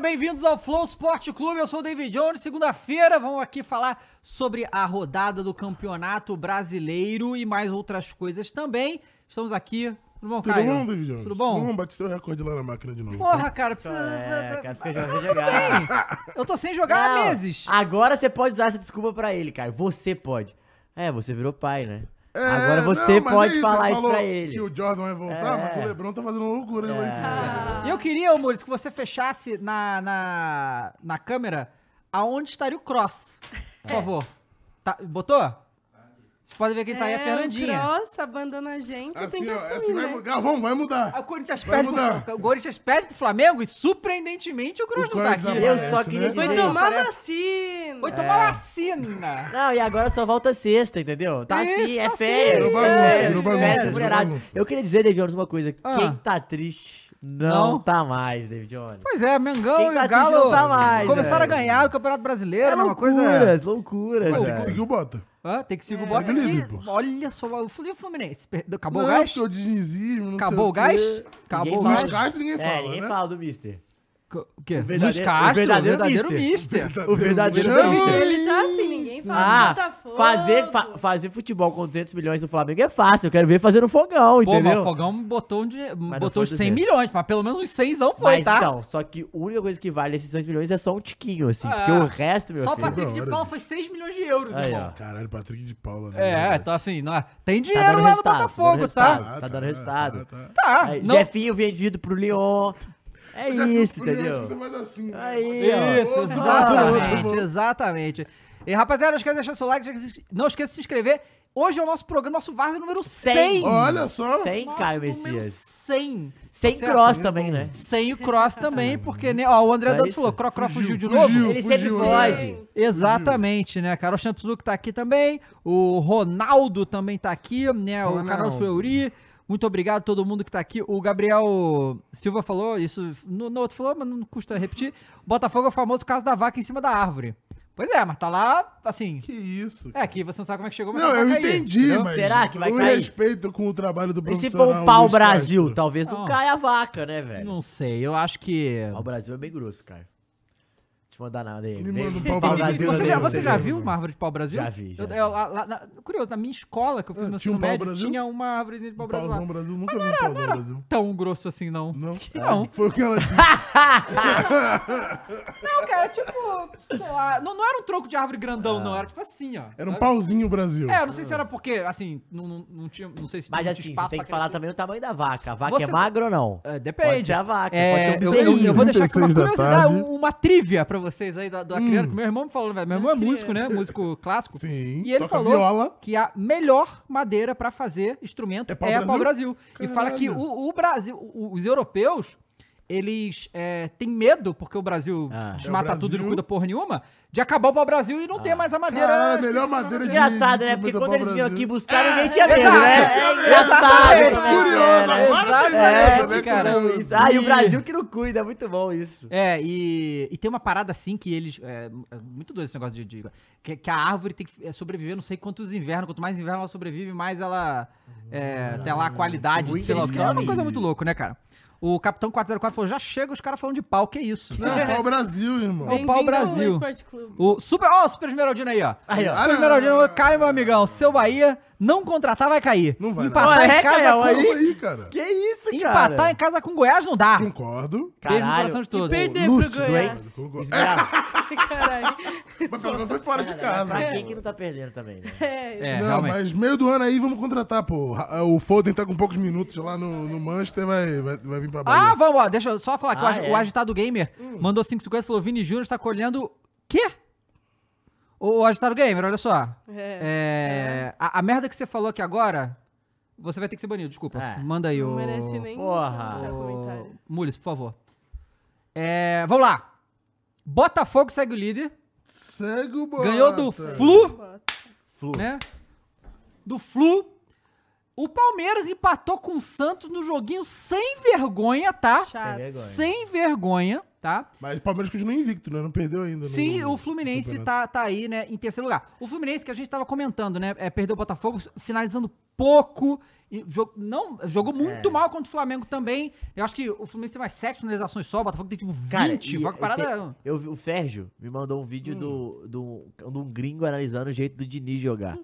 bem-vindos ao Flow Sport Clube. Eu sou o David Jones. Segunda-feira vamos aqui falar sobre a rodada do Campeonato Brasileiro e mais outras coisas também. Estamos aqui. Tudo bom, Tudo Caio? bom, David Jones? Tudo bom? Tudo bom, bate seu recorde lá na máquina de novo. Porra, cara, precisa. É, cara, fica jogando jogar. Eu tô sem jogar há Não, meses. Agora você pode usar essa desculpa pra ele, cara. Você pode. É, você virou pai, né? É, agora você não, mas pode aí você falar isso falou pra Que ele. o Jordan vai voltar, É. Ah, mas o Lebron tá fazendo loucura lá em cima. E eu queria, ô Muris, que você fechasse na, na, na câmera aonde estaria o cross. Por É. favor. Tá- botou? Vocês podem ver quem tá aí, a É, Fernandinha. O Cross abandonou a gente, tem Assim, que ó, assumir, assim, né? vai, Galvão, vai mudar. Aí o Corinthians Vai perde, mudar. pro, o Corinthians perde pro Flamengo e, surpreendentemente, o Cross O não tá Corinthians aqui. Eu aparece, só queria né? Foi dizer. tomar vacina. É. Foi tomar vacina. Não, e agora só volta sexta, entendeu? Tá Isso, assim, é tá assim, férias. é virou bagunça, férias, virou bagunça, férias, virou mulherada. bagunça. Eu queria dizer, David Jones, uma coisa. Ah. Quem tá triste não, Não. tá mais, David Jones. Pois é, Mengão Quem e tá o Galo triste não tá mais, começaram velho. É a ganhar o Campeonato Brasileiro, né? uma coisa... loucuras, loucuras, Mas tem velho. que seguir o Bota. Hã? Tem que seguir o É. bota Segue o aqui. líder, pô. Olha só, o Flu- e o Fluminense. Perdeu- Acabou o Não, gás? porque o dinizismo, não sei Acabou o quê. gás? Ninguém Acabou o fala. gás? Luiz Castro ninguém É, fala, ninguém né? fala do Mister. Co- O quê? O verdadeiro- Luiz Castro, o verdadeiro mister. Tá, O verdadeiro Não, mister. Ele tá assim, ninguém fala do Ah, Botafogo. fazer, fa- fazer futebol com 200 milhões do Flamengo é fácil. Eu quero ver fazer no fogão, Pô, mas o entendeu? Fogão botou, um dinhe- não botou foi uns 100 200. milhões, mas pelo menos uns 100 foi, Mas tá? então, só que a única coisa que vale esses 200 milhões é só um tiquinho, assim. Ah, porque o resto, meu Só o filho... Patrick de Não, Paula era- foi 6 milhões de euros, Aí, irmão. ó. Caralho, Patrick de Paula, né? É, Verdade. então assim, não é- tem Tá dinheiro dando lá no resultado, tá Botafogo, dando tá? resultado. tá dando resultado. tá, tá. Tá, Aí, não... é, Jefinho vendido pro Lyon. É Já fica isso, pro Leão, entendeu? tipo, Você faz assim. Aí, ó. Isso, Outro, outro, exatamente, outro. exatamente. E rapaziada, não esqueça de deixar seu like, não esqueça- não esqueça de se inscrever. Hoje é o nosso programa, nosso Varsa número 100. Cem. Olha só. Sem Nosso Caio número Messias. 100. Sem certo? cross também, né? Sem o Cross também, porque, né, ó, o André Tá Dantos isso? falou, Cro Cro fugiu, de Fugiu, novo. fugiu. Ele sempre fugiu, né? foge. Exatamente, né, cara? O Champzuk tá aqui também, o Ronaldo também tá aqui, né? O Ronaldo. Carlos Fleury. Muito obrigado a todo mundo que tá aqui. O Gabriel Silva falou isso no, no outro falou, mas não custa repetir. Botafogo é o famoso caso da vaca em cima da árvore. Pois é, mas tá lá, assim. Que isso. É, que você não sabe como é que chegou, mas Não, tá eu pra cair, entendi, entendeu? mas Será que vai com cair? respeito com o trabalho do E se profissional. for um pau-brasil, Brasil, talvez não Não. caia a vaca, né, velho? Não sei, eu acho que. Pau-brasil é bem grosso, cara. Te mandar nada aí. Me Vem- manda um vem pau-brasil pau-brasil Você Brasil, já, você aí, Brasil, já Brasil. viu uma árvore de pau-brasil? né? Já vi, já Eu- vi. eu- lá- lá- na- curioso, na minha escola, que eu fiz Ah, meu tinha ensino um médio, pau-brasil? tinha uma árvore de pau-brasil lá. Pauzão Brasil, nunca vi um Pauzão Brasil. Tão grosso assim, não. Não. É, Não. Foi o que ela disse. Não, cara, tipo, sei lá. Não, não era um tronco de árvore grandão, não. Era tipo assim, ó. Era um Sabe? pauzinho Brasil. É, eu não sei se era porque, assim, não, não, não tinha. Não sei se Mas não tinha assim, você espaço tem pra que falar crescer. também o tamanho da vaca. A vaca Você é sa- magra ou não? É, Pode ser depende. a vaca, pode É, ser um eu, bezerrinho. eu- eu vou deixar aqui uma 36 da curiosidade, tarde. um- uma trivia pra vocês aí da, da Hum. criança. que Meu irmão me falou, velho. Meu irmão é músico, né? Músico clássico. Sim. E ele toca falou viola. que a melhor madeira pra fazer instrumento É é pau-brasil? pau-brasil. e fala que Caralho. o, o Brasil, o- os europeus, eles é, têm medo, porque o Brasil Ah. desmata É, o Brasil- tudo e não cuida porra nenhuma, de acabar o pau-brasil e não ter mais a madeira. É. Caralho, a melhor madeira de Engraçado, de né? Porque comida quando pra eles vinham Brasil. aqui buscar, ninguém tinha medo, exato. né? É É engraçado, exatamente. né? Curioso, É, agora tem exatamente, maneira, né? cara. Curioso. Ah, e o Brasil que não cuida, é muito bom isso. É, e, e tem uma parada assim que eles. É, é muito doido esse negócio de. de- que, que a árvore tem que é, sobreviver, não sei quantos invernos. Quanto mais inverno ela sobrevive, mais ela. É, tem lá a qualidade de Muito sei lá o quê. É uma escravo. coisa muito louca, né, cara? O Capitão 404 falou: já chega os caras falando de pau, que isso? Não, pau Brasil, irmão. É um pau Bem-vindo ao Brasil. Esporte Clube. O Super. Ó, o Super Esmeraldino aí, ó. Aí, ó. Super Esmeraldino, cai, meu amigão. Seu Bahia, não contratar, vai cair. Não vai, não. Empatar Olha, em é, casa Caio, com. Calma aí, cara. Que isso, cara? Empatar em casa com Goiás não dá. Concordo. Beijo no coração de todos. Perder Lúcido, pro Goiás. hein? Concordo. Esmeralda, Caralho. Mas pelo menos foi fora de casa. pra quem que não tá perdendo também, né? É, É, não, realmente. mas meio do ano aí vamos contratar, pô. Ra- O Foden tá com poucos minutos lá no, no Manchester, vai, vai, vai vir pra Ah, Bahia. vamos, ó, deixa eu só falar que o Ah, ag- o, é. Agitado Gamer mandou 550 e falou: Vini Júnior está colhendo. Quê? O, o Agitado Gamer, olha só. é. É, A, a merda que você falou aqui agora, você vai ter que ser banido, desculpa. É. Ah. Manda aí Não o. merece nem Porra. começar o o... comentário. Mules, por favor. É, vamos lá. Botafogo segue o líder. Segue o bota. Ganhou do Flu, Bota. Flu. né? Do Flu. O Palmeiras empatou com o Santos no joguinho sem vergonha, tá? Chato. vergonha. Sem vergonha. tá? Mas o Palmeiras continua invicto, né? Não perdeu ainda. no- Sim, o no Fluminense campeonato. tá, tá aí, né, em terceiro lugar. O Fluminense que a gente tava comentando, né, é, perdeu o Botafogo, finalizando pouco, e jo- não, jogou É. muito mal contra o Flamengo também. Eu acho que o Fluminense tem mais sete finalizações só, o Botafogo tem tipo 20, e- é uma parada... tem- eu vi o Férgio me mandou um vídeo do, do, de um gringo analisando o jeito do Diniz jogar.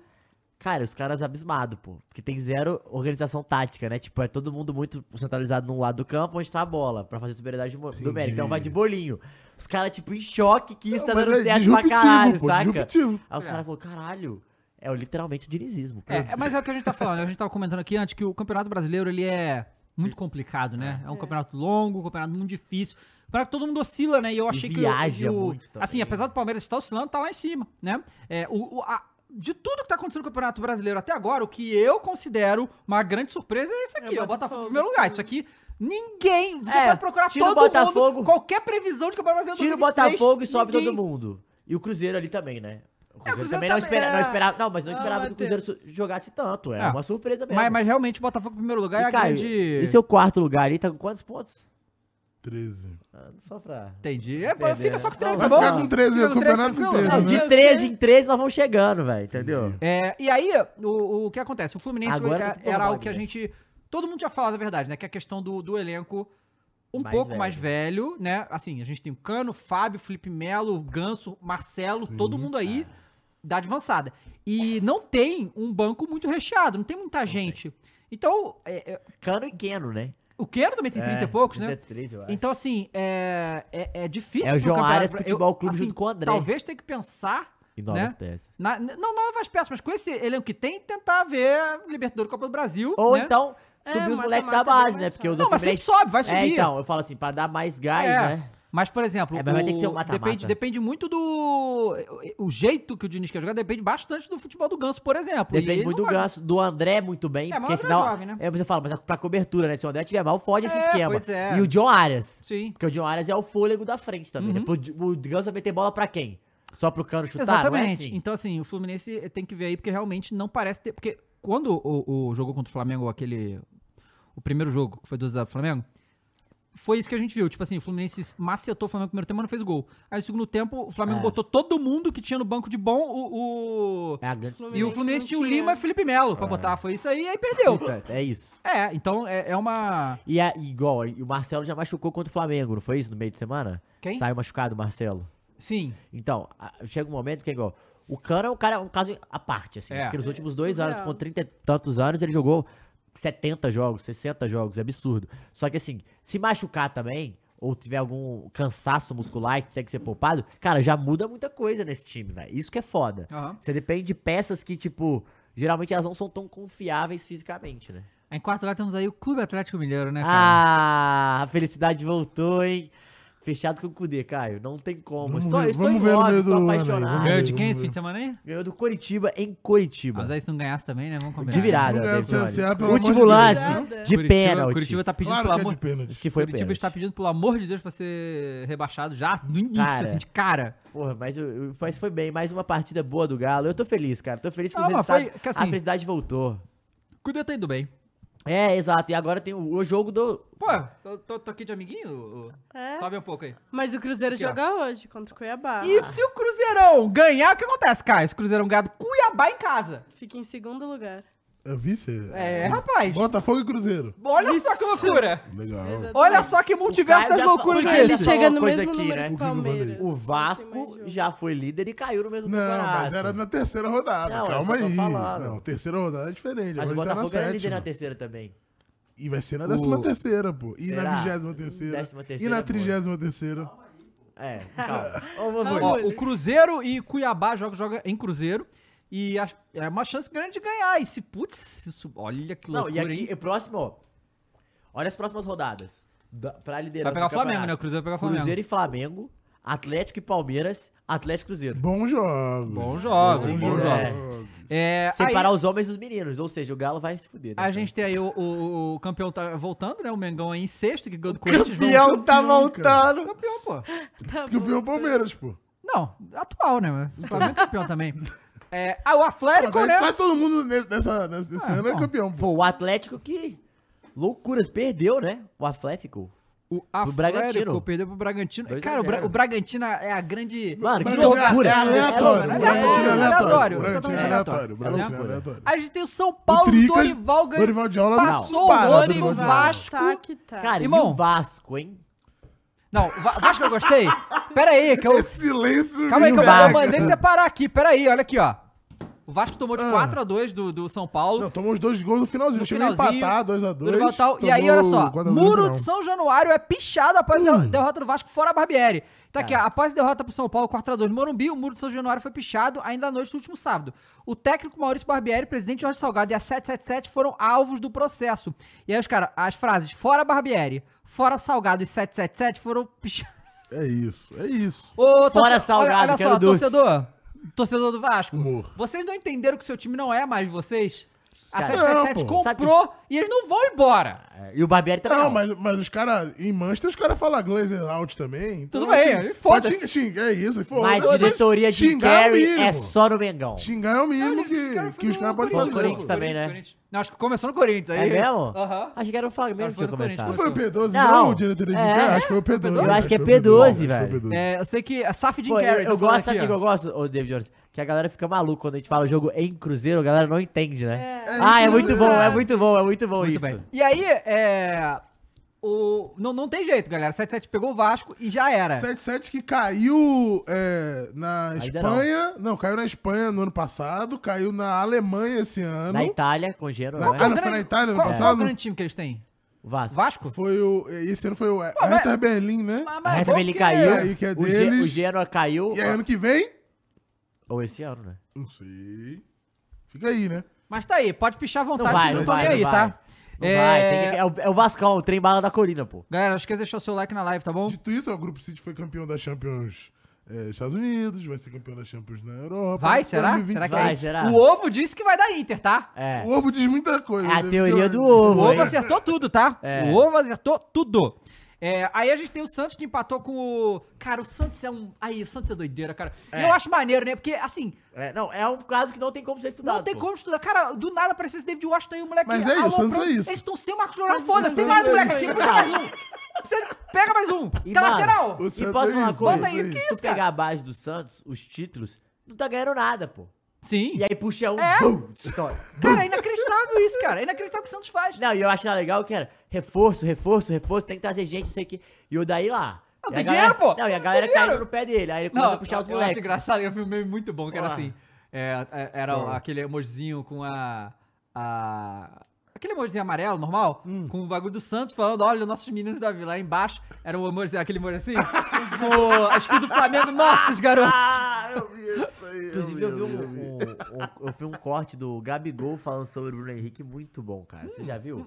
Cara, os caras abismados, pô. Porque tem zero organização tática, né? Tipo, é todo mundo muito centralizado num lado do campo onde tá a bola, pra fazer superioridade do, mo- do Mérito. Então vai de bolinho. Os caras, tipo, em choque que isso Não, tá mas dando é certo pra caralho, pô, saca? disruptivo. Aí os É. caras falaram, caralho, é o- literalmente o dinizismo. pô. É, é, mas é o que a gente tá falando, a gente tava comentando aqui antes que o Campeonato Brasileiro, ele é muito complicado, né? É um É. campeonato longo, um campeonato muito difícil. Para que todo mundo oscila, né? E eu E achei que viaja o, e o- muito também. né? assim, apesar do Palmeiras estar oscilando, tá lá em cima, né? É, o, o- a- de tudo que tá acontecendo no Campeonato Brasileiro até agora, o que eu considero uma grande surpresa é esse aqui, É o ó, o Botafogo Botafogo, em primeiro lugar. sim. Isso aqui ninguém, você É, pode procurar tira o todo mundo, Botafogo. qualquer previsão de Campeonato Brasileiro Tira o 2023, Botafogo e sobe ninguém- todo mundo. E o Cruzeiro ali também, né? O Cruzeiro, Cruzeiro também não, também, espera- não é. esperava. Não, mas não Ah, esperava que o Cruzeiro Matheus. su- jogasse tanto. É Ah, uma surpresa mesmo. Mas, mas realmente o Botafogo em primeiro lugar é e, a Caio, grande... e seu quarto lugar ali tá com quantos pontos? 13. Ah, Só pra. Entendi. É, Perdeu. fica só com 13, tá Vai bom? ficar com 13 Fica o com 13, campeonato tranquilo. inteiro, Não, né? Entendi. de 13 em 13 nós vamos chegando, velho. Entendeu? É, e aí, o, o que acontece? O Fluminense Agora era, tá tudo era normal, algo que a Guilherme. gente. Todo mundo tinha falado a verdade, né? Que é a questão do, do elenco um Mais pouco velho. mais velho, né? Assim, a gente tem o Cano, Fábio, Felipe Melo, Ganso, Marcelo, Sim. todo mundo aí da avançada. E não tem um banco muito recheado, não tem muita gente. Então, é, é, Cano e Keno, né? o Quero também tem 30 É, e poucos, né? 33, eu acho. Então, assim, é, é, é difícil. É o pro João Campeonato Arias Bra- eu- Futebol Clube assim, junto com o André. Talvez tenha que pensar E novas né? peças. Na- n- não, novas peças, mas com esse elenco que tem, tentar ver Libertadores Copa do Brasil. Ou né? então, É, subir os mata-mata moleques da é bem mais base, né? Porque o Não, do mas sempre Fluminense- sobe, vai subir. É, então, eu falo assim, pra dar mais gás, É. né? Mas, por exemplo, É, mas vai ter que ser um mata-mata. depende, depende muito do. O jeito que o Diniz quer jogar depende bastante do futebol do Ganso, por exemplo. E Depende ele muito não do vai- ganso, do André muito bem, É, mas o porque André senão, é jovem, né? é, mas eu falo, mas pra cobertura, né, se o André tiver mal, fode esse É, esquema. pois é. E o John Arias, Sim. porque o John Arias é o fôlego da frente também, Uhum. né? Pro- o ganso vai meter bola pra quem? Só pro Cano chutar, não é Exatamente. assim? Então, assim, o Fluminense tem que ver aí, porque realmente não parece ter. Porque quando o, o jogou contra o Flamengo, aquele. O primeiro jogo, que foi 2x0 pro Flamengo, foi isso que a gente viu. Tipo assim, o Fluminense macetou o Flamengo no primeiro tempo, mas não fez gol. Aí no segundo tempo, o Flamengo É. botou todo mundo que tinha no banco de bom, o. o- É a grande... E o Fluminense tinha o Lima e o Felipe Melo pra botar. Foi isso aí, aí perdeu. Puta, é isso. É, então é, é uma. E a, igual, e o Marcelo já machucou contra o Flamengo, não foi isso? No meio de semana? Quem? Saiu machucado o Marcelo. Sim. Então, a- chega um momento que é igual. O Cano é um cara, um caso à parte, assim. É. Porque nos É, últimos dois surreal. anos, com 30 e tantos anos, ele jogou 70 jogos, 60 jogos, é absurdo. Só que assim, se machucar também, ou tiver algum cansaço muscular que tiver que ser poupado, cara, já muda muita coisa nesse time, velho. Isso que é foda. Aham. Você depende de peças que, tipo, geralmente elas não são tão confiáveis fisicamente, né? Em quarto lugar temos aí o Clube Atlético Mineiro, É, né, cara? Ah, a felicidade voltou, hein? Fechado com o Kudê, Caio. Não tem como. Vamos estou ver- estou vamos ver no em óbvio, meio estou do ano aí, apaixonado. vamos ver. Ganhou de vamos quem esse ver. fim de semana aí? Ganhou do Curitiba em Mas é Curitiba. aí se não ganhasse também, né? Vamos combinar. De Se virada. não ganhar do Davidson CSA, Olímpio. pelo amor de Último Deus. lance Virada. de Curitiba- pênalti. Curitiba tá pedindo, É. Claro pelo que é amor de pênalti. Que foi Curitiba pênalti. está pedindo, pelo amor de Deus, pra ser rebaixado já no início, Cara. assim, de cara. Porra, mas, eu- eu- mas foi bem. Mais uma partida boa do Galo. Eu tô feliz, cara. Tô feliz que os Ah, mas foi- resultados... que assim- A felicidade voltou. Cuida tá indo bem. É, exato. E agora tem o, o jogo do... Pô, tô, tô- tô aqui de amiguinho. ô, ô. É. Sobe um pouco aí. Mas o Cruzeiro Aqui, ó. joga hoje contra o Cuiabá. Ah. E se o Cruzeirão ganhar, o que acontece, cara? Se o Cruzeirão ganhar do Cuiabá em casa. Fica em segundo lugar. É vice? É, rapaz. Botafogo e Cruzeiro. Olha só que Isso. loucura. Legal. Olha só que multiverso Caio das já fa- loucuras o que Caio ele. Ele já falou chega uma no coisa mesmo aqui, número né? que O o que não vale? Palmeiras. O Não tem mais Vasco jogo. já foi líder e caiu no mesmo Não, campeonato. mas era na terceira rodada. Não, é Calma só tô aí. falando. Não, terceira rodada é diferente. Mas agora o ele tá na Botafogo era líder na sétima. terceira também. E vai ser na O- décima terceira, pô. E Será? na vigésima terceira. Décima E terceira é na boa. trigésima terceira. É, calma. Ô, Vavô, Ó, o Cruzeiro e Cuiabá joga, joga em Cruzeiro. E acho- é uma chance grande de ganhar. E se, putz, isso, olha que Não, loucura, e aqui, hein? e próximo, ó. Olha as próximas rodadas. Da, pra liderança. Vai pegar o do Flamengo, né? O campeonato. Cruzeiro vai pegar o Flamengo. Cruzeiro e Flamengo, Atlético e Palmeiras, Atlético e Cruzeiro. Bom jogo. Bom jogo, Bom bom jogo. jogo. É, aí, Separar os homens dos meninos, ou seja, o Galo vai se fuder. né? a gente tá tem aí o, o- o campeão tá voltando, né? O Mengão aí em sexto, que ganhou do Corinthians. Campeão tá João- voltando. Campeão, pô. Tá bom. Campeão Palmeiras, pô. Não, atual, né? O Flamengo é campeão também. É, ah, o Mas Atlético, aí né? Quase todo mundo nesse, nessa, nesse Ah, ano é bom. campeão, pô. Pô, o Atlético que. Loucuras, perdeu, né? O Atlético. O Atlético Bragantino. perdeu pro Bragantino. Dois a cara, o, Bra- zero. o Bragantino é a grande. Mano, que Bragantino é loucura. Aleatório. É o aleatório, Bragantino é é aleatório. aleatório, o Bragantino é totalmente aleatório. aleatório. o Bragantino é É loucura. aleatório. A gente tem o São Paulo, Tricas, Dorival ganhou. Dorival de aula Passou não para. o Rony Dorival no de VAR. aula. Vasco. Tá que tá. Cara, e Irmão. o Vasco, hein? Não, o Va- Vasco eu gostei. Pera aí, que eu. Esse é silêncio. Calma aí, que eu, me eu pega. mandei separar aqui. Pera aí, olha aqui, ó. O Vasco tomou de Ah. 4x2 do, do São Paulo. Não, tomou os dois gols no finalzinho. No Chegou a finalzinho, empatar, 2x2. Dorival tal. E aí, olha só. Muro de São Januário é pichado após a derrota do Vasco fora a Barbieri. Tá aqui, ó, após a derrota pro São Paulo 4x2 no Morumbi, o Muro de São Januário foi pichado ainda à noite do último sábado. O técnico Maurício Barbieri, presidente Jorge Salgado e a 777 foram alvos do processo. E aí, os caras, as frases fora Barbieri, fora Salgado e 777 foram pichadas. É isso, é isso. Ô, torcedor, Salgado, olha, olha quero só, doce. torcedor. Torcedor do Vasco. Humor. Vocês não entenderam que o seu time não é mais vocês? A Cara, 777 não, pô. comprou e eles não vão embora. É, E o Barbieri também. Não, não. mas, mas os caras, em Manchester, os caras falam Glazer out também. Então, Tudo bem, ele foda-se. pode xingar, É isso, Mas foda-se. diretoria de Xingar é o Carry é mínimo. só no Mengão. Xingar é o mínimo Não, que, os caras que os foram caras no podem fazer. Corinthians. O Corinthians tá pô. também, né? Corinthians. Não, acho que começou no Corinthians aí. É mesmo? Aham. Acho que era o Cara, Flamengo que foi tinha no Corinthians, começado. Não foi o P12, Não. não, o diretoria de É? Carry? Acho que foi o P12. Eu acho que é foi o P12, P12, acho que foi o velho. P12. É, eu sei que a Safdin Pô, eu, Carey. eu gosto aqui, eu gosto, ô David Jones, que a galera fica maluca quando a gente fala jogo em Cruzeiro, a galera não entende, né? É. ah, é em muito Cruzeiro. bom, é muito bom, é muito bom Muito isso. bem. E aí, é. O... Não, não tem jeito, galera. 77 pegou o Vasco e já era. 77 que caiu é, na Ainda não. Espanha. Não. caiu na Espanha no ano passado, caiu na Alemanha esse ano. Na Itália, com Genoa, Na- né? Ah, O não foi na Itália no qual, Qual é passado? o grande time que eles têm? O Vasco. Vasco? Foi o. Esse ano foi o ah, mas- Hertha Berlim, né? Mas- mas A é Reta bom Berlim que- caiu, aí que é o, Ge- deles. o Genoa caiu, E aí, ano que vem? ou esse ano, né? Não sei. Fica aí, né? Mas tá aí, pode pichar à vontade, vai, que não eu tô nem vai, aí, não vai. tá? Não É, vai, tem que- é, o, é o Vascão, o trem bala da Corina, pô. Galera, não esqueça de deixar o seu like na live, tá bom? Dito isso, ó, o Grupo City foi campeão da Champions eh, Estados Unidos, vai ser campeão da Champions na Europa. Vai, será? 2026. Será que Vai, é? será? O ovo disse que vai dar Inter, tá? É, O ovo diz muita coisa. É a né? teoria do Porque- O ovo, ovo hein? acertou tudo, tá? É. O ovo acertou tudo. É, aí a gente tem o Santos que empatou com o. Cara, o Santos é um. Aí, o Santos é doideira, cara. E É. eu acho maneiro, né? Porque, assim, É, não, é um caso que não tem como ser estudado, não tem pô. como estudar. Cara, do nada apareceu esse David Washington e o moleque. Mas é isso, aloprou. Santos é isso. Eles estão sem o Marcos Leonardo, Mas foda-se. Tem Santos mais um é moleque isso, aqui, puxa mais um. Você pega mais um. E, Tá mano, lateral. O E Santos posso é falar uma isso, coisa? Bota aí, que Se isso, tu cara? pegar a base do Santos, os títulos, não tá ganhando nada, pô. Sim. E aí puxa um, É. bum, estoura. Cara, é inacreditável isso, cara. É inacreditável o que o Santos faz. Não, e eu achava legal que era reforço, reforço, reforço, tem que trazer gente, não sei o quê. E o daí lá. Não, Ah, E a tem galera- dinheiro, pô! Não, e a Não galera tem dinheiro. caiu no pé dele. Aí ele começou a puxar os eu acho moleques. engraçado, eu vi um meme muito bom, que era Porra. assim. é, é, era Porra. aquele emojizinho com a. a- Aquele emojizinho amarelo, normal, com o bagulho do Santos falando, olha, nossos meninos da vila. Aí embaixo era o emojizinho, aquele emoji assim, com o escudo do Flamengo, nossos garotos. Ah, eu vi isso aí. Inclusive, eu vi, um, eu vi. um- um- eu vi um corte do Gabigol falando sobre o Bruno Henrique muito bom, cara. Você Hum, já viu?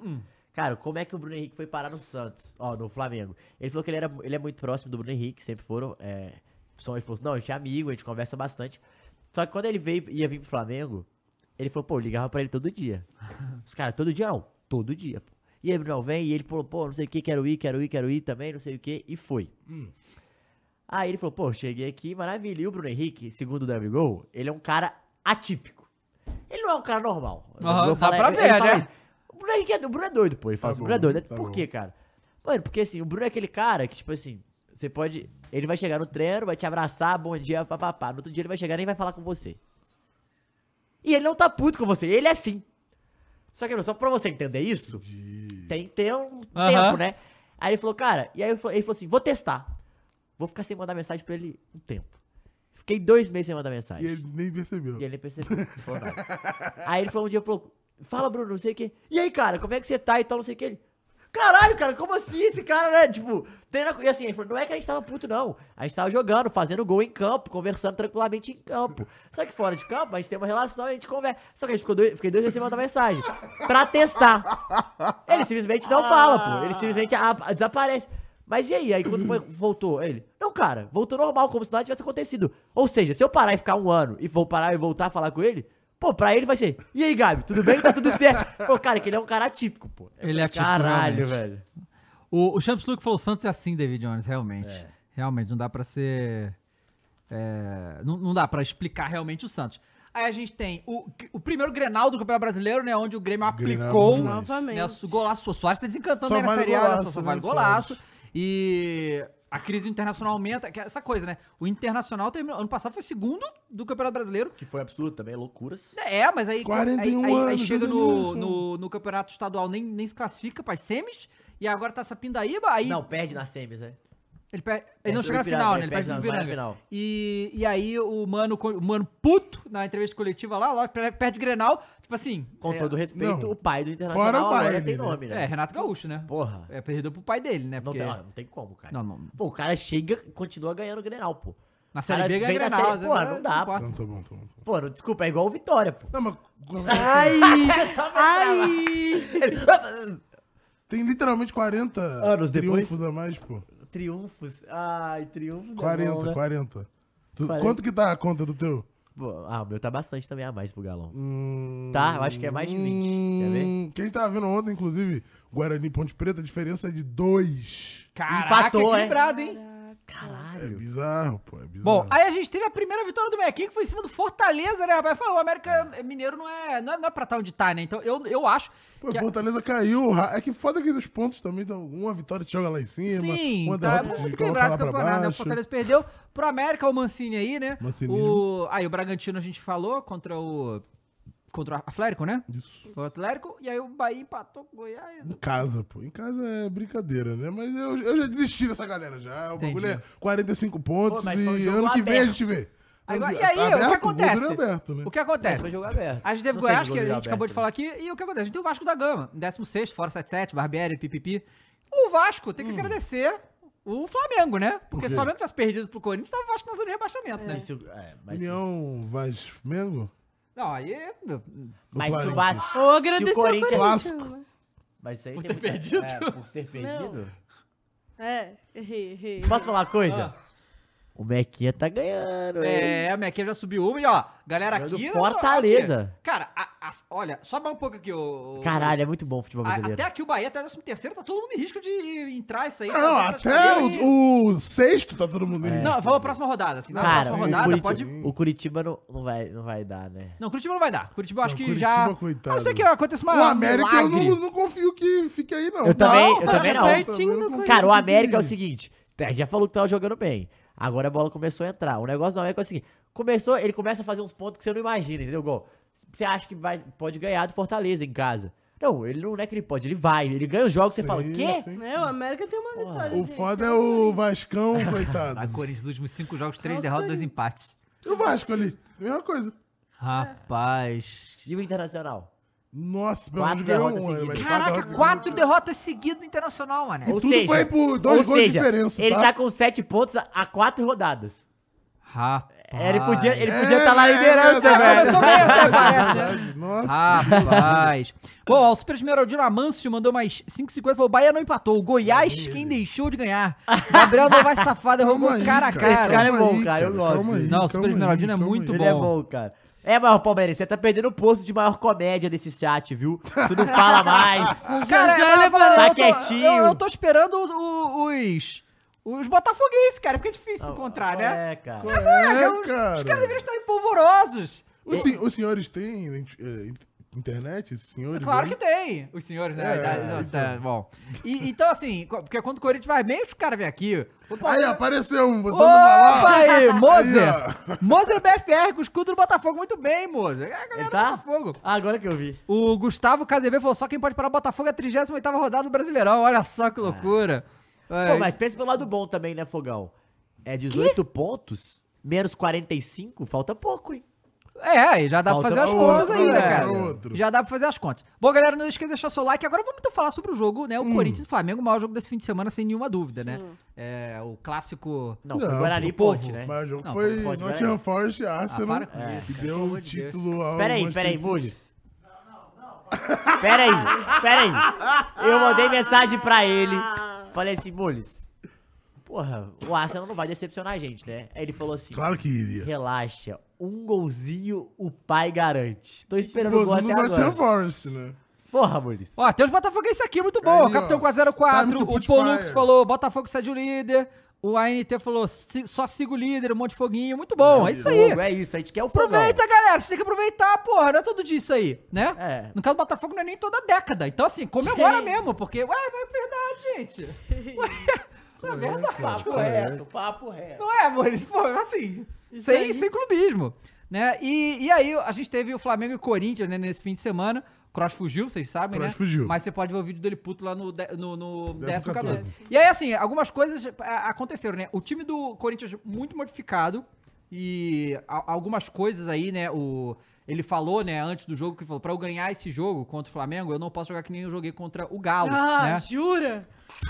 Cara, como é que o Bruno Henrique foi parar no Santos? Ó, no Flamengo. Ele falou que ele, era, ele é muito próximo do Bruno Henrique, sempre foram. É, só ele falou assim, não, a gente é amigo, a gente conversa bastante. Só que quando ele veio, ia vir pro Flamengo, ele falou, pô, eu ligava pra ele todo dia. Os caras, todo dia não, todo dia, pô. E aí, Bruno, vem, e ele falou, pô, não sei o que, quero ir, quero ir, quero ir também, não sei o que, e foi. Hum. Aí ele falou, pô, cheguei aqui, maravilha. E o Bruno Henrique, segundo o Gabigol, ele é um cara atípico. Ele não é um cara normal. O Aham, Gabigol dá pra ele- ver, ele fala né? isso. O Bruno Henrique é, o Bruno é doido, pô. Ele fala Tá assim, bom, o Bruno é doido. tá Por bom. quê, cara? Mano, porque assim, o Bruno é aquele cara que, tipo assim, você pode... Ele vai chegar no treino, vai te abraçar, bom dia, papapá. No outro dia ele vai chegar e nem vai falar com você. E ele não tá puto com você, ele é assim. Só que, meu, só pra você entender isso, tem que ter um tempo, né? Aí ele falou, cara, e aí eu fa- ele falou assim, vou testar. Vou ficar sem mandar mensagem pra ele um tempo. Fiquei dois meses sem mandar E mensagem. ele nem percebeu. E ele nem percebeu. não falou nada. aí ele falou um dia, falou, fala, Bruno, não sei o quê. E aí, cara, como é que você tá e tal, não sei o que. Ele, caralho, cara, como assim esse cara, né? Tipo, treina... com- E assim, ele falou, não é que a gente tava puto, não. A gente tava jogando, fazendo gol em campo, conversando tranquilamente em campo. Só que fora de campo, a gente tem uma relação, a gente conversa. Só que a gente ficou dois... Fiquei dois meses sem mandar mensagem. Pra testar. Ele simplesmente não fala, Ah. pô. Ele simplesmente a- a- desaparece. Mas e aí? Aí quando foi- voltou, ele. Não, cara, voltou normal, como se nada tivesse acontecido. Ou seja, se eu parar e ficar um ano e vou parar e voltar a falar com ele, pô, pra ele vai ser. E aí, Gabi, tudo bem? Tá tudo certo. Pô, cara, que ele é um cara atípico, pô. Eu Ele é falei, atípico, Caralho, realmente. velho. O, o Champs Luke falou: o Santos é assim, David Jones, realmente. Realmente, não dá pra ser. é, não, não dá pra explicar realmente o Santos. Aí a gente tem o, o primeiro Grenal do Campeonato Brasileiro, né? Onde o Grêmio Grenal aplicou. muito Né, Novamente. o golaço. O Soares tá desencantando Só aí na vale Série A, golaço, olha só, só né, vale Soares? golaço. E a crise do internacional aumenta. que é Essa coisa, né? O internacional terminou. Ano passado foi segundo do Campeonato Brasileiro. Que foi absurdo também, loucuras. É, mas aí, 41 aí, aí- aí anos, né, chega meu no, Deus. no, no campeonato estadual, nem, nem se classifica para semis. E agora tá essa pindaíba, aí Não, perde na semis, né? ele, per- ele não Perde chega pro na final, Ipiranga, né? Ele perde pro na- vai na Ipiranga. final. E, e aí o mano, co- o mano puto na entrevista coletiva lá, lá per- perde o Grenal, tipo assim. Com é, todo respeito, Não. o pai do Internacional Fora o agora Bayern, tem né? nome, né? É, Renato Gaúcho, né? Porra. É, perdeu pro pai dele, né? Não, Porque... tem, ah, não tem como, cara. Não, não. Pô, o cara chega e continua ganhando o Grenal, pô. Na série Cara, B ganha vem na Grenal. série- pô, mas não dá, pô. importa. Não, tá bom, tá bom. Pô, não, desculpa, é igual o Vitória, pô. Não, mas é Ai! Ai! Ele- tem literalmente 40 Anos depois? triunfos a mais, pô. triunfos. Ai, triunfos. é bom, 40, né? 40. Tu- 40. Quanto que tá a conta do teu? Pô, ah, o meu tá bastante também a mais pro galão. Hum, Tá, eu acho que é mais de 20. Quer ver? hum, Quem tava vendo ontem, inclusive, Guarani e Ponte Preta, a diferença é de 2. Caraca, Empatou, é? equilibrado, hein? É Caralho. bizarro, pô. É bizarro. Bom, aí a gente teve a primeira vitória do Mequinha, que foi em cima do Fortaleza, né, rapaz? Falou, o América Mineiro não é, não é, não é pra estar onde tá, né? Então eu, eu acho Pô, que a- Fortaleza caiu. ra- É que foda que dos pontos também. Então, uma vitória te joga lá em cima. Sim, uma tá derrota muito te coloca quebrado lá esse pra campeonato, né? O baixo. Fortaleza perdeu pro América, o Mancini aí, né? Mancinismo. O... Aí o Bragantino a gente falou contra o. Contra o Atlético, né? Isso. O Atlético, e aí o Bahia empatou com o Goiás. Em casa, pô. Em casa é brincadeira, né? Mas eu, eu já desisti dessa galera já. O Entendi. bagulho é 45 pontos Pô, mas foi um e jogo ano que vem a aberto. gente vê. Ano Agora, que- e aí, o que aberto, acontece? goleiro aberto, né? O que Esse acontece? foi jogo aberto. A gente teve Não Goiás, que teve a gente goleiro acabou de aberto, né? falar aqui, e o que acontece? A gente tem o Vasco da Gama, em 16, fora 77, Barbieri, pipipi. O Vasco Hum. tem que agradecer o Flamengo, né? Porque quê? se o Flamengo tivesse perdido pro Corinthians, tava o Vasco na zona de rebaixamento, né? né? Isso- é, mas, União Vaz Flamengo? Não, aí. mas se Corinthians. o Vasco. Ou Se agradecer o ao Corinthians. Corinthians- né? Mas isso aí Por tem ter muita- perdido. É, por ter perdido. É, errei, errei. Posso falar uma coisa? O Mequinha tá ganhando, hein? Ah. É, a minha já subiu uma e ó, galera Ganhou do aqui. Fortaleza. aqui. Cara, a- a- olha, sobe um pouco aqui, ô. ô- Caralho, é muito bom o futebol a- brasileiro. Ah, até aqui o Bahia, até o 13 tá todo mundo em risco de entrar isso aí. Não, tá- tá- até tá- e- o, o sexto tá todo mundo nisso. Não, vamos a próxima rodada. Assim, na Cara, próxima sim, rodada o, Curitiba, pode. o Curitiba não, não, vai, não vai dar, né? Não, Curitiba não vai dar. Curitiba eu acho Não, que Curitiba, já. coitado. A não ser que aconteça é uma. Tá, né? O América eu milagre. não, não confio que fique aí, não. Eu também- Não, tá eu também não. Pertinho do confio Cara, o que- América é o seguinte: a gente já falou que tava jogando bem. Agora a bola começou a entrar. O negócio do América é o seguinte: começou, ele começa a fazer uns pontos que você não imagina, entendeu? Gol. Você acha que vai, pode ganhar do Fortaleza em casa. Não, ele não é que ele pode, ele vai. Ele ganha os jogos, você Sim, fala, é o quê? sim. Né, o América tem uma vitória. O gente, foda é pelo amor de o Vascão, A coitado. Corinthians, nos últimos cinco jogos, É Ah, três o derrotas, dois Corinthians. empates. E o Vasco ali? Mesma coisa. É. Rapaz. E o Internacional? Nossa, pelo menos Quatro ganhou derrotas um. né? seguidas. Mas Caraca, derrotas quatro derrotas seguidas do Internacional, mano. E Ou tudo seja- foi por dois ou gols de seja, diferença. Ele tá? tá com 7 pontos a- a 4 rodadas. Rapaz. Ele podia estar ele É, podia tá na é liderança, verdade. é velho. Começou bem até, parece, né? Verdade, Nossa. Rapaz. Bom, ó, o Super Esmeraldino Amâncio mandou mais 5,50. Falou, o Bahia não empatou. O Goiás, Beleza. quem deixou de ganhar. Gabriel não vai safado, Calma errou gol aí, cara a cara. cara. Esse cara é Calma bom, aí, cara, eu cara, gosto. calma aí, Não, o calma Super aí, Esmeraldino é calma muito aí. Ele é bom. bom, cara. É, mas, Palmeiras, você tá perdendo o posto de maior comédia desse chat, viu? Tu não fala mais. Cara, Já eu tava levou- falando, eu Tá tô- quietinho. Eu, eu tô esperando os, os, os botafoguenses, cara, porque é difícil encontrar, né? É, cara. É, Os caras cara. deveriam estar polvorosos. Os, sen- os senhores têm eh, in- internet? Esses senhores? É né? Claro aí? que tem, os senhores, né? É, Tá- então. tá, bom. E- então, assim, co- porque quando o Corinthians vai bem, os caras vêm aqui. O Aí, Palmeiras- apareceu um. Você não Opa falar. aí, Mozer! Aí, Mozer BFR com o escudo do Botafogo, muito bem, Mozer. É a galera Ele tá? do Botafogo. Ah, Agora que eu vi. O Gustavo KDB falou só quem pode parar o Botafogo é a 38ª rodada do Brasileirão, olha só que loucura. É, Pô, mas pensa pelo lado bom também, né, Fogão? É 18 pontos, menos 45, falta pouco, hein? É, aí já dá pra Falta fazer as pra contas outro, ainda, né, cara. pra outro. Já dá pra fazer as contas. Bom, galera, não esqueça de deixar seu like. Agora vamos então falar sobre o jogo, né? O Corinthians e Flamengo, o maior jogo desse fim de semana, sem nenhuma dúvida, né? É, o clássico... Não, foi Não, Guarani e pro povo, Ponte, né? Mas o jogo Não, foi pode, Nottingham Forest e Arsenal. para com isso, que cara. deu Pelo amor o de Deus. título ao. Peraí, Manchester peraí, City. Mules. Peraí, peraí. Eu mandei mensagem pra ele. Falei assim, Mules. Porra, o Arsenal não vai decepcionar a gente, né? Aí ele falou assim: Claro que iria. relaxa, um golzinho o pai garante. Tô esperando o gol Gozo até no Nottingham agora. Forest, né? Porra, Mules. Ó, tem os Botafoguenses aqui, muito bom. Aí, ó. Capitão 404, Time to o put Paul fire. Lucas falou, Botafogo sai de líder. O ANT falou, "Si- só siga o líder, um monte de foguinho. Muito bom, é isso aí. É isso, a gente quer o fogão. Aproveita, galera. Você tem que aproveitar, porra. Não é todo dia isso aí, né? É. No caso do Botafogo, não é nem toda década. Então, assim, comemora mesmo, porque. Ué, mas é verdade, gente. Ué, É verdade, Papo ué. é. reto, papo reto. Não é, amor? Eles, pô, assim, Isso sem, aí. sem clubismo. Né? E, e aí a gente teve o Flamengo e Corinthians né, nesse fim de semana. Cross fugiu, vocês sabem, Kroos né? fugiu. Mas você pode ver o vídeo dele puto lá no, de- no, no 14. Décimo quatorze. E aí, assim, algumas coisas a- aconteceram, né? O time do Corinthians muito modificado e a- algumas coisas aí, né? O, ele falou, né, antes do jogo, que falou, pra eu ganhar esse jogo contra o Flamengo, eu não posso jogar que nem eu joguei contra o Galo, Ah, né? jura?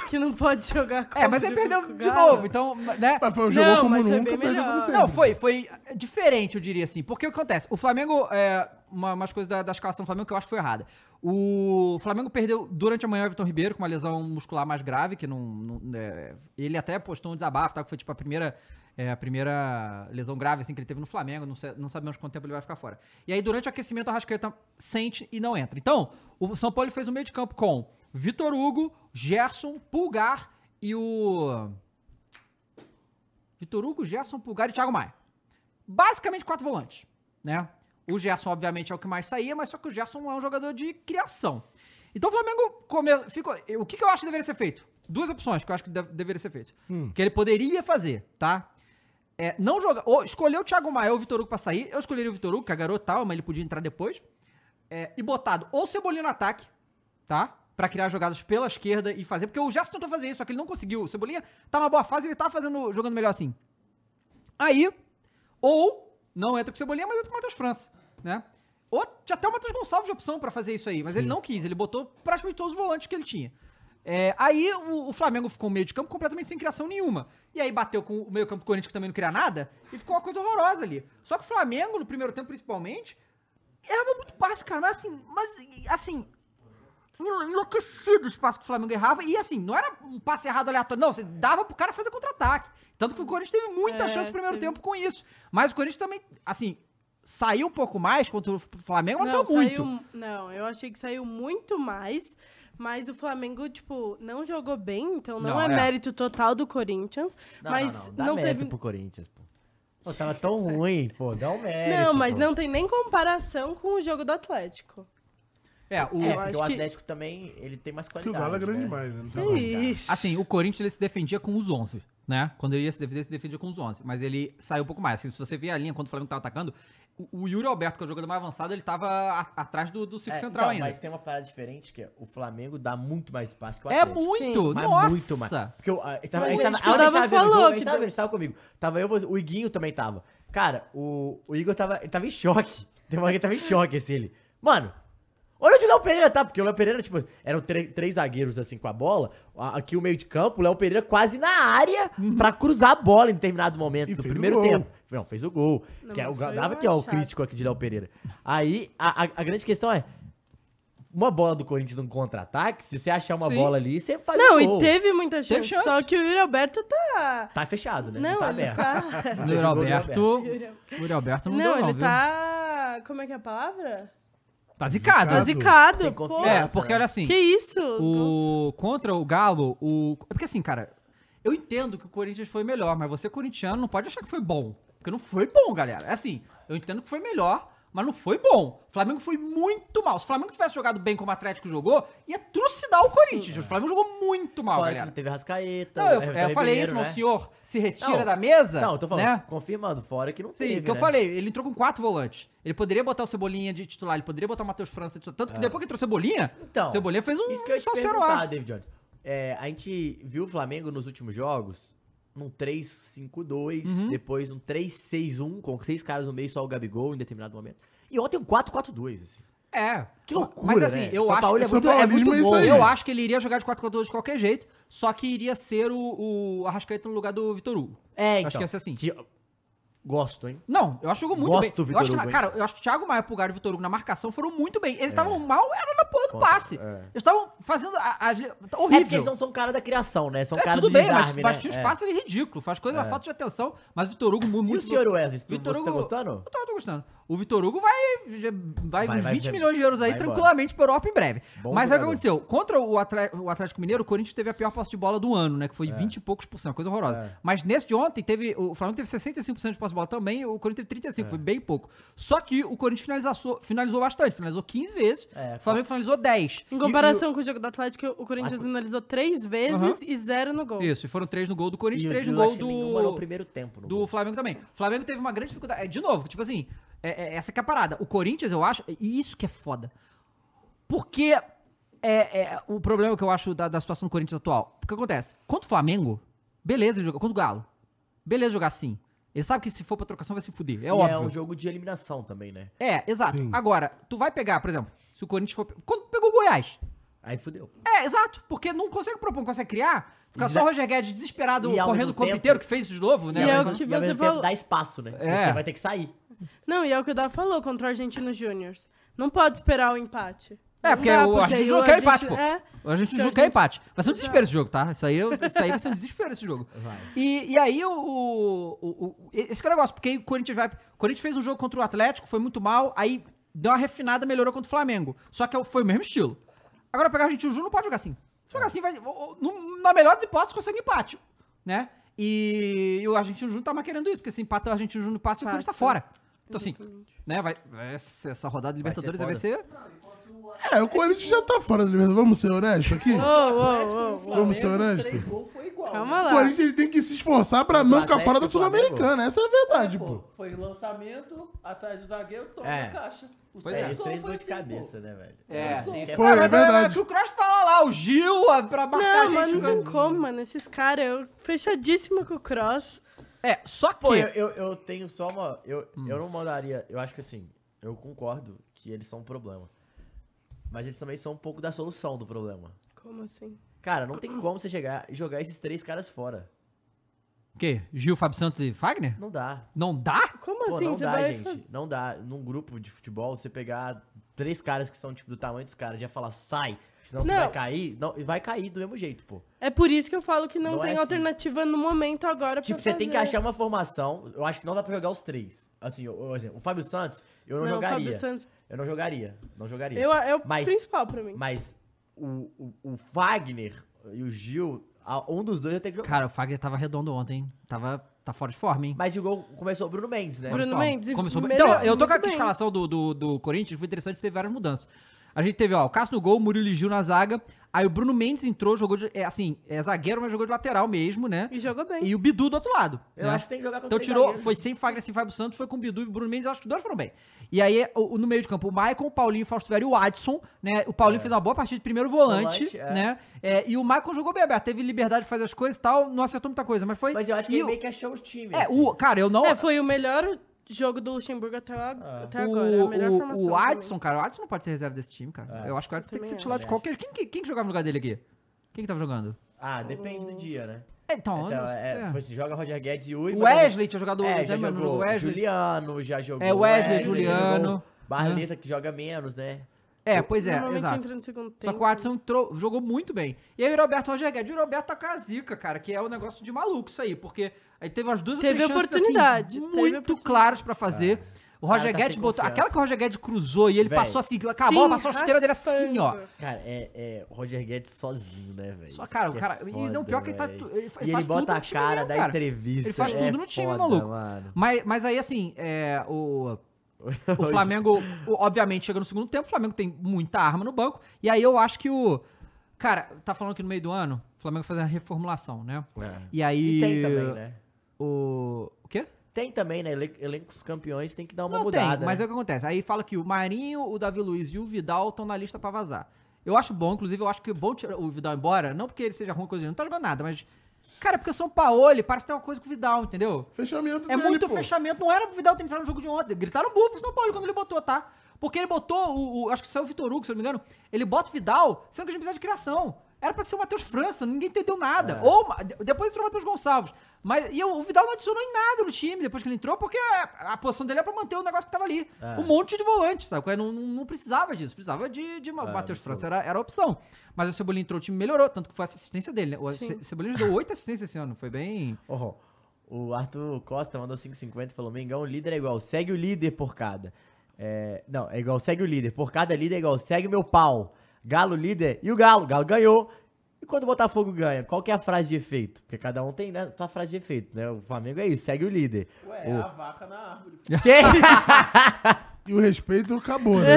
Que não pode jogar com É, mas ele perdeu de novo, então, né? Mas foi um Não, jogo como mas foi nunca, bem perdeu como melhor. sempre. Não, foi, foi diferente, eu diria assim. Porque o que acontece? O Flamengo, é, uma, umas coisas da, da escalação do Flamengo que eu acho que foi errada. O Flamengo perdeu durante a manhã o Everton Ribeiro com uma lesão muscular mais grave, que não. não- é, ele até postou um desabafo, tá? Que foi tipo a primeira. é, a primeira lesão grave assim, que ele teve no Flamengo, não, sei- não sabemos quanto tempo ele vai ficar fora. E aí, durante o aquecimento, a Rascaeta sente e não entra. Então, o São Paulo fez um meio de campo com Vitor Hugo, Gerson, Pulgar e o. Vitor Hugo, Gerson, Pulgar e Thiago Maia. Basicamente quatro volantes, né? O Gerson, obviamente, é o que mais saía, mas só que o Gerson é um jogador de criação. Então o Flamengo come... ficou... O que, que eu acho que deveria ser feito? Duas opções que eu acho que deve- deveria ser feito. Que ele poderia fazer, tá? É, não jogar... Ou escolher o Thiago Maia ou o Vitor Hugo pra sair. Eu escolheria o Vitor Hugo, que é garoto e tal, mas ele podia entrar depois. É, e botado ou o Cebolinha no ataque, tá? Pra criar jogadas pela esquerda e fazer. Porque o Gerson tentou fazer isso, só que ele não conseguiu. O Cebolinha tá numa boa fase, ele tá fazendo, jogando melhor assim. Aí, ou não entra com o Cebolinha, mas entra com o Matheus França, né? Ou tinha até o Matheus Gonçalves de opção pra fazer isso aí, mas ele não quis, ele botou praticamente todos os volantes que ele tinha. É, aí o, o Flamengo ficou meio de campo completamente sem criação nenhuma. E aí bateu com o meio campo do Corinthians que também não cria nada, e ficou uma coisa horrorosa ali. Só que o Flamengo, no primeiro tempo principalmente, errava É muito passe, cara, mas assim, mas assim, enlo- enlouquecido o passe que o Flamengo errava, e assim, não era um passe errado aleatório, não, você dava pro cara fazer contra-ataque. Tanto que o Corinthians teve muita É, chance no primeiro teve. tempo com isso. Mas o Corinthians também, assim, saiu um pouco mais contra o Flamengo, mas Não, saiu muito. saiu- não, eu achei que saiu muito mais, mas o Flamengo, tipo, não jogou bem, então não, Não, é, é. mérito total do Corinthians, Não, mas não, não, não, dá mérito teve... pro Corinthians, pô. Pô, tava tão ruim, pô, dá um mérito. Não, mas pô. não tem nem comparação com o jogo do Atlético. É, o, É, Eu porque acho o que- Atlético também, ele tem mais Porque o qualidade. Galo é grande né? demais, né? Não Que tem como. isso. assim, o Corinthians ele se defendia com os 11, né? Quando ele ia se defender, ele se defendia com os 11. Mas ele saiu um pouco mais. Assim, se você vê a linha quando o Flamengo tava atacando, o, o Yuri Alberto, que é o jogador mais avançado, ele tava a- atrás do, do É, Ciclo Central então, Mas ainda. tem uma parada diferente que é, o Flamengo dá muito mais espaço que o É Atlético. muito! Sim. Mas Nossa! muito mais. Porque eu, a gente tava, a Mas gente é tava, isso que a gente o Dava tava vendo o falou, jogo, a que gente tava, deu- ele tava comigo. Tava eu, você- o Iguinho também tava. Cara, o, o Igor tava, ele tava em choque. Tem uma hora que ele tava em choque, assim, ele. Mano, olha onde o Léo Pereira tá, porque o Léo Pereira, tipo, eram tre- três zagueiros, assim, com a bola. A- Aqui o meio de campo, o Léo Pereira quase na área pra cruzar a bola em determinado momento, E no fez o primeiro gol. tempo. Não, fez o gol. Não, que é o mas Ga- foi Dava que é o achado. crítico aqui de Léo Pereira. Aí, a, a- a grande questão é. Uma bola do Corinthians num contra-ataque, se você achar uma Sim. bola ali, você faz o Não, gol. e teve muita chance, Teve chance. só que o Yuri Alberto tá... Tá fechado, né? Não, tá ele aberto. tá... O Yuri Alberto. O Yuri Alberto não, Não, deu, não, ele viu? Tá, tá... Como é que é a palavra? zicado. Tá Zicado. zicado, Sem pô. confiança. É, porque olha assim. Que isso? os gols- O... Contra o Galo, o. É porque assim, cara, eu entendo que o Corinthians foi melhor, mas você, corintiano, não pode achar que foi bom. Porque não foi bom, galera. É assim, eu entendo que foi melhor, mas não foi bom. O Flamengo foi muito mal. Se o Flamengo tivesse jogado bem como o Atlético jogou, ia trucidar o Corinthians. o Flamengo jogou muito mal, Fora que galera. não teve Rascaeta. Não, eu, é, eu falei isso, mas o senhor se retira tá Não. da mesa? né? Não, eu tô falando, Né? confirmando, fora que não Sim, teve, que eu né? falei, ele entrou com quatro volantes. Ele poderia botar o Cebolinha de titular, ele poderia botar o Matheus França de titular. Tanto que depois que entrou o Cebolinha, É. Então, o Cebolinha fez um Isso que eu ia te salseiro perguntar, lá. David Jones. É, a gente viu o Flamengo nos últimos jogos num 3-5-2, Uhum. depois um 3-6-1, com seis caras no meio, só o Gabigol em determinado momento. E ontem um 4-4-2, assim. É. Que loucura, Mas assim, né? eu São acho Paulo é São muito, é Paulismo muito é isso bom. aí. Eu acho que ele iria jogar de 4-4-2 de qualquer jeito, só que iria ser o, o Arrascaeta no lugar do Vitor Hugo. É, então. Acho que ia ser assim. que- Gosto, hein? Não, eu acho que jogou muito Gosto bem. do eu acho Vitor que, na- Hugo, hein? É. cara, eu acho que o Thiago Maia, Pulgar e Vitor Hugo na marcação foram muito bem. Eles estavam mal, era na porra do Contra, passe. é. Eles estavam fazendo. A, a- tá É porque horrível. eles não são cara da criação, né? São É, cara tudo do bem, mas, desarme, mas né? tinha um É. espaço ali ridículo. Faz coisa, uma falta de atenção. Mas o Vitor Hugo mu- E o muito. senhor Wesley, tu- Vitor você tá Hugo- gostando? Eu tô, eu tô gostando. O O Vitor Hugo vai, já- vai, Vai, uns vai, 20 vai. milhões de euros aí Vai embora. tranquilamente pra Europa em breve. Bom Mas sabe o que jogador. aconteceu? Contra o, Atle- o Atlético Mineiro, o Corinthians teve a pior posse de bola do ano, né? Que foi 20 e poucos por cento, coisa horrorosa. É. Mas nesse de ontem, teve, o Flamengo teve 65% de posse de bola também, o Corinthians teve 35%, É. foi bem pouco. Só que o Corinthians finalizou, finalizou bastante, finalizou 15 vezes, É, o Flamengo finalizou 10. E- Em e- comparação com o jogo do Atlético, o Corinthians finalizou três vezes e zero no gol. Isso, e foram 3 no gol do E o Corinthians, 3 no Dila, gol acho que nenhuma no do, primeiro tempo. no do gol. Flamengo também. O Flamengo teve uma grande dificuldade. É, de novo, tipo assim, é- é- essa que é a parada. O Corinthians, eu acho, e isso que é foda. Porque é, é, o problema que eu acho da, da situação do Corinthians atual. O que acontece? Contra o Flamengo, beleza ele jogar. Contra o Galo, beleza jogar assim. Ele sabe que se for pra trocação vai se fuder, é E óbvio. é um jogo de eliminação também, né? É, exato. Sim. Agora, tu vai pegar, por exemplo, se o Corinthians for... Quando pegou o Goiás. Aí fudeu. É, exato. Porque não consegue propor, não consegue criar. Fica E só já- o Roger Guedes desesperado E ao correndo mesmo o campo tempo- inteiro, que fez de novo, né? E é Mas- o que e ao você mesmo falou. tempo dá espaço, né? É. Porque vai ter que sair. Não, e é o que o Dá falou contra o Argentino Júnior. Não pode esperar o empate. É, Não porque dá, o Argentino aí não quer Argentino- empate, pô. É, A gente Porque a julga que é gente- empate. Vai ser um desespero esse jogo, tá? Isso aí, eu- isso aí vai ser um desespero esse jogo. E, e aí o, o- o- o- Esse que é o negócio, porque aí o Corinthians vai. O Corinthians fez um jogo contra o Atlético, foi muito mal, aí deu uma refinada, melhorou contra o Flamengo. Só que é o- foi o mesmo estilo. Agora pegar a gente o Ju não pode jogar assim. Jogar assim vai. o- o- no- na melhor das hipóteses, consegue empate. Né? E, e o Argentino Júnior tá mais querendo isso, porque se empata o Argentino Júnior passa e o Corinthians tá Passa. fora. Então assim, Exatamente. né? Vai, vai ser essa rodada de Vai Libertadores ser vai ser. É, o Corinthians já tá fora do Libertadores. Vamos ser honestos aqui? Ô, ô, ô, ô. Vamos ser honestos? gols foi igual. né? Calma O lá. Corinthians tem que se esforçar pra não ficar fora da Atlético, Flamengo. Sul-Americana. Essa é a verdade, Pô, pô. Foi lançamento, atrás do zagueiro, toma É. a caixa. Os Pois é, Os três gols foi de assim, pô. cabeça, né, velho? É, Os tem gols. que- Foi, Ah, é mas- mas- verdade. mas O que o Cross fala lá, o Gil, a- pra é marcar Não, a mano, gente. não tem como, mano. Esses caras, eu fechadíssima com o Cross. É, só que... Pô, eu, eu, eu tenho só uma. Eu, eu não mandaria. Eu acho que assim, eu concordo que eles são um problema. Mas eles também são um pouco da solução do problema. Como assim? Cara, não tem como você chegar e jogar esses três caras fora. O quê? Gil, Fábio Santos e Fagner? Não dá. Não dá? Como Pô, assim? não Você dá, vai gente. Não dá. Num grupo de futebol, você pegar três caras que são, tipo, do tamanho dos caras e já falar, sai, senão você Não. vai cair. Não, e vai cair do mesmo jeito, pô. É por isso que eu falo que não, Não é tem assim. alternativa no momento agora Tipo, pra você tem que fazer. achar uma formação. Eu acho que não dá pra jogar os três. Assim, eu- eu, por exemplo, o Fábio Santos, eu não, Não, o jogaria. Fábio Santos. Eu não jogaria. Não jogaria. Eu, é o Mas- principal pra mim. Mas o, o, o Wagner e o Gil, a- um dos dois vai ter que jogar. Cara, o Fagner tava redondo ontem, hein? Tava... Tá fora de forma, hein? Mas o gol começou o Bruno Mendes, né? Bruno Fala. Mendes, Começou bem. melhor- Então, eu tô com a muito bem. escalação do, do, do Corinthians, foi interessante, teve várias mudanças. A gente teve, ó, o Cássio no gol, o Murilo e Gil na zaga. Aí o Bruno Mendes entrou, jogou de. É, assim, é zagueiro, mas jogou de lateral mesmo, né? E jogou bem. E o Bidu do outro lado. Eu né? acho que tem que jogar com Então três tirou, zagueiros. foi sem Fagner, sem Fábio Santos, foi com o Bidu e o Bruno Mendes, eu acho que os dois foram bem. E aí, o- o- no meio de campo, o Maicon, o Paulinho, o Fausto Vera e o Adson, né? O Paulinho fez uma boa partida de primeiro volante, É. Volante, é. né? É, e o Maicon jogou bem aberto, teve liberdade de fazer as coisas e tal, não acertou muita coisa, mas foi... Mas eu acho que e ele o- meio que achou os times. assim. É, o, cara, eu não... É, foi o melhor jogo do Luxemburgo até, a- até agora. é A melhor o, formação. o pra mim. Adson, cara, o Adson não pode ser reserva desse time, cara. É. Eu acho que o Adson Eu tem que ser também titular acho. de qualquer... Quem, que- quem que jogava no lugar dele aqui? Quem que tava jogando? Ah, depende do dia, né? É, Então, eu Então, não- é, é. tipo assim, joga Roger Guedes e Uri. O mas- Wesley tinha jogado... É, né, já mano? jogou O Wesley... Juliano, já jogou. É, Wesley, já Juliano, né? jogou Barleta, que joga menos, né? É, pois é, Normalmente exato. entra no segundo tempo. Só que o Watson entrou- jogou muito bem. E aí o Roberto Roger Guedes. O Roberto tá com a zica, cara, que é um negócio de maluco isso aí, porque aí teve umas duas ou Teve três chances, assim, oportunidade, teve muito oportunidade. claras pra fazer. O cara Roger tá Guedes sem botou. confiança. Aquela que o Roger Guedes cruzou e ele Véi. passou assim, acabou, Sim, passou a chuteira dele assim, ó. raspando. Cara, é, é o Roger Guedes sozinho, né, velho? Só, cara, o Isso cara. que é e não, foda, pior que ele tá. velho. tu- Ele, fa- E ele faz bota tudo no a time cara mesmo, da entrevista. Ele faz é tudo no time, foda, maluco. Mano. Mas, mas aí, assim, é, o, o Flamengo, o- obviamente, chega no segundo tempo, o Flamengo tem muita arma no banco, e aí eu acho que o... Cara, tá falando que no meio do ano, o Flamengo vai fazer uma reformulação, né? É. E aí... E tem também, né? O... O quê? Tem também, né? elen- Elencos campeões tem que dar uma não mudada. tem, mas é né? o que acontece. Aí fala que o Marinho, o Davi Luiz e o Vidal estão na lista pra vazar. Eu acho bom, inclusive, eu acho que é bom tirar o Vidal embora, não porque ele seja ruim, coisa, ele não tá jogando nada, mas... Cara, é porque o São Paulo parece ter uma coisa com o Vidal, entendeu? Fechamento É dele, muito pô. fechamento. Não era pro Vidal ter entrado no jogo de ontem. Gritaram burro pro São Paulo quando ele botou, tá? Porque ele botou o. o- acho que saiu o Vitor Hugo, se eu não me engano. Ele bota o Vidal, sendo que a gente precisa de criação. Era pra ser o Matheus França, ninguém entendeu nada. Ou ma- de- depois entrou o Matheus Gonçalves. Mas e o, o Vidal não adicionou em nada no time depois que ele entrou, porque a, a posição dele é pra manter o negócio que tava ali. Um monte de volante, sabe? qual é? Não, não- não precisava disso. Precisava de. de uma- o Matheus França era, era a opção. Mas o Cebolinha entrou, o time melhorou, tanto que foi a assistência dele, né? O Ce- Sim. Cebolinha deu oito assistências esse ano. Foi bem. Ó, O Arthur Costa mandou 5,50 e falou: Mengão, líder é igual, segue o líder por cada. É, não, é igual, segue o líder. Por cada líder é igual, segue o meu pau. Galo líder e o Galo. Galo ganhou. E quando o Botafogo ganha, qual que é a frase de efeito? Porque cada um tem né, sua frase de efeito, né? O Flamengo é isso, segue o líder. Ué, O- a vaca na árvore. Quem? E o respeito acabou, né?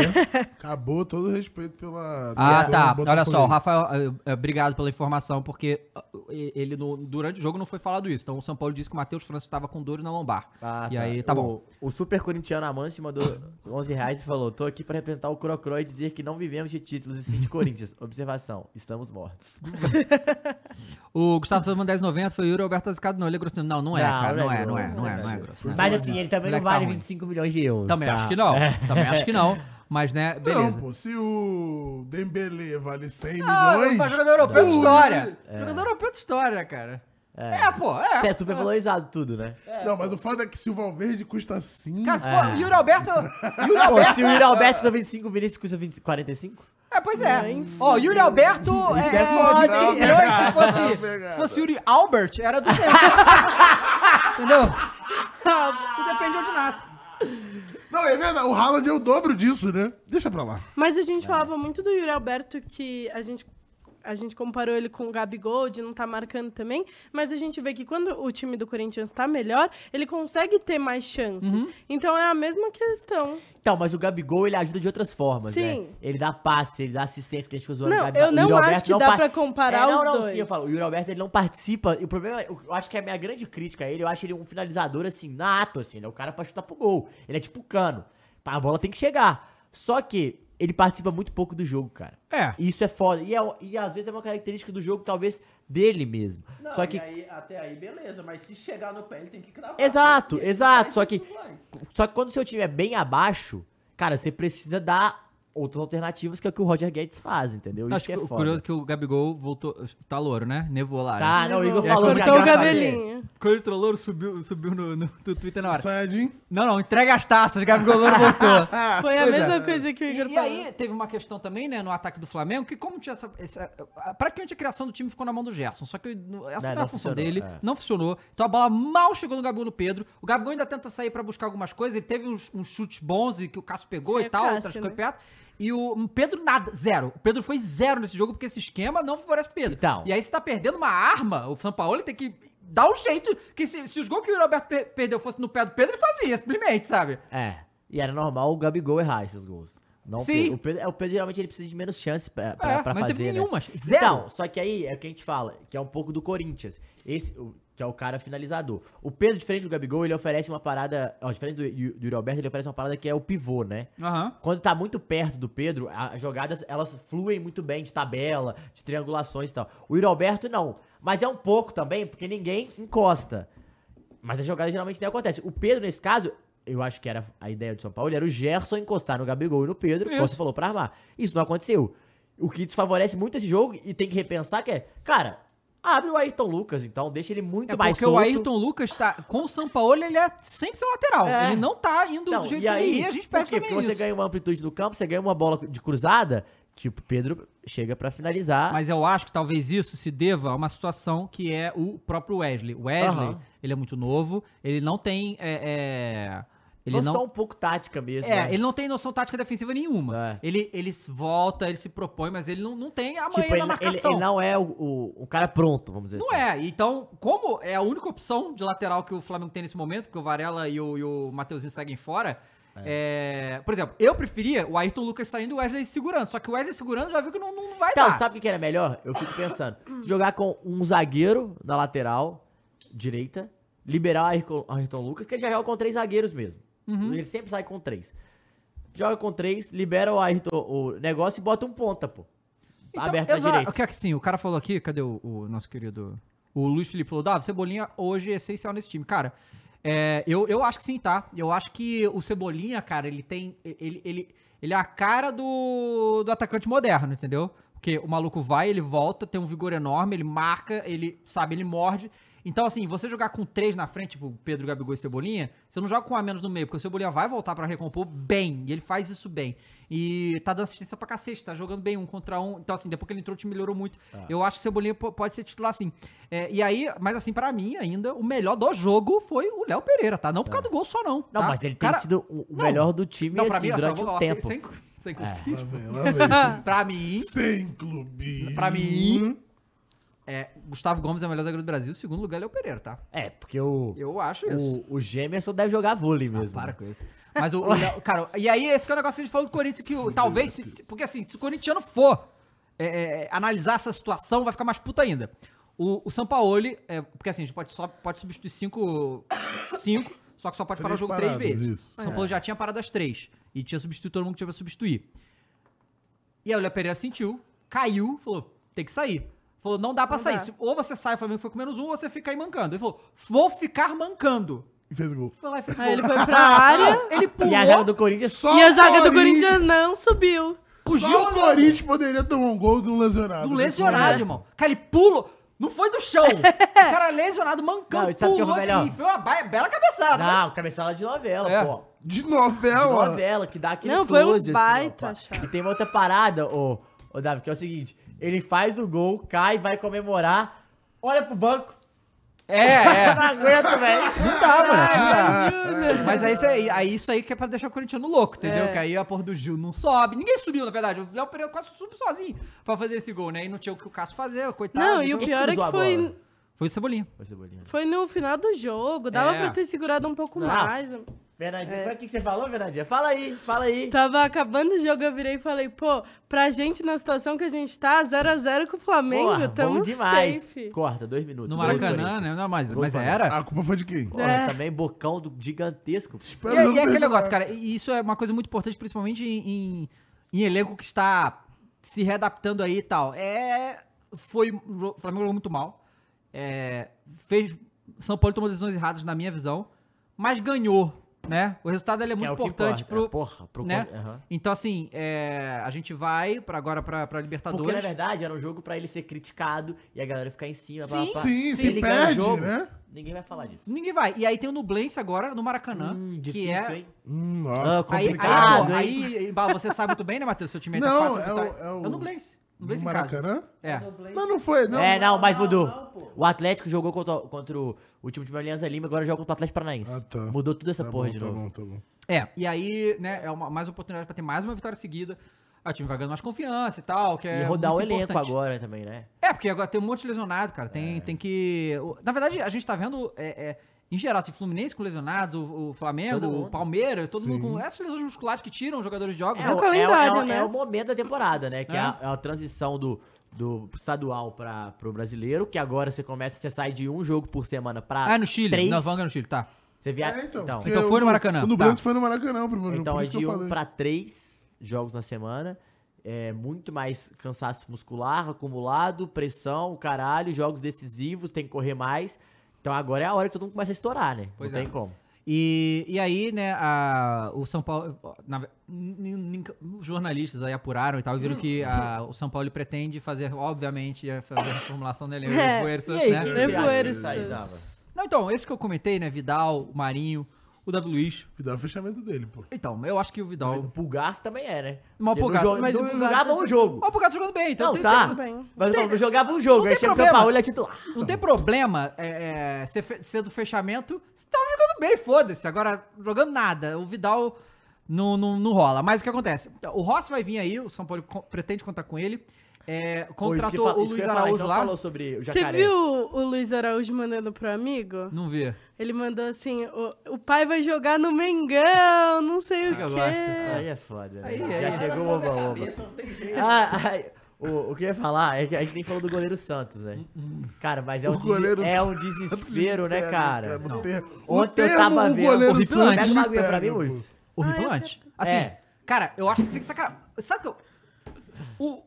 acabou todo o respeito pela. Ah, nação tá. Olha só, o botafoguense. Rafael, eh, eh, obrigado pela informação, porque ah, ele no- durante o jogo não foi falado isso. Então o São Paulo disse que o Matheus França estava com dores na lombar. Ah, E aí, tá o, bom. O super corintiano Amante mandou 11 reais e falou: Tô aqui pra representar o Crocro e dizer que não vivemos de títulos e sim de Corinthians. Observação: estamos mortos. O Gustavo Souza mandou 1090, foi o Yuri Alberto Azicado. Não, ele é grosso. Não, não é, Não, cara. não Não é é, não é, grosso, não é, não é não é grosso. não é Mas grosso. assim, ele também não Moleque tá vale ruim. 25 milhões de euros. Também tá? acho que não. Também acho que não. Mas, né, Não, beleza. pô, se o Dembele vale 100 Ah, mas milhões. jogador europeu de Não. história. Jogador europeu de história, cara. É, pô, é. Você é super valorizado tudo, né? Não, mas o fato é que se o Valverde custa 5. Cara, se É. for o Yuri Alberto. Yuri Pô, Alberto. se o Yuri Alberto custa 25, o Vinícius custa 20, 45? É, pois é. Ó, o Yuri Alberto é, é é foda, 25 né? milhões. Se Não, fosse, pegada. se fosse Yuri Albert, era 200. Entendeu? Tudo depende de onde nasce. Não, é verdade. O Haaland é o dobro disso, né? Deixa pra lá. Mas a É. gente falava muito do Yuri Alberto que a gente, a gente comparou ele com o Gabigol, de não tá marcando também, mas a gente vê que quando o time do Corinthians tá melhor, ele consegue ter mais chances. Uhum. Então é a mesma questão. Então, mas o Gabigol ele ajuda de outras formas, né? Sim. Ele dá passe, ele dá assistência que a gente usa Não, eu não acho que dá pra comparar não, os não, dois. Sim, eu falo, o Yuri Alberto ele não participa. E o problema, é- eu acho que a minha grande crítica a ele, eu acho ele um finalizador assim, nato, assim, ele é o cara pra chutar pro gol. Ele é tipo o cano. A bola tem que chegar. Só que ele participa muito pouco do jogo, cara. É. E isso é foda. E, é- e às vezes é uma característica do jogo, talvez, dele mesmo. Não, Só que e aí, até aí, beleza. Mas se chegar no pé, ele tem que cravar. Exato, E ele exato, faz só que- isso antes. Só que quando o seu time é bem abaixo, cara, você precisa dar outras alternativas que é o que o Roger Guedes faz, entendeu? Isso Acho que é cu- foda. curioso que o Gabigol voltou. Tá louro, né? Nevou lá. né? Tá, não, o Igor É, falou como que tá o graça dele- cabelinho. Quando ele tá louro, subiu, subiu no, no, no Twitter na hora. Sadin. Não, não, entrega as taças, Gabigol louro voltou. Foi a Pois é. mesma coisa que o Igor E, e falou. aí teve uma questão também, né, no ataque do Flamengo, que como tinha essa, essa- Praticamente a criação do time ficou na mão do Gerson. Só que no- essa É, não é não a função funcionou, dele, é. não funcionou. Então a bola mal chegou no Gabigol no Pedro. O Gabigol ainda tenta sair pra buscar algumas coisas. Ele teve uns, uns chutes bons e que o Cássio pegou É, e tal, Cássio, outras né? coisas perto. E o Pedro nada, zero. O Pedro foi zero nesse jogo, porque esse esquema não favorece o Pedro. Então. E aí você tá perdendo uma arma, o São Paulo tem que dar um jeito. Que se, se os gols que o Roberto per- perdeu fossem no pé do Pedro, ele fazia, simplesmente, sabe? É. E era normal o Gabigol errar esses gols. Não o Sim. Pedro. O Pedro, é, o Pedro geralmente ele precisa de menos chances pra, pra, É, pra mas não fazer. teve né? nenhuma, zero. Então, só que aí é o que a gente fala, que é um pouco do Corinthians. Esse, o- que é o cara finalizador. O Pedro, diferente do Gabigol, ele oferece uma parada. Ó, diferente do, Yu- do Yuri Alberto, ele oferece uma parada que é o pivô, né? Aham. Quando tá muito perto do Pedro, a- as jogadas elas fluem muito bem de tabela, de triangulações e tal. O Yuri Alberto não. Mas é um pouco também, porque ninguém encosta. Mas a jogada geralmente nem acontece. O Pedro, nesse caso, eu acho que era a ideia do São Paulo, era o Gerson encostar no Gabigol e no Pedro, como Isso. você falou, pra armar. Isso não aconteceu. O que desfavorece muito esse jogo e tem que repensar que é, cara, abre o Ayrton Lucas, então, deixa ele muito É mais porque solto. o Ayrton Lucas tá com o Sampaoli, ele é sempre seu lateral. É. Ele não tá indo do jeito e aí, que ele ia, a gente por perde quê? também Porque você isso. ganha uma amplitude no campo, você ganha uma bola de cruzada, que o Pedro chega pra finalizar. Mas eu acho que talvez isso se deva a uma situação que é o próprio Wesley. O Wesley, Aham. ele é muito novo, ele não tem. é, é, ele noção não. um pouco tática mesmo. É, né? ele não tem noção tática defensiva nenhuma. É. Ele, ele se volta, ele se propõe, mas ele não, não tem a manha tipo, ele, da ele, tá marcação. ele não é o, o, o cara pronto, vamos dizer Não assim. é. Então, como é a única opção de lateral que o Flamengo tem nesse momento, porque o Varela e o, e o Mateuzinho seguem fora. é, por exemplo, eu preferia o Ayrton Lucas saindo e o Wesley segurando. Só que o Wesley segurando já viu que não, não, não vai Então, dar. sabe o que que era melhor? Eu fico pensando. jogar com um zagueiro na lateral direita, liberar o Ayrton, Ayrton Lucas, que ele já joga com três zagueiros mesmo. Uhum. Ele sempre sai com três. Joga com três, libera o Ayrton, o negócio e bota um ponta, pô. Então, aberto na exa- direita. O que é que sim? O cara falou aqui, cadê o, o nosso querido. O Luiz Felipe falou: Dava, Cebolinha hoje é essencial nesse time. Cara, é, eu, eu acho que sim, tá? Eu acho que o Cebolinha, cara, ele tem. Ele, ele, ele é a cara do, do atacante moderno, entendeu? Porque o maluco vai, ele volta, tem um vigor enorme, ele marca, ele, sabe, ele morde. Então, assim, você jogar com três na frente, tipo Pedro, Gabigol e Cebolinha, você não joga com um a menos no meio, porque o Cebolinha vai voltar pra recompor bem, e ele faz isso bem. E tá dando assistência pra cacete, tá jogando bem um contra um. Então, assim, depois que ele entrou, o time melhorou muito. É. Eu acho que o Cebolinha po- pode ser titular, assim. e aí, mas assim, pra mim ainda, o melhor do jogo foi o Léo Pereira, tá? Não por causa do gol só, não. É. Não, tá? mas ele tem Cara, sido o o não. melhor do time Não, pra assim, mim, durante ó, só, um ó, tempo. É. Sem, sem, sem clubismo. Lá vem, lá vem. Pra mim, Sem clube. Pra mim, é, Gustavo Gomes é o melhor zagueiro do Brasil. Segundo lugar, Léo Pereira, tá? É, porque o, Eu acho isso. Ah, o, o Gemerson deve jogar vôlei mesmo. para né? com isso. Mas o, o Léo- cara, e aí esse que é o negócio que a gente falou do Corinthians, que o- talvez, se- se- porque assim, se o corintiano for é, é, analisar essa situação, vai ficar mais puta ainda. O, o Sampaoli, é, porque assim, a gente pode, só, pode substituir cinco, cinco, só que só pode parar o Três tá jogo paradas, três vezes. isso. O São É. Paulo já tinha parado as três, e tinha substituído todo mundo que tinha pra substituir. E aí o Léo Pereira sentiu, caiu, falou, tem que sair. Falou, não dá pra Não sair. dá. Se- Ou você sai, o Flamengo foi com menos um, ou você fica aí mancando. Ele falou, vou ficar mancando. E fez o gol. Foi lá e fez Aí gol. Ah, ele foi pra área Ele pulou, E a zaga do Corinthians Só e a zaga do Corinthians- Corinthians não Tá, subiu. fugiu Só o Corinthians poderia tomar um gol de um lesionado. do nesse lesionado, né? momento. irmão. Cara, ele pulou, não foi do chão. o cara lesionado, mancão, Não, e sabe o que é o pulou melhor? Ah. e foi uma ba- bela cabeçada. né? Não, cabeçada de novela, É. pô. De De novela. novela, que dá aquele Não, foi um close, assim, ó, baita pá. achado. E tem uma outra parada, ô, ô Davi, que é o seguinte. Ele faz o gol, cai, vai comemorar, olha pro banco. É, é. Não aguento, velho. Não dá, mano. Não dá. Mas é isso aí, aí isso aí que é pra deixar o corintiano louco, entendeu? É. Que aí a porra do Gil não sobe. Ninguém subiu, na verdade. O Léo Pereira quase subiu sozinho pra fazer esse gol, né? E não tinha o que o Cássio fazer, coitado. não, e o Então, pior é cruzou que a foi, bola? Foi o Cebolinha. Ô, Cebolinha. foi no final do jogo. Dava É. pra ter segurado um pouco Não. mais. Fernandinha, como é que que você falou, Fernandinha? Fala aí, fala aí. Tava acabando o jogo, eu virei e falei, pô, pra gente, na situação que a gente tá, 0x0 com o Flamengo, Porra, tamo bom demais. safe. Corta, dois minutos. No Gol do Maracanã, Corinthians. né? Não, mas, Gol do mas Flamengo. era. A culpa foi de quem? Porra, É. também bocão do gigantesco. E, é- e é aquele negócio, cara, e isso é uma coisa muito importante, principalmente em, em, em elenco que está se readaptando aí e tal. É. Foi. O Flamengo jogou muito mal. É, fez. São Paulo tomou decisões erradas, na minha visão. Mas ganhou, né? O resultado ele é que muito o que importante importa. pro. É, porra, pro né? Cor- Aham. Então, assim, é, a gente vai pra agora pra, pra Libertadores. Porque, na verdade, era um jogo pra ele ser criticado e a galera ficar em cima. Sim. pá, pá. Sim, Se se ele ganha o perde, jogo, né? Ninguém vai falar disso. Ninguém vai. E aí tem o Nublense agora, no Maracanã, Hum, que é. hein? Hum, Ah, nossa. com- Aí, aí, Complicado, pô, hein? aí, Bala, você sabe muito bem, né, Matheus? Seu time aí Não, quatro é vitórias. o- é o- é o Nublense. No Nublense em casa. Maracanã? É. Não, não foi, não. é, não, mas não, mudou. não, pô. o Atlético jogou contra, contra o, o time de Alianza Lima, agora joga contra o Atlético Paranaense. Ah, tá. Mudou tudo essa tá porra bom, de tá novo. bom, tá bom. É, e aí, né, é uma, mais uma oportunidade pra ter mais uma vitória seguida. Aí O time vai ganhando mais confiança e tal, que é E rodar o muito elenco importante. agora É. também, né? É, porque agora tem um monte de lesionado, cara. Tem, tem que... o- Na verdade, a gente tá vendo, é, é, em geral, assim, Fluminense com lesionados, o, o Flamengo, Todo mundo. o Palmeiras, todo mundo Sim. com essas lesões musculares que tiram os jogadores de jogos. É, né? o o- calendário, é o- né? é o momento da temporada, né? Que é, É. a, é a transição do, do estadual para pro brasileiro, que agora você começa, você sai de um jogo por semana pra Ah, é no Chile. três. Nós vamos ganhar no Chile, tá. Você via... É, então, porque Então o foi no Nu- Maracanã, O tá. Nublense foi no Maracanã, primeiro. Então por é isso que de eu um falei. pra três jogos na semana. É muito mais cansaço muscular acumulado, pressão, caralho, jogos decisivos, tem que correr mais. Então agora é a hora que todo mundo começa a estourar, né? Pois Não é. tem como. E, e aí, né, a- o São Paulo. na ve- nin- nin- os jornalistas aí apuraram e tal, e viram que a- o São Paulo pretende fazer, obviamente, ia fazer a reformulação dele. E É. aí, que- né? você acha Nevoeiros. disso aí, Dava? Não, então, esse que eu comentei, né? Vidal, o Marinho, o W. Luiz. Me dá o fechamento dele, pô. Então, eu acho que o O Vidal. um Pulgar que também é, né? Mas o Porque no Pulgar- jogo- mas não o Pulgar jogava tá um jogo. Ó, o Pulgar tá jogando bem, então. Não, tem- tá. Tudo bem. Mas não, jogava um jogo, não aí tem chega o São problema. Paulo e é titular. tem- não tem problema é, é, ser, fe- ser do fechamento. Você tava jogando bem, foda-se. Agora, jogando nada. O Vidal não, não, não rola. Mas o que acontece? O Rossi vai vir aí, o São Paulo co- pretende contar com ele. É, Pô, isso que contratou fa- o isso Luiz que eu ia falar, Araújo então lá. falou sobre o Você jacaré. viu o Luiz Araújo mandando pro amigo? Não vê. Ele mandou assim, o, o pai vai jogar no Mengão, não sei o Ah, quê. eu gosto. Aí é foda, né? Aí, tá Já aí. chegou o Era oba, só oba. minha cabeça, não tem jeito. Ah, ai, o, o que eu ia falar é que a gente nem falou do goleiro Santos, né? Cara, mas é O um, desi- goleiro é um Santos desespero, me né, pega, é cara? No termo- no Ontem eu termo, tava o vendo. goleiro Ô, Santos é pega uma me aguinha pra mim, pega, pô. Urso. Horripilante? Assim, É. cara, eu acho que você que sacanagem. Sabe que eu... O...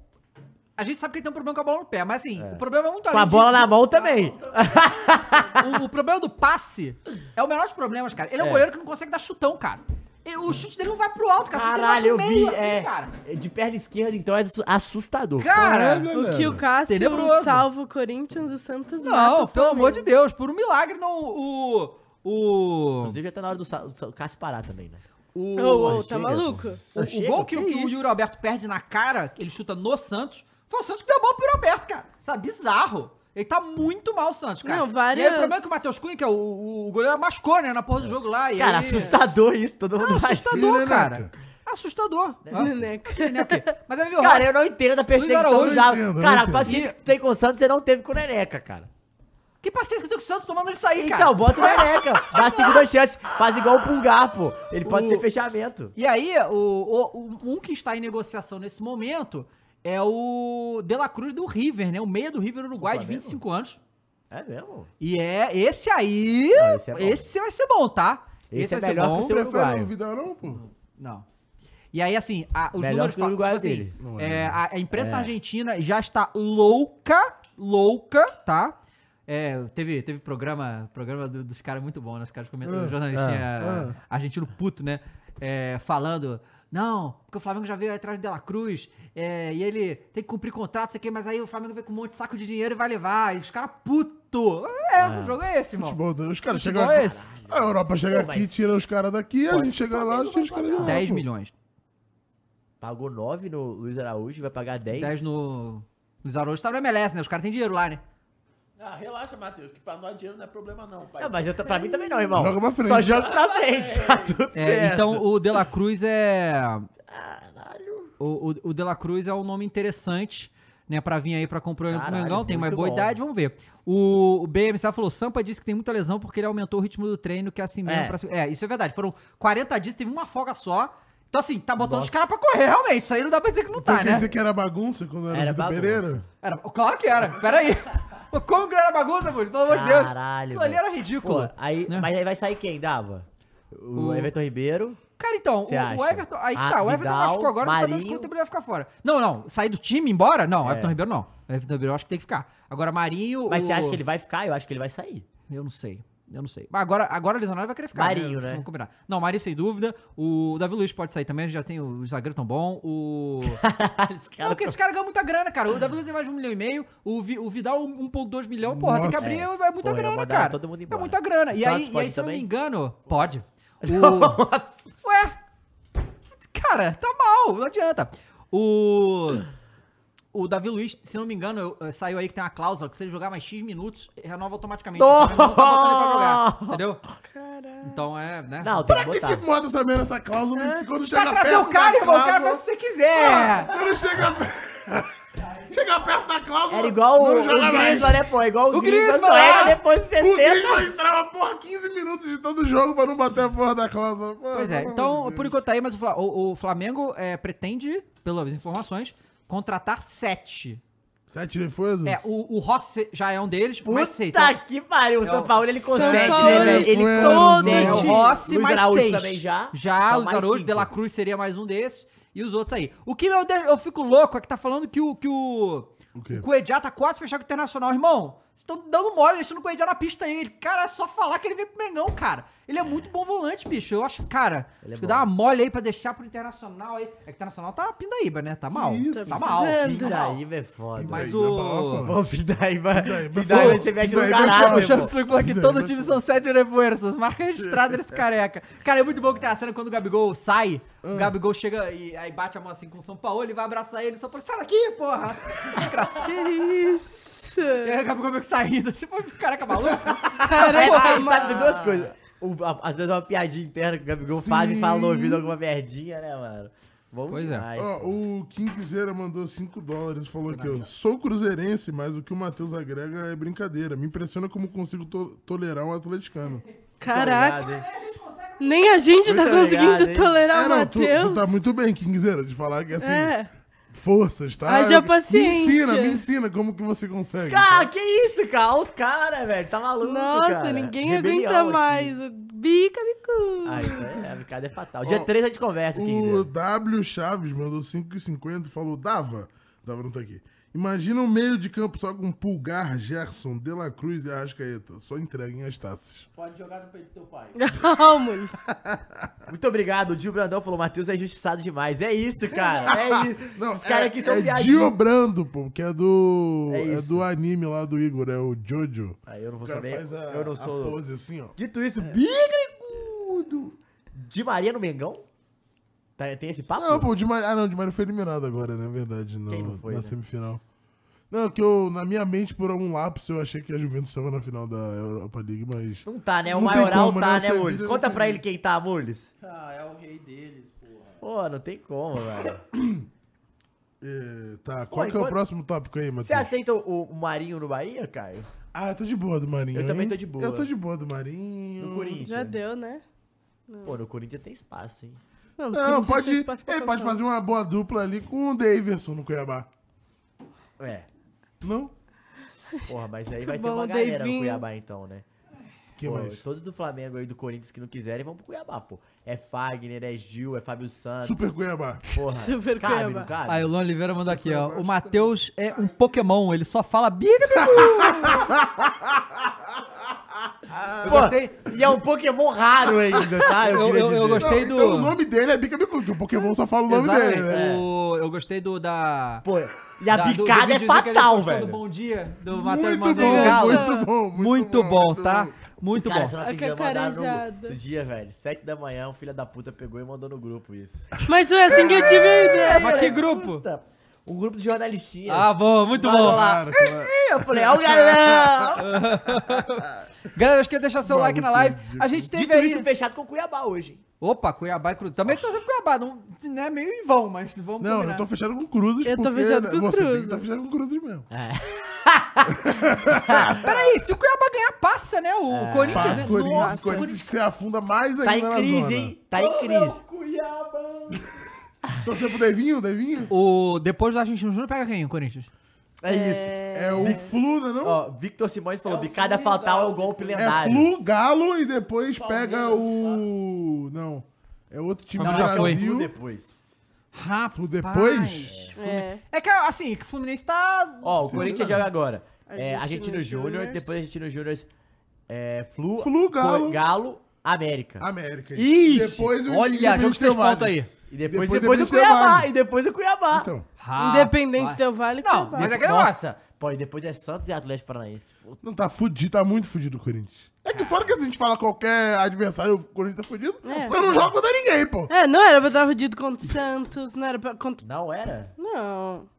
A gente sabe que ele tem um problema com a bola no pé, mas assim, o problema é muito Com a além de- bola na mão também. o, o problema do passe é o menor dos problemas, cara. Ele é um É. goleiro que não consegue dar chutão, cara. Ele- o chute dele não vai pro alto, cara. O chute dele vai Caralho, eu pro meio, vi. assim, é, cara. De perna esquerda, então é assu- assustador. Cara, Caralho, O que galera. o Cássio Tenebroso. salva o Corinthians, o Santos mata Não, o pelo amor Flamengo. de Deus, por um milagre não. O. O. Inclusive já tá na hora do, Sa- do Sa- Cássio parar também, né? O, Ô, ô, Pô, tá chega, maluco? o- o Chega, gol que, que o- que o isso? Yuri Alberto perde na cara, que ele chuta no Santos, foi o Santos que deu a bola pro Yuri Alberto, cara. Sabe, bizarro. Ele tá muito mal, o Santos, cara. Não, E aí, várias- o problema é que o Matheus Cunha, que é o, o- o goleiro, machucou, né, na porra do jogo lá. E É. Cara, aí- é. assustador né, isso, todo mundo vai. Assustador, Neneca. cara. Assustador. Né, Ah. Neneca. Entendeu o quê? Mas aí, meu Cara, eu não entendo a perseguição Araújo, do eu entendo, Java. eu Cara, a entendo. paciência que tu tem com o Santos, você não teve com o Neneca, cara. Que paciência que eu tenho com o Santos tomando ele sair, cara. Então, bota o Neneca. Dá a segunda chance. Faz igual o Pulgar, pô. Ele pode O- ser fechamento. E aí, o, o- o- um que está em negociação nesse momento é o De La Cruz do River, né? O meia do River Uruguai, de Flamengo? 25 anos. É mesmo? E é esse aí. Ah, esse, esse é bom. vai ser bom, tá? Esse é melhor que o Você seu- prefere Uruguai. o Vidarão, pô? Não. E aí, assim, a- os Melhor números que o falam, tipo uruguaio assim, dele. Não é, é. a, a imprensa argentina já está louca, louca, tá? É, teve, teve programa, programa do- dos caras muito bom, né? Os caras comentando, Ah, o jornalistinha ah, argentino puto, né? É, falando, não, porque o Flamengo já veio atrás do Dela Cruz, é, e ele tem que cumprir contrato, sei o quê, mas aí o Flamengo vem com um monte de saco de dinheiro e vai levar. E os caras puto. É, o jogo é esse, irmão. Futebol, os caras Futebol chegam é aqui. esse. A Europa chega Pô, aqui, mas- tira os caras daqui, a gente chega lá, tira os caras de lá. 10 pô. milhões. Pagou 9 no Luiz Araújo, vai pagar 10. 10 no. Nos Araújo tá no MLS, né? Os caras têm dinheiro lá, né? Ah, relaxa, Matheus, que pra nós dinheiro não é problema não, pai. Não, Ah, mas eu, tô- pra mim também não, irmão. Joga pra frente. Só joga pra frente, tá tudo É, certo. então o De La Cruz é. Caralho. O, o, o De La Cruz é um nome interessante, né? Pra vir aí pra comprar o Caralho, Mengão. Tem mais muito boa bom. idade, vamos ver. O, o BMSA falou: Sampa disse que tem muita lesão porque ele aumentou o ritmo do treino, que é assim mesmo. É. pra se- É, isso é verdade. Foram 40 dias, teve uma folga só. Então, assim, tá botando os Nossa. caras pra correr, realmente. Isso aí não dá pra dizer que não Então tá, quer né? dizer que era bagunça quando era, Era era Vitor bagunça. Pereira? Era, claro que era, peraí. Pô, Como que não era bagunça, pô? Pelo amor de Deus. Caralho, Aquilo ali velho. era Pô, ridículo. aí, Né? Mas aí vai sair quem, Dava? O, O- Everton Ribeiro. Cara, então, Cê o, o acha? Everton. Aí que Ah, tá, o Everton Vidal, machucou agora, não sabemos Marinho. É. quanto tempo ele vai ficar fora. Não, não, sair do time, embora? Não, o Everton Ribeiro não. O Everton Ribeiro eu acho que tem que ficar. Agora, Marinho. Mas o- você acha que ele vai ficar? Eu acho que ele vai sair. Eu não sei. Eu não sei. Mas agora, agora o Leonardo vai querer ficar. Marinho, né? Vamos combinar. Não, Marinho sem dúvida. O Davi Luiz pode sair também. a gente Já tem o zagueiro tão bom. O. Os não, caras porque tão- esses caras ganham muita grana, cara. O Davi Luiz é mais de um milhão e meio. O, Vi- o Vidal, 1,2 milhão. Porra, tem que Nossa. abrir. É muita Porra, ia grana, mandar cara. todo mundo é embora. muita grana. E aí, O Santos e aí pode se eu não me também? engano. Pode. O. Nossa. Ué! Cara, tá mal, não adianta. O. O Davi Luiz, se não me engano, eu- eh, saiu aí que tem uma cláusula que se ele jogar mais X minutos, renova automaticamente. Oh! Então, Não tá botando ele pra jogar, entendeu? Caralho. Então é, né? Não, tem Pra que que botar. que bota essa merda, essa cláusula? Se Pra quando chega trazer o perto cara, da irmão, o cara cláusula- Ah! faz o que você quiser! Quando chega... chega perto da cláusula... Era igual o, não o joga mais. Griezmann, né, pô? Igual o, O o Griezmann, Griezmann, só é. era depois de O 60. Griezmann entrava, porra, 15 minutos de todo jogo pra não bater a porra da cláusula. Pô, Pois é, pelo então, amor de por Deus. enquanto tá aí, mas o Fla- o, o Flamengo eh, pretende, pelas informações, contratar sete. Sete defesas? É, o, o Rossi já é um deles, mas sei. Puta que pariu, o Então- São Paulo ele consegue, Paulo, né, velho? Ele Bueno, É, o consegue. Rossi Luiz mais Araújo seis. também já. Já, Tá Então, Luiz mais Araújo, cinco. De La Cruz seria mais um desses. E os outros aí. O que meu Deus, eu fico louco é que tá falando que o, que o, O quê? o Cuejá tá quase fechado com o Internacional, irmão. Vocês estão dando mole, deixando o Cuejá na pista aí. Ele- Cara, é só falar que ele veio pro Mengão, cara. Ele é muito bom volante, bicho. Eu acho, cara, Ele é acho que bom. dá uma mole aí pra deixar pro Internacional aí. É que o Internacional tá pindaíba, né? Tá mal. isso? Tá mal. Precisando. tá mal. Pindaíba é foda. Mas Pindaíba é o... bafo. Ô, Pindaíba, Pindaíba é Pindaíba foda. você mexe no Pindaíba é O caralho, foda. Chaves irmão. Franco falou que todo time são sete refuerzos. Marca registrada desse careca. Cara, é muito bom que tem a cena quando o Gabigol sai. O Gabigol chega e aí bate a mão assim com o São Paulo, ele vai abraçar ele. Só fala, sai daqui, porra! Que isso? E aí o Gabigol meio que saindo. Você foi careca maluco? É, Caraca, aí sabe de duas coisas. O- a- às vezes é uma piadinha interna que o Gabigol faz e fala ouvindo alguma merdinha, né, mano? Bom Pois é. demais. Ó, o King Zera mandou 5 dólares e falou que eu sou cruzeirense, mas o que o Matheus agrega é brincadeira. Me impressiona como consigo to- tolerar um atleticano. Caraca. Obrigado, hein? Nem a gente tá Muito conseguindo obrigado, hein? tolerar É, o não, tu, tu Matheus. tá muito bem, King Zera, de falar que assim, É. forças, tá? Haja Me paciência. ensina, me ensina como que você consegue. tá? Cara, que isso, cara? Olha os caras, velho. Tá maluco, Nossa, cara. ninguém Rebelião aguenta aqui. mais. O bica, bico. Ah, isso aí, a brincada é fatal. Dia Ó, 3 a gente conversa, quem O quiser. W Chaves mandou 5,50 e falou: Dava. Dava não tá aqui. Imagina um meio de campo só com Pulgar, Gerson, De La Cruz e Arrascaeta. Só entreguem as taças. Ah. Pode jogar no peito do teu pai. Não, Muniz. Muito obrigado. O Gil Brandão falou, Matheus é injustiçado demais. É isso, cara. É isso. Não, Esses caras aqui são é viadinhos. Gio Brando, pô, que é do. É É, isso. do anime lá do Igor, é o Jojo. Aí eu não O vou cara saber. faz a, eu não a sou. pose assim, ó. Dito isso, bigrigudo. De Maria no Mengão? Tá- Tem esse papo? Não, pô, o Di Maria. Ah, não, o Di Maria foi eliminado agora, né? Verdade, no, Quem não foi, na né? semifinal. Não, que eu, na minha mente, por algum lapso, eu achei que a Juventus estava na final da Europa League, mas. Não tá, né? O Não tem maioral como, né? tá, Essa né, Mules? vida Conta não pra tem- ele quem tá, Mules. Ah, é o rei deles, porra. Pô, não tem como, velho. é, tá, qual que é enquanto- o próximo tópico aí, Você Matheus? aceita o, o Marinho no Bahia, Caio? Ah, eu tô de boa do Marinho. Eu hein? também tô de boa. Eu tô de boa do Marinho. No Corinthians. Já deu, né? Pô, no Corinthians tem espaço, hein? Não, Corinthians pode, tem espaço pra ele pode qualquer um. fazer uma boa dupla ali com o Daverson no Cuiabá. É. Não? Porra, mas aí Tá vai ter bom, uma galera no Davinho. Cuiabá, então, né? Que Pô, mais? Todos do Flamengo aí, do Corinthians que não quiserem, vão pro Cuiabá, pô. É Fagner, é Gil, é Fábio Santos. Super Cuiabá. Porra. Super cabe, Cuiabá. não cabe? Aí o Luan Oliveira mandou aqui, ó. abaixo O Matheus é um Pokémon, ele só fala bigabigu. Ah, Eu Pô, gostei. E é um Pokémon raro ainda, tá? Eu, Eu- queria eu- eu dizer. gostei. Não, do- Então o nome dele é Bica Bicudo, que o Pokémon só fala o nome Exatamente. É, dele, né? O- eu gostei do da. Pô, e a da- Tá, do- do picada videozinho é que ele fatal, postou do velho. Bom dia do Matheus Muito Mandei bom, Galo. muito bom, muito, Muito bom, tá? bom. Muito Cara, bom. você não A acredita, mandaram no cacarejada. outro dia, velho. Sete da manhã, um filho da puta pegou e mandou no grupo isso. Mas foi assim que eu tive a ideia. Mas que grupo? Puta, um grupo de jornalistinhas. Ah, bom, muito bom. Claro, claro. Ih, Eu falei, é, ó o galera! Galera, acho que deixar seu like na live. A gente teve Dito aí. isso, fechado com o Cuiabá hoje, hein? Opa, Cuiabá e Cruz. Também tô sempre Cuiabá, não, não é meio em vão, mas vamos Não, combinar. eu tô fechado com Cruzes. Eu tô porque fechado com Você tem que Cruzes. tá fechado com Cruzes mesmo. Ah, Peraí, se o Cuiabá ganhar, passa, né? O Corinthians, Passa né? o Corinthians, Nossa, o Corinthians se afunda mais ainda Tá em na crise, zona. hein? Tá em Ô, crise. meu Cuiabá! Torcer Então, é pro Devinho, Devinho? O, depois do Argentino Júnior, pega quem, o Corinthians? É isso. É o Flu, né, não? Ó, Victor Simões falou, É o bicada Flu e fatal é o Galo golpe depois. É lendário. Flu, Galo e depois pega Palmeiras, o... Não, é outro time Não, do já foi. Brasil. Flu depois. Rapaz. Flu depois? É. É que, assim, que o Fluminense tá... Ó, o Corinthians joga agora. É, Argentino Argentino Júnior, Júnior. depois Argentino Júnior, é, Flu, Flu, Galo. Ah, Cor- Galo, América. América. Ixi, Depois o olha, jogo de três Independente Del Valle. pontos aí. E depois, Depois- depois, depois o Cuiabá. Cuiabá. E depois o Cuiabá. Então, Independente Rapaz. Del Vale, Ah, Não, Cuiabá. mas é aquele negócio. Nossa, pô, e depois é Santos e Atlético Paranaense. Puta, não tá fudido, tá muito fudido o Corinthians. É que fora que a gente fala qualquer adversário, o Corinthians tá fudido, É. eu não jogo contra ninguém, pô. É, não era pra estar fudido contra o Santos, não era pra... Contra... Não era? Não.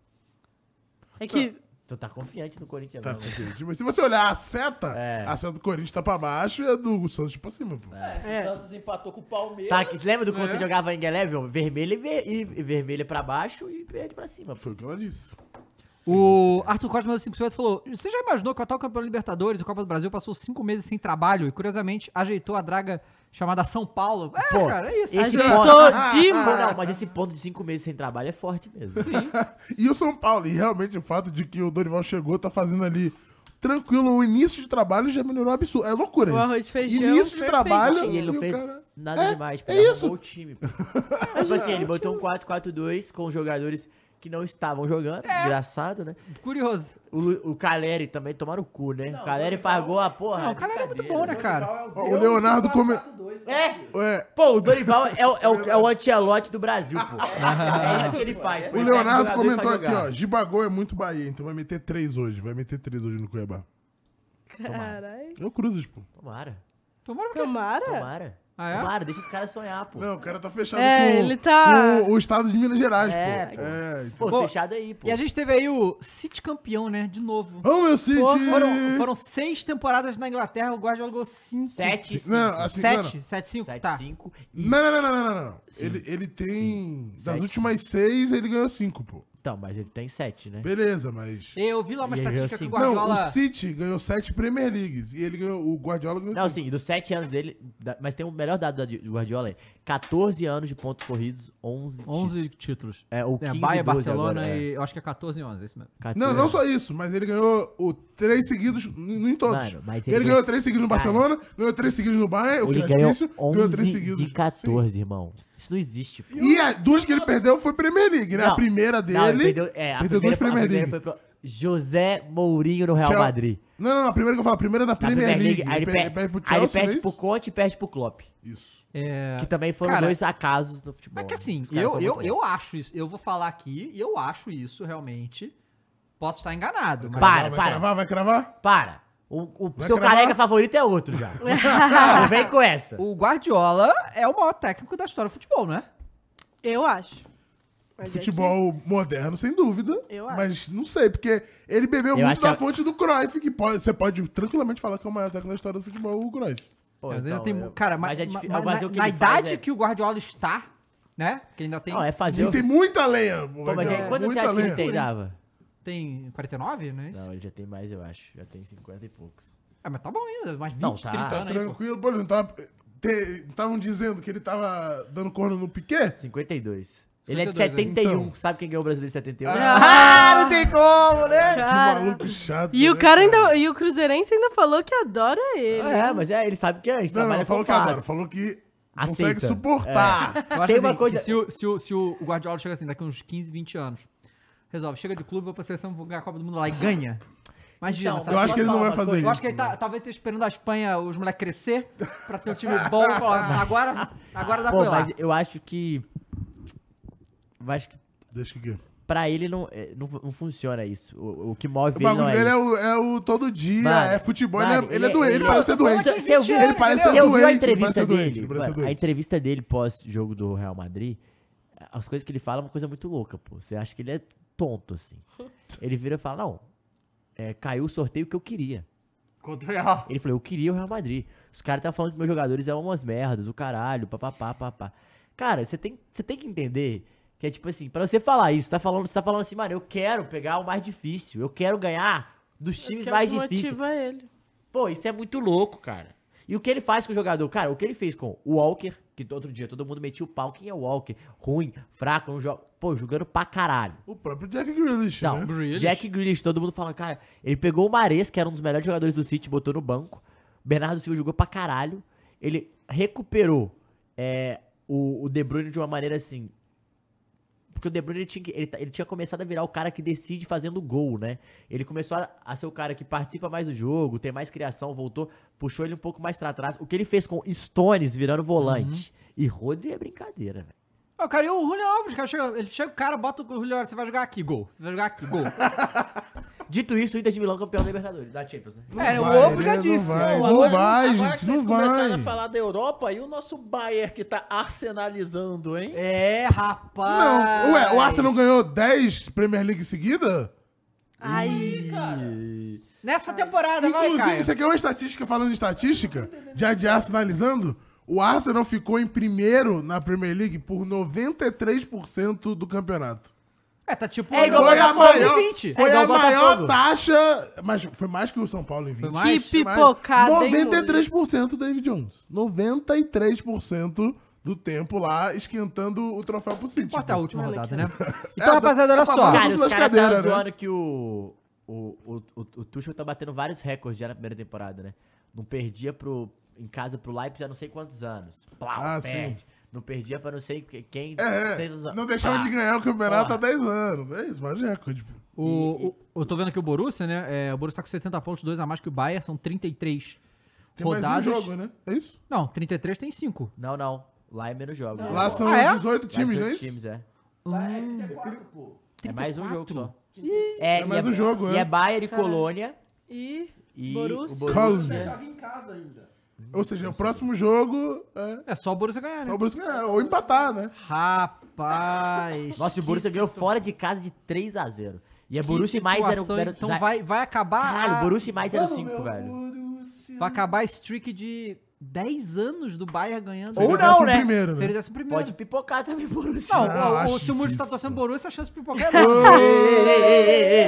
É que... Tu tá confiante no Corinthians Tá não, né? fudido. Mas se você olhar a seta, É. a seta do Corinthians tá pra baixo e a do Santos tá pra cima, pô. É, se É. o Santos empatou com o Palmeiras. Tá, que, lembra do quando É. você jogava em Level? Vermelho e, ver, e, e vermelho pra baixo e verde pra cima. pô. Foi o que ela disse. O Arthur Costa, 1958, falou: Você já imaginou que o atual campeão da Libertadores, o Copa do Brasil, passou cinco meses sem trabalho e, curiosamente, ajeitou a draga chamada São Paulo? É, Pô, cara, é isso. Esse Ajeitou ponto- Pô, demais. não, mas esse ponto de cinco meses sem trabalho é forte mesmo. E o São Paulo, e realmente o fato de que o Dorival chegou, tá fazendo ali tranquilo, o início de trabalho já melhorou absurdo. É loucura O isso. arroz e feijão, Início de perfeito. trabalho. E ele e não o fez cara- nada É, demais, um é ele arrumou isso. o time. pô. tipo assim, ele botou um 4-4-2 com jogadores que não estavam jogando, É. engraçado, né? Curioso. O, Lu- o Caleri também tomaram o cu, né? o Caleri Dorival- fargou a porra. Não, o Caleri é muito Ah, brincadeira. bom, né, cara? Dorival é Ó, o deus Leonardo do come- 4-4-2, É? Brasil. Ué, Pô, o Dorival é o, é o, é o antelote do Brasil, pô. É isso que ele faz. pô. o Ele tá pega Leonardo jogador e faz comentou aqui, jogar. ó. Gibagol é muito Bahia, então vai meter três hoje. Vai meter três hoje no Cuiabá. Caralho. É o Cruzes, pô. Tomara, Tomara que. Tomara. tomara. Ah, é? Tomara, deixa os caras sonhar, pô. Não, o cara tá fechado É, com, ele tá- com o estado de Minas Gerais, É, pô. pô. É, então. Pô, Pô, fechado aí, pô. E a gente teve aí o City campeão, né? De novo. Vamos, meu City! Pô, foram, foram seis temporadas na Inglaterra, o Guardiola jogou cinco. 7 Não, assim, não, não. Sete? Sete, cinco? Tá. 7-5. Não, não, não, não, não, não, não. Ele, ele tem. Das Sete. últimas seis, ele ganhou cinco, pô. Então, mas ele tem 7, né? Beleza, mas. Eu vi lá uma E aí, estatística que assim- o Não, Guardiola. o City ganhou sete Premier Leagues. E ele ganhou. O Guardiola ganhou. Não, cinco. assim, dos 7 anos dele, da- mas tem o melhor dado da- do Guardiola aí. 14 anos de pontos corridos, 11. 11 títulos. É, o 15 É, e Bahia, 12 Barcelona agora, é. e. Eu acho que é 14 e 11, é isso mesmo. 14 Não, não anos. só isso, mas ele ganhou o três seguidos, n- em todos. Mano, mas ele ele- ganhou três seguidos no Barcelona, ganhou três seguidos no Bayern, o que Ele era ganhou difícil, ganhou três 11 seguidos. de 14, irmão. Isso não existe, pô. Sim. E as duas que ele perdeu foi Premier League, né? a Não, primeira dele. Não, ele perdeu, é, a perdeu primeira, duas a Premier primeira League. foi pro José Mourinho no Real Chel- Madrid. Não, não, não. A primeira que eu falo, a primeira é da Na Premier, League. aí ele Ele perde, pe- perde pro Chelsea, aí ele perde não é pro isso? Conte e perde pro Klopp. Isso. É, Que também foram Cara, dois acasos no futebol. Mas que né? assim, Os caras eu, são eu, muito eu acho isso. Eu vou falar aqui e eu acho isso realmente. Posso estar enganado, mas. Para, vai para. cravar, vai cravar? bons. Para. O, o Vai seu cravar? careca favorito é outro já. Não vem com essa. O Guardiola é o maior técnico da história do futebol, não é? Eu acho. Mas é que- Futebol moderno, sem dúvida. Eu acho. Mas não sei, porque ele bebeu Eu muito acho da que- fonte do Cruyff, que pode, você pode tranquilamente falar que é o maior técnico da história do futebol, o Cruyff. Pô, Mas ainda então, tem- eu- Cara, mas, é mas, difí- mas mas é na, o que na ele faz idade é- que o Guardiola está, né? Que ainda tem. Não, é fazer. Sim, o- tem muita lenha. Pô, mas aí, Gabriel, quanto você muita acha que ele lenha. tem, Dava? Tem 49, não é isso? Não, ele já tem mais, eu acho. Já tem 50 e poucos. Ah, mas tá bom ainda. Mais 20, Não, tá. 30 Tá anos. aí, pô. tranquilo, pô, ele não tava. Estavam dizendo que ele tava dando corno no Piquet? 52. ele é de 52, né? 71. Então. Sabe quem ganhou o brasileiro de 71? Ah, Ah, não tem como, né? Que cara. maluco chato. E o né, cara ainda. E o Cruzeirense ainda falou que adora ele. É, mas é, ele sabe que é. A gente Não, não, trabalha não falou com que adora, fatos. falou que consegue Aceita. É. suportar. Eu acho Tem assim, uma coisa- que se, o, se, o, se o Guardiola chega assim, daqui uns 15, 20 anos, resolve, chega de clube, vou pra seleção, vou ganhar a Copa do Mundo lá e ganha. Imagina, Então, sabe? Eu acho que ele não vai fazer isso. Eu acho que ele né? tá, talvez esteja esperando a Espanha, os moleques crescer, pra ter um time bom. e falar, agora, agora dá É. Pô, pra ir lá. mas eu acho que. Eu acho que Deixa que quê? pra ele não, é, não, fu- não funciona isso. O, o que move O ele não bagulho é dele é isso. o, é o todo dia, Mano, é futebol, mano, ele é, ele é ele- doente, ele, ele- parece ser Não, eu tô doente. falando Você ouviu- que é ele parece entendeu? ser Você ouviu a Tá doente, ele parece entrevista doente, ele dele? parece Mano, doente. A entrevista dele pós-jogo do Real Madrid, as coisas que ele fala é uma coisa muito louca, pô. Você acha que ele é tonto, assim. Ele vira e fala, não, é, caiu o sorteio que eu queria. Contra o Real. Ele falou, eu queria o Real Madrid. Os caras tá falando que meus jogadores são umas merdas, o caralho, papapá, papá. Cara, você tem, você tem que entender que é tipo assim, pra você falar isso, tá falando, você tá falando assim, mano, eu quero pegar o mais difícil, eu quero ganhar dos Que é o times que mais difíceis. motiva ele. Pô, isso é muito louco, cara. E o que ele faz com o jogador? Cara, o que ele fez com o Walker, que outro dia todo mundo metia o pau. Quem é o Walker? Ruim, fraco, não joga. Pô, jogando pra caralho. O próprio Jack Grealish, Não, né? Grealish. Jack Grealish, todo mundo fala, cara, ele pegou o Mares, que era um dos melhores jogadores do City, botou no banco. Bernardo Silva jogou pra caralho. Ele recuperou é, o, o De Bruyne de uma maneira assim. Porque o De Bruyne ele tinha, que- ele, tá- ele tinha começado a virar o cara que decide fazendo gol, né? Ele começou a, a ser o cara que participa mais do jogo, tem mais criação, voltou, puxou ele um pouco mais pra trás. O que ele fez com Stones virando volante e Rodri é brincadeira, velho. Ah, o cara, e o Julian Alves, cara, chega, ele chega o cara, bota o Julian Alves, você vai jogar aqui, gol. Você vai jogar aqui, gol. Dito isso, o Inter de Milão é campeão da Libertadores, da Champions, né? é, o vai, Ovo né? já Não disse. vai, O não Ovo- vai. agora gente, que vocês não começaram vai. a falar da Europa, e o nosso Bayern que tá arsenalizando, hein? É, rapaz. Não, ué, o Arsenal ganhou 10 Premier League seguida? Aí. Nessa temporada, vai, Inclusive, Caio. isso aqui é uma estatística, falando de estatística, já de Arsenalizando, o Arsenal ficou em primeiro na Premier League por 93% do campeonato. É, tá tipo... É igual Foi a Botafogo, maior- 20. Foi É igual a o Botafogo. maior taxa, mas foi mais que o São Paulo em 20. Foi mais? Que Mas- pipocada, hein, 93% David Jones. 93% do tempo lá esquentando o troféu pro City. Importa a última Olha rodada, aqui. né? Então, rapaziada, olha é só. famoso. Cara, Vamos os nas caras cadeiras, tá né? zoando que o, o, o, o, o Tuchel tá batendo vários recordes já na primeira temporada, né? Não perdia pro, em casa pro Leipzig há não sei quantos anos. Plau, Ah, perde. Não perdia pra não sei que- quem. não É, sei é, Ah. dos- não deixaram Pá. de ganhar o campeonato Porra. há 10 anos. É isso, vários recordes. pô. O, o- eu tô vendo aqui o Borussia, né? É, o Borussia tá com 70 pontos, 2 a mais que o Bayern, são 33 Tem rodadas. mais um jogo, né? É isso? Não, 33 tem 5. Não, não. Lá é menos jogos. né? Lá são Ah, é? 18 times, não é 18 isso? times, é. Vai, é 34, pô. É mais um jogo só. 34? É, É e mais é- um jogo, E é. é Bayern e Colônia. E. E Borussia. o Causa. Você Borussia. joga em casa ainda. Ou seja, o próximo jogo é. É só o Borussia ganhar, né? Ou, Borussia ganhar, ou empatar, né? Rapaz. Nossa, e o Borussia ganhou fora de casa de 3 a 0 E é que Borussia e mais era situação, era- Então vai, vai acabar. Caralho, a- Borussia e mais era Vamos, 5, meu velho. Borussia. Vai acabar a streak de 10 anos do Bayern ganhando. Ou Seria o não, décimo né? Primeiro, né? Seria décimo primeiro. Pode pipocar também, um Borussia. Não, Não, o- o, Ah, acho se o Muro está difícil, torcendo Borussia, a chance de pipocar é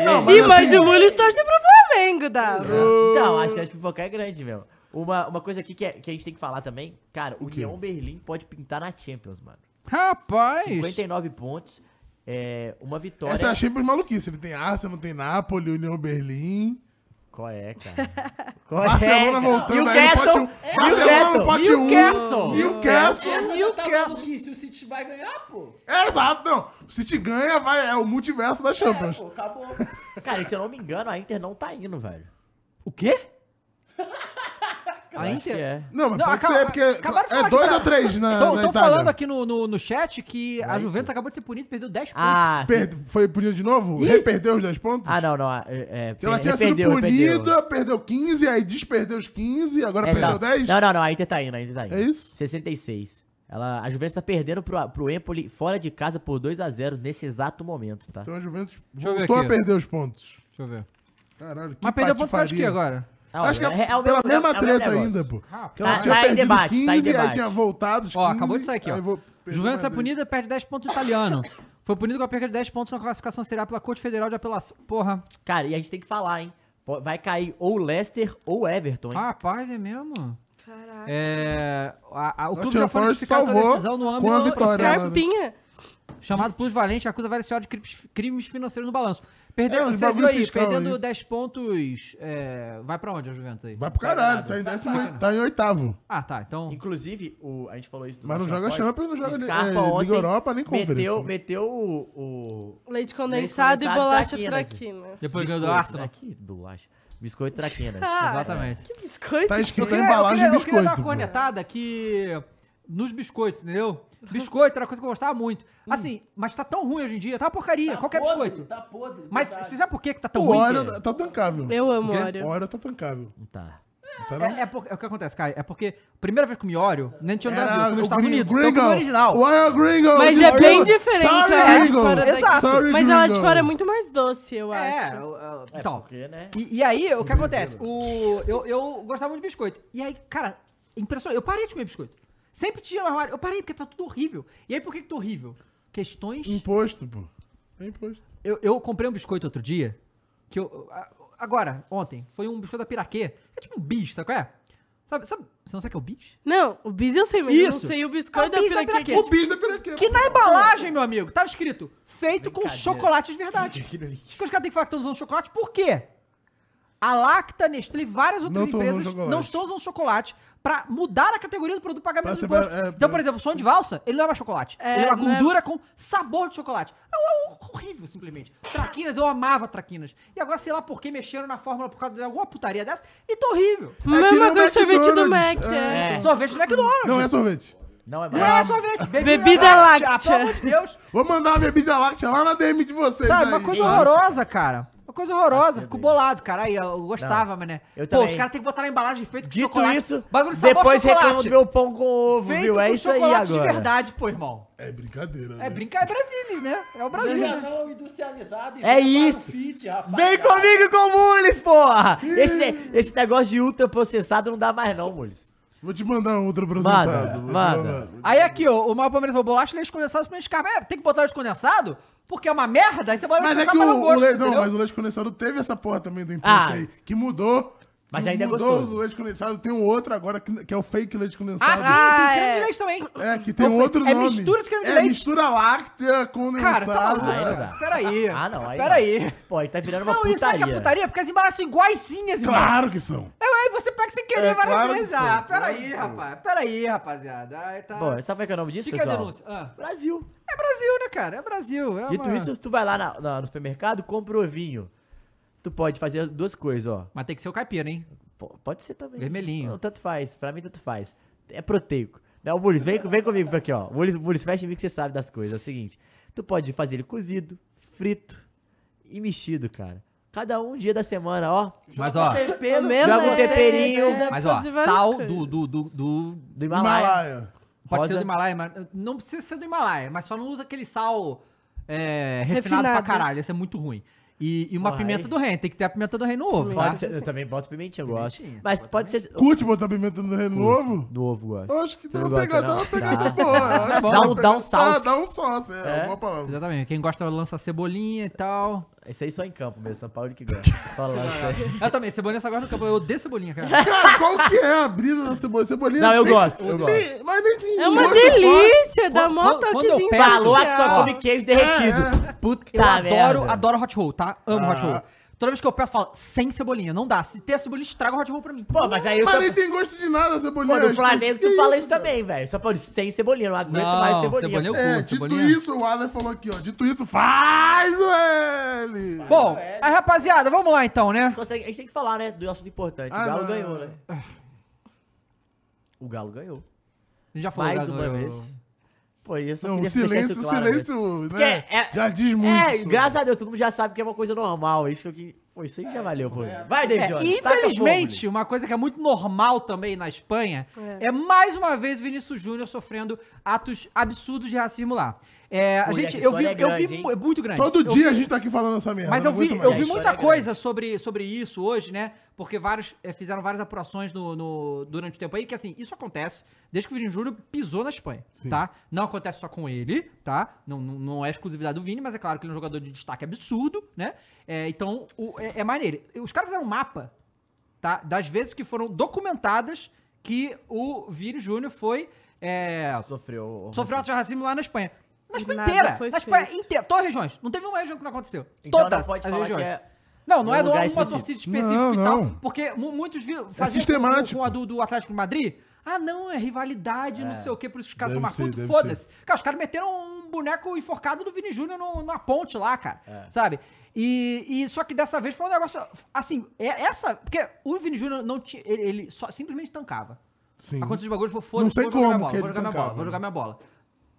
não. Não, Ih, assim, mas o Mules torce pro Flamengo, Dava. Então, a chance de pipocar é grande mesmo. Uma, uma coisa aqui que, é- que a gente tem que falar também, cara, o União Berlim pode pintar na Champions, mano. Rapaz. 59 pontos, é, uma vitória. É Essa é a Champions maluquice. Ele tem Arsenal, tem Napoli, União Berlim. Qual é, cara? Qual é? Barcelona cara? voltando aí no pote Newcastle, um. Barcelona no pote um. Newcastle. Newcastle. Essa já tá maluquice, o City vai ganhar, pô. É, exato, não. O City ganha, vai, é o multiverso da É, Champions. pô, acabou. Cara, e se eu não me engano, a Inter não tá indo, velho. O quê? A acho Inter... que é. Não, mas Não, pode acaba- ser, porque acabaram de falar é que dois tá- ou três na, Estão na Itália. falando aqui no, no, no chat que Não a é Juventus isso. acabou de ser punida e perdeu 10 pontos. Ah, Perde- Foi punido de novo? Reperdeu os 10 pontos? ah, não, não. É, é, Porque ela tinha sido punida, perdeu 15, aí desperdeu os 15, agora É, perdeu não. 10. Não, não, não. A Inter tá indo, a Inter tá indo. É isso? 66. Ela, a Juventus tá perdendo pro, pro Empoli fora de casa por 2x0 nesse exato momento, tá? Então a Juventus Deixa eu ver voltou a aqui. perder os pontos. Deixa eu ver. Caralho, que Mas perdeu ponto por patifaria. causa de quê agora? Ah, Acho que é, olha, o pela mesmo- mesma é o mesmo treta negócio. ainda, pô. Porque Tá- ela tinha tá em perdido debate, tá em 15, aí debate. tinha voltado os 15. Ó, acabou de sair aqui, ó. aí vou- perdeu Juventus é mais punida e perde 10 pontos do italiano. Foi punido com a perda de 10 pontos na classificação Série A pela Corte Federal de Apelação. Porra. Cara, e a gente tem que falar, hein? Po- Vai cair ou Leicester ou Everton, hein? Ah, rapaz, é mesmo? Caraca. É, a- a- o clube Nottingham já foi Forest notificado da salvou decisão no com âmbito a vitória. né? social, Scarpinha. chamado Plus Valente, acusa várias senhoras de cri- crimes financeiros no balanço. Perdeu, É, uns você viu bagulho aí, fiscal perdendo aí. 10 pontos, é, vai pra onde a Juventus aí? Vai pro caralho, tá em, décimo, oito- tá em oitavo. Ah, tá, então... Inclusive, o, a gente falou isso... Mas não joga Champions, não joga, Scarpa eh, Liga ontem Europa, nem né? Meteu, Conference. meteu o... o Leite condensado e condensado, bolacha traquinas. traquina. Depois ganhou do biscoito, Arsenal. né? Que bolacha. Biscoito traquinas. Ah, Exatamente. Que biscoito. Tá escrito é, Eu na queria- embalagem eu queria, de Eu queria dar biscoito. uma cornetada que. Nos biscoitos, entendeu? Biscoito era uma coisa que eu gostava muito. Assim, mas tá tão ruim hoje em dia, tá uma porcaria, qualquer podre, biscoito. Tá podre. Mas verdade. você sabe por que, que tá tão O ruim? Oreo tá tancável. Eu amo O quê? óleo. O Oreo tá tancável. Tá. não Tá não? É, é por- é o que acontece, Caio. É porque, primeira vez que eu comi Oreo, nem tinha no Era Brasil, eu comi o nos Estados gringo- Unidos. Então eu comi o original. O Oreo Gringo! Mas é desculpa. bem diferente Sorry, a de gringo. fora daqui. Exato. Sorry, Mas ela de gringo. fora é muito mais doce, eu É, acho. eu- eu- É então. porque, né? E, e aí, o que acontece? O, eu, eu gostava muito de biscoito. E aí, cara, impressionante. Eu parei de comer biscoito. Sempre tinha no armário. Eu parei porque tá tudo horrível. E aí, por que que tá horrível? Questões Imposto, pô. É imposto. Eu, eu comprei um biscoito outro dia, que eu. a- Agora, ontem, foi um biscoito da Piraquê. É tipo um bis, sabe qual é? Sabe, sabe- você não sabe o que é o bis? Não, o bis eu sei, mas eu não Isso. sei o É o biscoito da bis da piraquê. piraquê. que é O bis da piraquê. Que pô. na embalagem, meu amigo, tava escrito feito com Brincadeira. chocolate de verdade. Porque os caras têm que falar que estão usando chocolate, por quê? A Lacta, Nestlé e várias outras Não tão usando empresas chocolate. não estão usando chocolate pra mudar a categoria do produto pagamento Pra do ser imposto. ba- é, então, pra- por exemplo, o som de valsa, ele não é mais chocolate. É, ele é uma não é- gordura com sabor de chocolate. É um- é um horrível, simplesmente. Traquinas, eu amava traquinas. E agora, sei lá por que, mexeram na fórmula por causa de alguma putaria dessa, e tá horrível. que Mesma no coisa sorvete do Mac, McDonald's, é. É. Sorvete do McDonald's. Não é sorvete. Não é Não mais. é sorvete. é Bebida láctea. Ah, láctea. Pelo amor de Deus. Vou mandar uma bebida láctea lá na DM de vocês. Sabe, uma aí. coisa Ah, horrorosa, cara. Uma coisa horrorosa. Nossa, Fico é bolado, cara. Aí eu gostava, mas né. eu Pô, os também. caras têm que botar na embalagem feito com Dito chocolate. isso, bagulho de sabor depois reclamo chocolate. do meu pão com ovo, feito viu? É com isso aí agora. chocolate de verdade, pô, irmão. É brincadeira. É né? brincadeira. É Brasília, né? É o Brasil. né? Geração industrializada e É vem para o isso. Fit, rapaz, Vem cara. comigo e com o Mules, porra! Esse, esse negócio de ultraprocessado não dá mais não, Mules. Vou te mandar um outro Manda, processado. manda. Aí aqui, ó, o Mal Palmeiras falou bolacha, leite condensado, leite carma. É, tem que botar leite condensado? Porque é uma merda, aí você bota Mas é leite que o, condensado pra não o gosto, leite, não, entendeu? mas o leite condensado teve essa porra também do imposto Ah. aí, que mudou. Mas que ainda é mudou gostoso. o leite condensado, tem um outro agora que, que é o fake leite Ah, condensado. sim, Ah, tem creme é. de leite também. É, que tem Não, um outro é nome. mistura de creme de É leite. mistura láctea Cara, condensada. tá maluco. Aí não dá. Peraí. Ah, não, aí Peraí. não. Pô, aí tá virando uma Não, putaria. isso é que é putaria, porque as embalagens são iguaizinhas, irmão. Claro que são. É, aí você pega sem querer É, várias claro que vezes. sim, Ah, claro que peraí, sim. rapaz. Peraí, rapaziada. Aí tá. Pô, sabe qual é o nome disso, Fica pessoal? a denúncia. Ah, Brasil. é Brasil, né, cara? É Brasil. É Dito uma- isso, tu vai lá na- na- no supermercado, compra o ovinho. Tu pode fazer duas coisas, ó. Mas tem que ser o caipira, hein? P- pode ser também. Vermelhinho. Não, Tanto faz, pra mim tanto faz. É proteico. Não, Mules, vem, vem comigo aqui, ó. Mules, Mules, fecha em mim que você sabe das coisas. É o seguinte, tu pode fazer ele cozido, frito e mexido, cara. Cada um dia da semana, ó. Mas, ó, Tempero, Mesmo Joga um esse, temperinho. dá pra mas, ó, fazer várias sal coisas. do, do, do, do- Do Himalaia. Himalaia. Pode ser Rosa. do Himalaia, mas. eh, Não precisa ser do Himalaia, mas só não usa aquele sal é, refinado, Refinado. né? pra caralho. Isso é muito ruim. E, e uma Porra, pimenta aí- do reino. Tem que ter a pimenta do reino no ovo, tá? Pode ser, eu também boto pimentinha, eu gosto. Pimentinha, Mas pode ser... Curte botar pimenta no reino novo? Do ovo, gosto. Acho que Você dá não uma gosta, pegada, dá não? uma pegada boa. Dá. Dá um- dá um Ah, salsa. dá um salsa, é, É? uma boa palavra. Exatamente. Quem gosta lança cebolinha e tal. Isso aí só em campo mesmo, São Paulo que gosta. Só lá, isso aí. Eu também, cebolinha só gosta do campo. Eu odeio cebolinha, cara. Cara, qual que é a brisa da cebolinha? Cebolinha Não, eu sempre- gosto, eu Nem- Mas nem tem É uma gosto. delícia, dá Quando- mó quando- quando eu toquezinho pego- especial. Falou a que só come queijo derretido. É, Eu Puta adoro, merda. Ah. adoro hot roll, tá? Amo hot roll. Toda vez que eu peço, eu falo, sem cebolinha. Não dá. Se ter a cebolinha, estraga o Hot Roll pra mim. Pô, mas aí eu Mas só... nem tem gosto de nada, Cebolinha. Pô, no Acho Flamengo É, que tu fala isso, isso tá- também, velho. Só pode sem cebolinha, eu não aguento mais cebolinha. cebolinha eu É, curto, dito cebolinha. isso, o Alan falou aqui, ó. Dito isso, faz o L! Bom, aí, rapaziada, vamos lá então, né? Consegue- A gente tem que falar, né, do assunto importante. Ah, o Galo não. ganhou, né? O Galo ganhou. A gente já falou Mais já uma no- vez. Pô, eu só Não, o queria deixar silêncio, isso o claro, velho. silêncio, Porque né? é- já diz muito. né? É, sobre. graças a Deus, todo mundo já sabe que é uma coisa normal. Isso que. Pô, isso aí já valeu, pô. Vai, David. É, Jones, tá taca infelizmente, uma coisa que é muito normal também na Espanha é, É. mais uma vez o Vinícius Júnior sofrendo atos absurdos de racismo lá. É, a Pô, gente, essa eu vi, história é eu vi grande, hein? mu- é muito grande. Todo Eu dia a gente tá aqui falando essa merda. Mas não eu vi, aguento eu mais. vi A muita história é coisa sobre, sobre isso hoje, né? Porque vários eh, fizeram várias apurações no, no- durante o tempo aí, que assim, isso acontece desde que o Vini Júnior pisou na Espanha, tá? Não acontece só com ele, tá? Não, não, não é exclusividade do Vini, mas é claro que ele é um jogador de destaque absurdo, né? É, então, o- é, é maneiro. Os caras fizeram um mapa, tá? Das vezes que foram documentadas que o Vini Júnior foi. eh, fogo. né? Sofreu. sofreu atos de racismo lá na Espanha. Na Espanha Nada inteira! foi Na Espanha feito. inteira, todas as regiões. Não teve uma região que não aconteceu. Então todas não pode as falar que regiões. é. Não, não Num é do lugar uma específico. torcida específica Não, e tal. não. É Porque mu- muitos vi, faziam sistemático. com, com a do, do Atlético de Madrid. Ah, não, é rivalidade, não sei o quê, por isso que os caras são Deve mais ser, putos, deve foda-se. Cara, os caras meteram um boneco enforcado do Vini Júnior no- numa ponte lá, cara, É. sabe? E, e só que dessa vez foi um negócio, assim, é- essa, porque o Vini Júnior não tinha, ele, ele só, simplesmente tancava. Sim. Aconteceu de bagulho, ele falou, foda-se, Não sei vou jogar minha como bola, que vou ele jogar minha tancava, bola, vou né? jogar minha bola.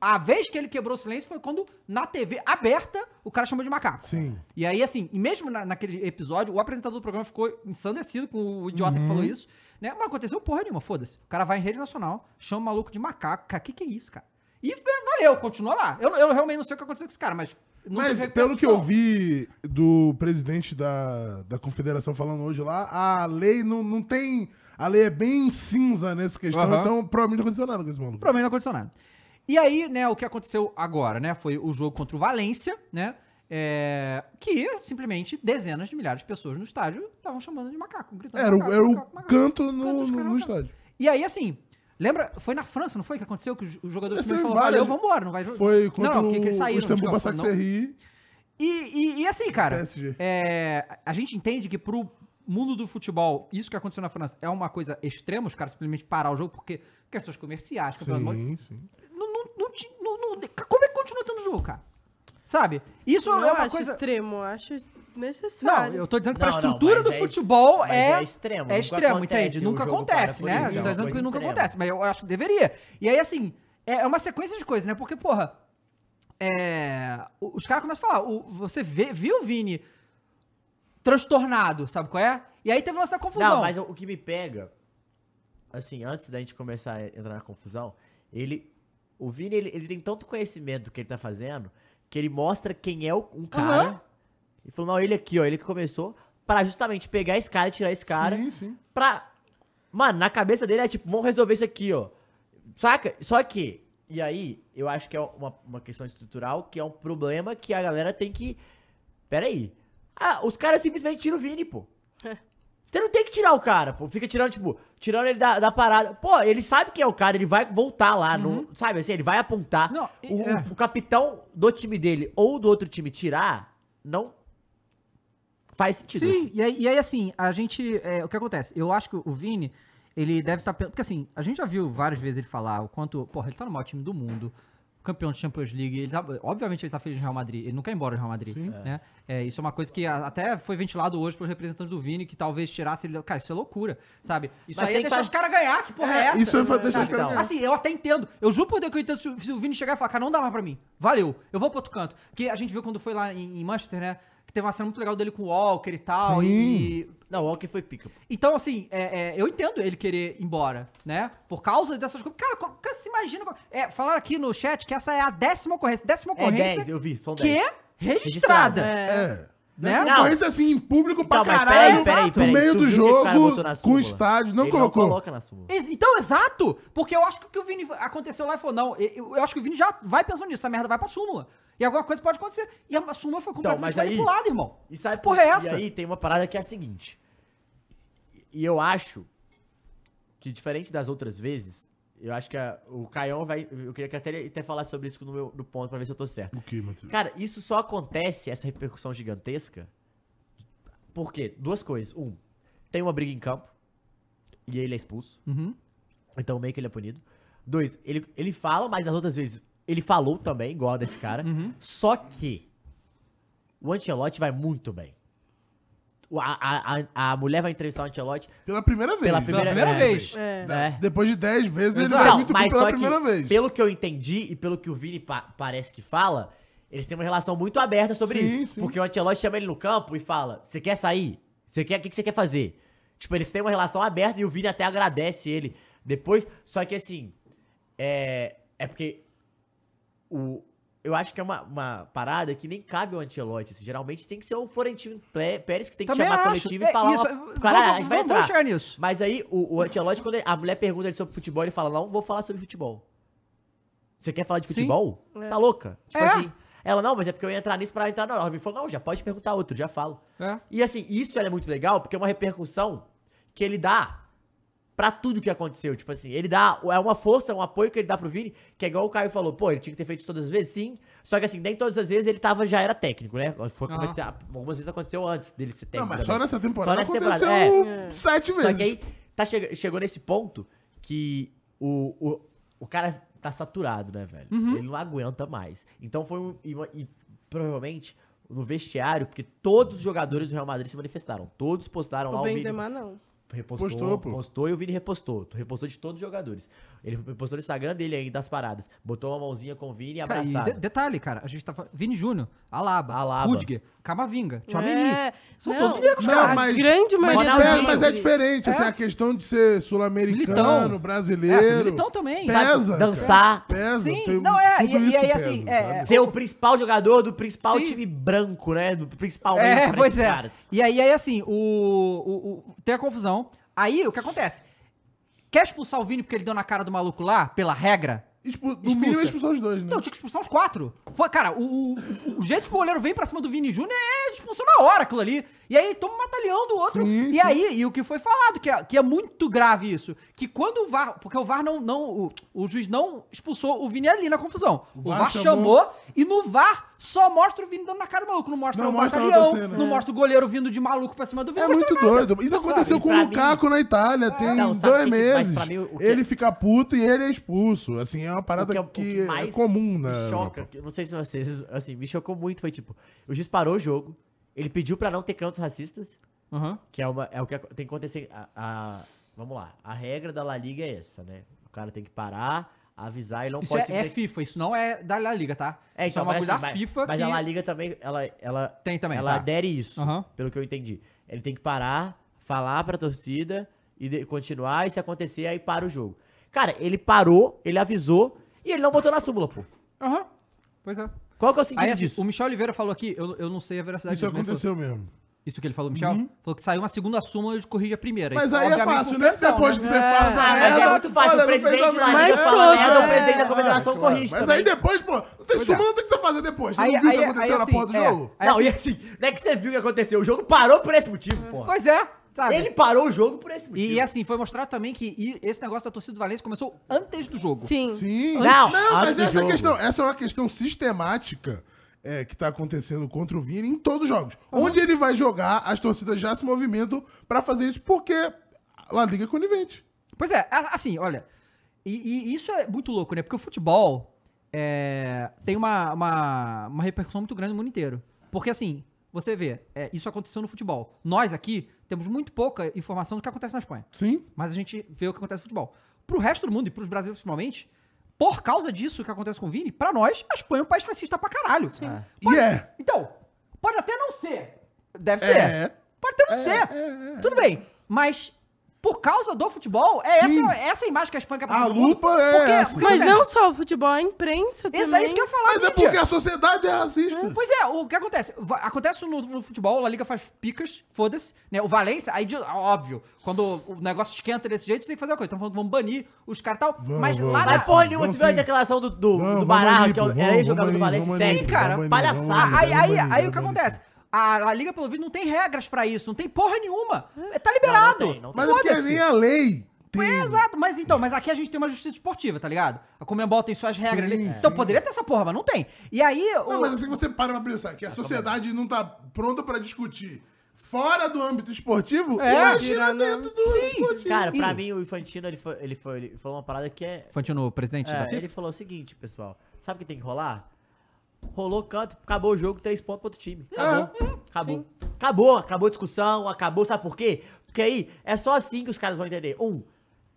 A vez que ele quebrou o silêncio foi quando, na TV aberta, o cara chamou de macaco. Sim. E aí, assim, e mesmo na- naquele episódio, o apresentador do programa ficou ensandecido com o idiota que Uhum. falou isso, né? Mas não aconteceu porra nenhuma, foda-se. O cara vai em rede nacional, chama o maluco de macaco. Cara, que que é isso, cara? E va- valeu, continua lá. Eu, eu realmente não sei o que aconteceu com esse cara, mas... não Mas teve pelo que eu repercussão. vi do presidente da, da confederação falando hoje lá, a lei não, não tem... A lei é bem cinza nessa questão, Aham. então provavelmente não aconteceu nada com esse maluco. Provavelmente não aconteceu nada. E aí, né, o que aconteceu agora, né, foi o jogo contra o Valência, né, é, que simplesmente dezenas de milhares de pessoas no estádio estavam chamando de macaco, gritando Era, o- macaco, era o macaco, macaco. canto no, Canto dos no- no caras, estádio. E aí, assim, lembra, foi na França, não foi, que aconteceu que o jogador Essa simplesmente falou, vale- valeu, vambora, não vai jogar. Foi contra não, que- que eles o saíram, Istambul desculpa, Basak não. Serri, E, e- e assim, cara, PSG. é, a gente entende que pro mundo do futebol, isso que aconteceu na França é uma coisa extrema, os caras simplesmente parar o jogo porque questões comerciais, campeonato Sim, sim. não, não, não, ti- não- não- como é que continua tendo jogo, cara? Sabe? Isso Não é uma acho coisa. extremo, acho Não, necessário. eu tô dizendo que Não, pra não, estrutura mas do é- futebol mas é. é extremo, É nunca extremo, acontece entende? o Nunca jogo acontece, para a né? Eu polícia, tô é uma dizendo que coisa nunca extrema. acontece, mas eu acho que deveria. E aí, assim, é é uma sequência de coisas, né? Porque, porra, é, o- os caras começam a falar, o- você vê, viu o Vini transtornado, sabe qual é? E aí teve um lance da confusão. Não, mas o, o que me pega. Assim, antes da gente começar a entrar na confusão, ele. O Vini, ele, ele tem tanto conhecimento do que ele tá fazendo, que ele mostra quem é o- um cara. Aham. E falou, não, ele aqui, ó, ele que começou. Pra justamente pegar esse cara e tirar esse cara. Sim, sim. pra. Mano, na cabeça dele é tipo, vamos resolver isso aqui, ó. Saca? Só que. E aí, eu acho que é uma, uma questão estrutural, que é um problema que a galera tem que. Pera aí. Ah, os caras simplesmente tiram o Vini, pô. Você não tem que tirar o cara, pô. Fica tirando, tipo, tirando ele da, da parada. Pô, ele sabe quem é o cara, ele vai voltar lá, não, sabe? Assim, ele vai apontar. Não, e- o, é. o capitão do time dele ou do outro time tirar, não faz sentido. assim. Sim, e aí, e aí, assim, a gente. é, o que acontece? Eu acho que o Vini, ele deve estar. Porque assim, a gente já viu várias vezes ele falar o quanto. Porra, ele tá no maior time do mundo. Campeão de Champions League, ele tá- obviamente ele tá feliz no Real Madrid, ele não quer ir embora do Real Madrid, né? É, isso é uma coisa que a- até foi ventilado hoje pelos representantes do Vini, que talvez tirasse ele... Cara, isso é loucura, sabe? Isso Mas aí é tem que deixar faz- os caras ganhar, que porra é, essa? Isso aí foi deixar Sabe? os caras Então, ganharem. Assim, eu até entendo. Eu juro por Deus que eu entendo se, o- se o Vini chegar e falar, cara, não dá mais pra mim. Valeu, eu vou pro outro canto. Porque a gente viu quando foi lá em, em Manchester, né? Que teve uma cena muito legal dele com o Walker e tal. Sim. E. Não, o Walker foi pica, pô. Então, assim, é- é, eu entendo ele querer ir embora, né? Por causa dessas coisas. Cara, como- cara, se imagina. como- É, falaram aqui no chat que essa é a décima ocorrência. Décima É ocorrência 10, eu vi, são 10. que é registrada. Registrada. É. Né? Né? Não. Ocorrência assim, em público pra Não, mas caralho, peraí, peraí, peraí. no meio Tu do viu o que o cara jogo, botou na com o súmula? estádio, não Ele colocou. coloca na súmula. Ex- Então, exato! Porque eu acho que o que o Vini aconteceu lá e falou, não, eu, eu acho que o Vini já vai pensando nisso, essa merda vai pra súmula. E alguma coisa pode acontecer. E a súmula foi completamente Então, mas aí- manipulada, irmão. E sabe Que porra é por- essa? E aí tem uma parada que é a seguinte. E eu acho que diferente das outras vezes, eu acho que a- o Caião vai. Eu queria que até ele até falar sobre isso no meu no ponto pra ver se eu tô certo. O que, Matheus? Cara, isso só acontece, essa repercussão gigantesca, Por quê? Duas coisas. Um, tem uma briga em campo e ele é expulso. Uhum. Então meio que ele é punido. Dois, ele, ele fala, mas as outras vezes ele falou também, igual a desse cara. Uhum. Só que o Ancelotti vai muito bem. O- A, a, a, a mulher vai entrevistar o Ancelotti Pela primeira vez. pela Pela primeira, primeira vez. É. né? Depois de 10 vezes, ele Exato. vai Não, muito bem mas pela só primeira que, vez. pelo que eu entendi e pelo que o Vini pa- parece que fala, eles têm uma relação muito aberta sobre Sim, isso. sim. Porque o Ancelotti chama ele no campo e fala, você quer sair? Você quer, o que que você quer fazer? Tipo, eles têm uma relação aberta e o Vini até agradece ele depois. Só que assim, é, é porque o, eu acho que é uma, uma parada que nem cabe ao Ancelotti. assim. Geralmente tem que ser o Florentino Plé- Pérez que tem que Também chamar acho. coletivo É e falar, isso. uma- Vamos- cara, a vamos- gente vai vamos- vamos entrar. chegar nisso. Mas aí, o, o Ancelotti, quando ele- a mulher pergunta ele sobre futebol, ele fala, não, vou falar sobre futebol. Você quer falar de Sim. futebol? Você tá louca? Tipo É. assim. Ela, não, mas é porque eu ia entrar nisso pra entrar na ordem. Ele falou, não, já pode perguntar outro, já falo. É. E assim, isso é muito legal, porque é uma repercussão que ele dá pra tudo que aconteceu. Tipo assim, ele dá, é uma força, um apoio que ele dá pro Vini, que é igual o Caio falou, pô, ele tinha que ter feito isso todas as vezes, sim. Só que assim, nem todas as vezes ele tava, já era técnico, né? Foi como Ah. ele tá- algumas vezes aconteceu antes dele ser técnico. Não, mas só também. nessa temporada Só nessa aconteceu temporada, É. sete vezes. Só que aí tá chega- chegou nesse ponto que o, o, o cara tá saturado, né, velho? Uhum. Ele não aguenta mais. Então foi um. E, uma- e provavelmente no vestiário, porque todos os jogadores do Real Madrid se manifestaram. Todos postaram lá O o vídeo Benzema não. repostou, Postou, pô. postou e o Vini repostou. Tu Repostou de todos os jogadores. Ele postou no Instagram dele ainda das paradas. Botou uma mãozinha com o Vini e Cara, e abraçado. de- detalhe, cara, a gente tá falando. Vini Júnior, Alaba, Alaba. Rudiger, Camavinga, Tchomini. É. São Não, todos negros, Não, cara. a mas- grande Mas, maioria Ronaldinho. pesa, mas é diferente, assim, a questão de ser sul-americano, Militão. É, brasileiro. Militão também. É, Pesa, sabe? cara. Dançar. Pesa, Sim, tem não, é, tudo e- e isso aí, pesa, assim, é, sabe? é. Ser o principal jogador do principal Sim. time branco, né? Do, principalmente É, pra pois esses é. caras. E aí, aí assim, o, o- o- tem a confusão. Aí, o que acontece? Quer expulsar o Vini porque ele deu na cara do maluco lá, pela regra? Expu- No Expulsa. mínimo, expulsar os dois, né? Então, Não, tinha que expulsar os quatro. Foi, cara, o, o- o- o jeito que o goleiro vem pra cima do Vini Júnior é expulsão na hora aquilo ali. E aí toma um matalhão do outro. Sim, e sim. aí, e o que foi falado, que é, que é muito grave isso. Que quando o VAR. Porque o VAR não. não o, o juiz não expulsou o Vini ali na confusão. O VAR, VAR chamou, e no VAR só mostra o Vini dando na cara do maluco. Não mostra Não o mostra a outra batalhão, cena. não mostra o goleiro vindo de maluco pra cima do Vini. É muito doido. Isso aconteceu E com pra o Lukaku na Itália, tem Não, sabe dois o que que- mas meses. pra mim o que- Ele fica puto e ele é expulso. Assim, é uma O parada que é- o que, que mais é comum, né? Me choca, que eu não sei se vocês, assim, me chocou muito, foi tipo, o juiz parou o jogo, ele pediu pra não ter cantos racistas, Aham. que é, uma, é o que ac- tem que acontecer, a, a- vamos lá, a regra da La Liga é essa, né? O cara tem que parar, avisar, ele não Isso pode... é, é simplesmente- FIFA, isso não é da La Liga, tá? É, isso é então, uma mas coisa assim, da mas- FIFA Mas que a La Liga também, ela, ela tem também. ela tá. adere isso, Aham. pelo que eu entendi. Ele tem que parar, falar pra torcida e de- continuar, e se acontecer, aí para o jogo. Cara, ele parou, ele avisou, e ele não botou na súmula, pô. Aham. Pois é. Qual que é o sentido Aí, assim, disso? o Michel Oliveira falou aqui, eu, eu não sei a né, veracidade Isso disso, mas ele aconteceu mesmo. falou- isso que ele falou, Michel? Falou que saiu uma segunda súmula e corrige a primeira. Mas Então, aí é obviamente, fácil, por né? pressão, Depois que né? você faz a Ah, mas merda, é muito fácil. olha, o não fez a presidente merda. lá liga Mas fala todo, merda, o é. presidente da confederação É, claro. corrige Mas também. aí depois, pô, não tem Pois súmula, é. não tem o que você fazer depois. Você Aí- não viu o que aí- aconteceu aí, na assim, porra do é. jogo? Aí, não, assim- e assim, não é que você viu o que aconteceu. O jogo parou por esse motivo, porra. Pois é, sabe? Ele parou o jogo por esse motivo. E, e, assim, foi mostrado também que e esse negócio da torcida do Valência começou antes do jogo. Sim. Sim. Não, antes mas essa do é a jogo. questão. Essa é uma questão sistemática é, que tá acontecendo contra o Vini em todos os jogos. Uhum. Onde ele vai jogar, as torcidas já se movimentam pra fazer isso, porque a La Liga é conivente. Pois é, a- assim, olha. E, e isso é muito louco, né? Porque o futebol é, tem uma, uma, uma repercussão muito grande no mundo inteiro. Porque, assim, você vê, é, isso aconteceu no futebol. Nós aqui temos muito pouca informação do que acontece na Espanha. Sim. Mas a gente vê o que acontece no futebol. Pro resto do mundo e pros brasileiros principalmente, por causa disso que acontece com o Vini, pra nós, a Espanha é um país racista pra caralho. É. E é. Então, pode até não ser. Deve ser. É. Pode até não ser. é, Tudo bem. Mas por causa do futebol, é Sim. essa, essa imagem que a Espanha quer A pro mundo. lupa é Porque- essa. porque, Mas assim, não só o futebol, a imprensa também. Isso é isso que eu ia falar, Mas é mídia. porque a sociedade é racista. Pois é, o que acontece? Va- Acontece no, no futebol, a La Liga faz picas, foda-se, né? O Valência, aí, de- óbvio, quando o negócio esquenta desse jeito, você tem que fazer uma coisa. Então, falando que vão banir os caras e tal, Vamos, mas lá vamos, na- Mas porra nenhuma, vamos tu viu a sim. declaração do, do, Vamos, do vamos Barra, ali, que é o- pô, era vamos, ex-jogador do vamos ali, Valência, vamos sério, ali, cara, vamos ali, palhaçada. vamos Aí, aí, aí banir, não o que banir acontece? A La Liga, pelo visto, não tem regras pra isso, não tem porra nenhuma. É, Tá liberado. Não, não tem, não tem. Mas é porque Foda-se. nem a lei tem. É, exato, mas então, mas aqui a gente tem uma justiça esportiva, tá ligado? A Comembol tem suas regras ali. Então poderia ter essa porra, mas não tem. E aí. Não, o- mas assim você para pra pensar que a sociedade não tá pronta pra discutir fora do âmbito esportivo, É. imagina dentro do esportivo. Cara, pra mim, o Infantino, ele foi, ele foi, ele falou uma parada que é... Fantino, o presidente é, da FIFA? ele falou o seguinte, pessoal. Sabe o que tem que rolar? Rolou canto, acabou o jogo, três pontos pro outro time. Acabou. acabou. Acabou, acabou a discussão, acabou. Sabe por quê? Porque aí é só assim que os caras vão entender. Um,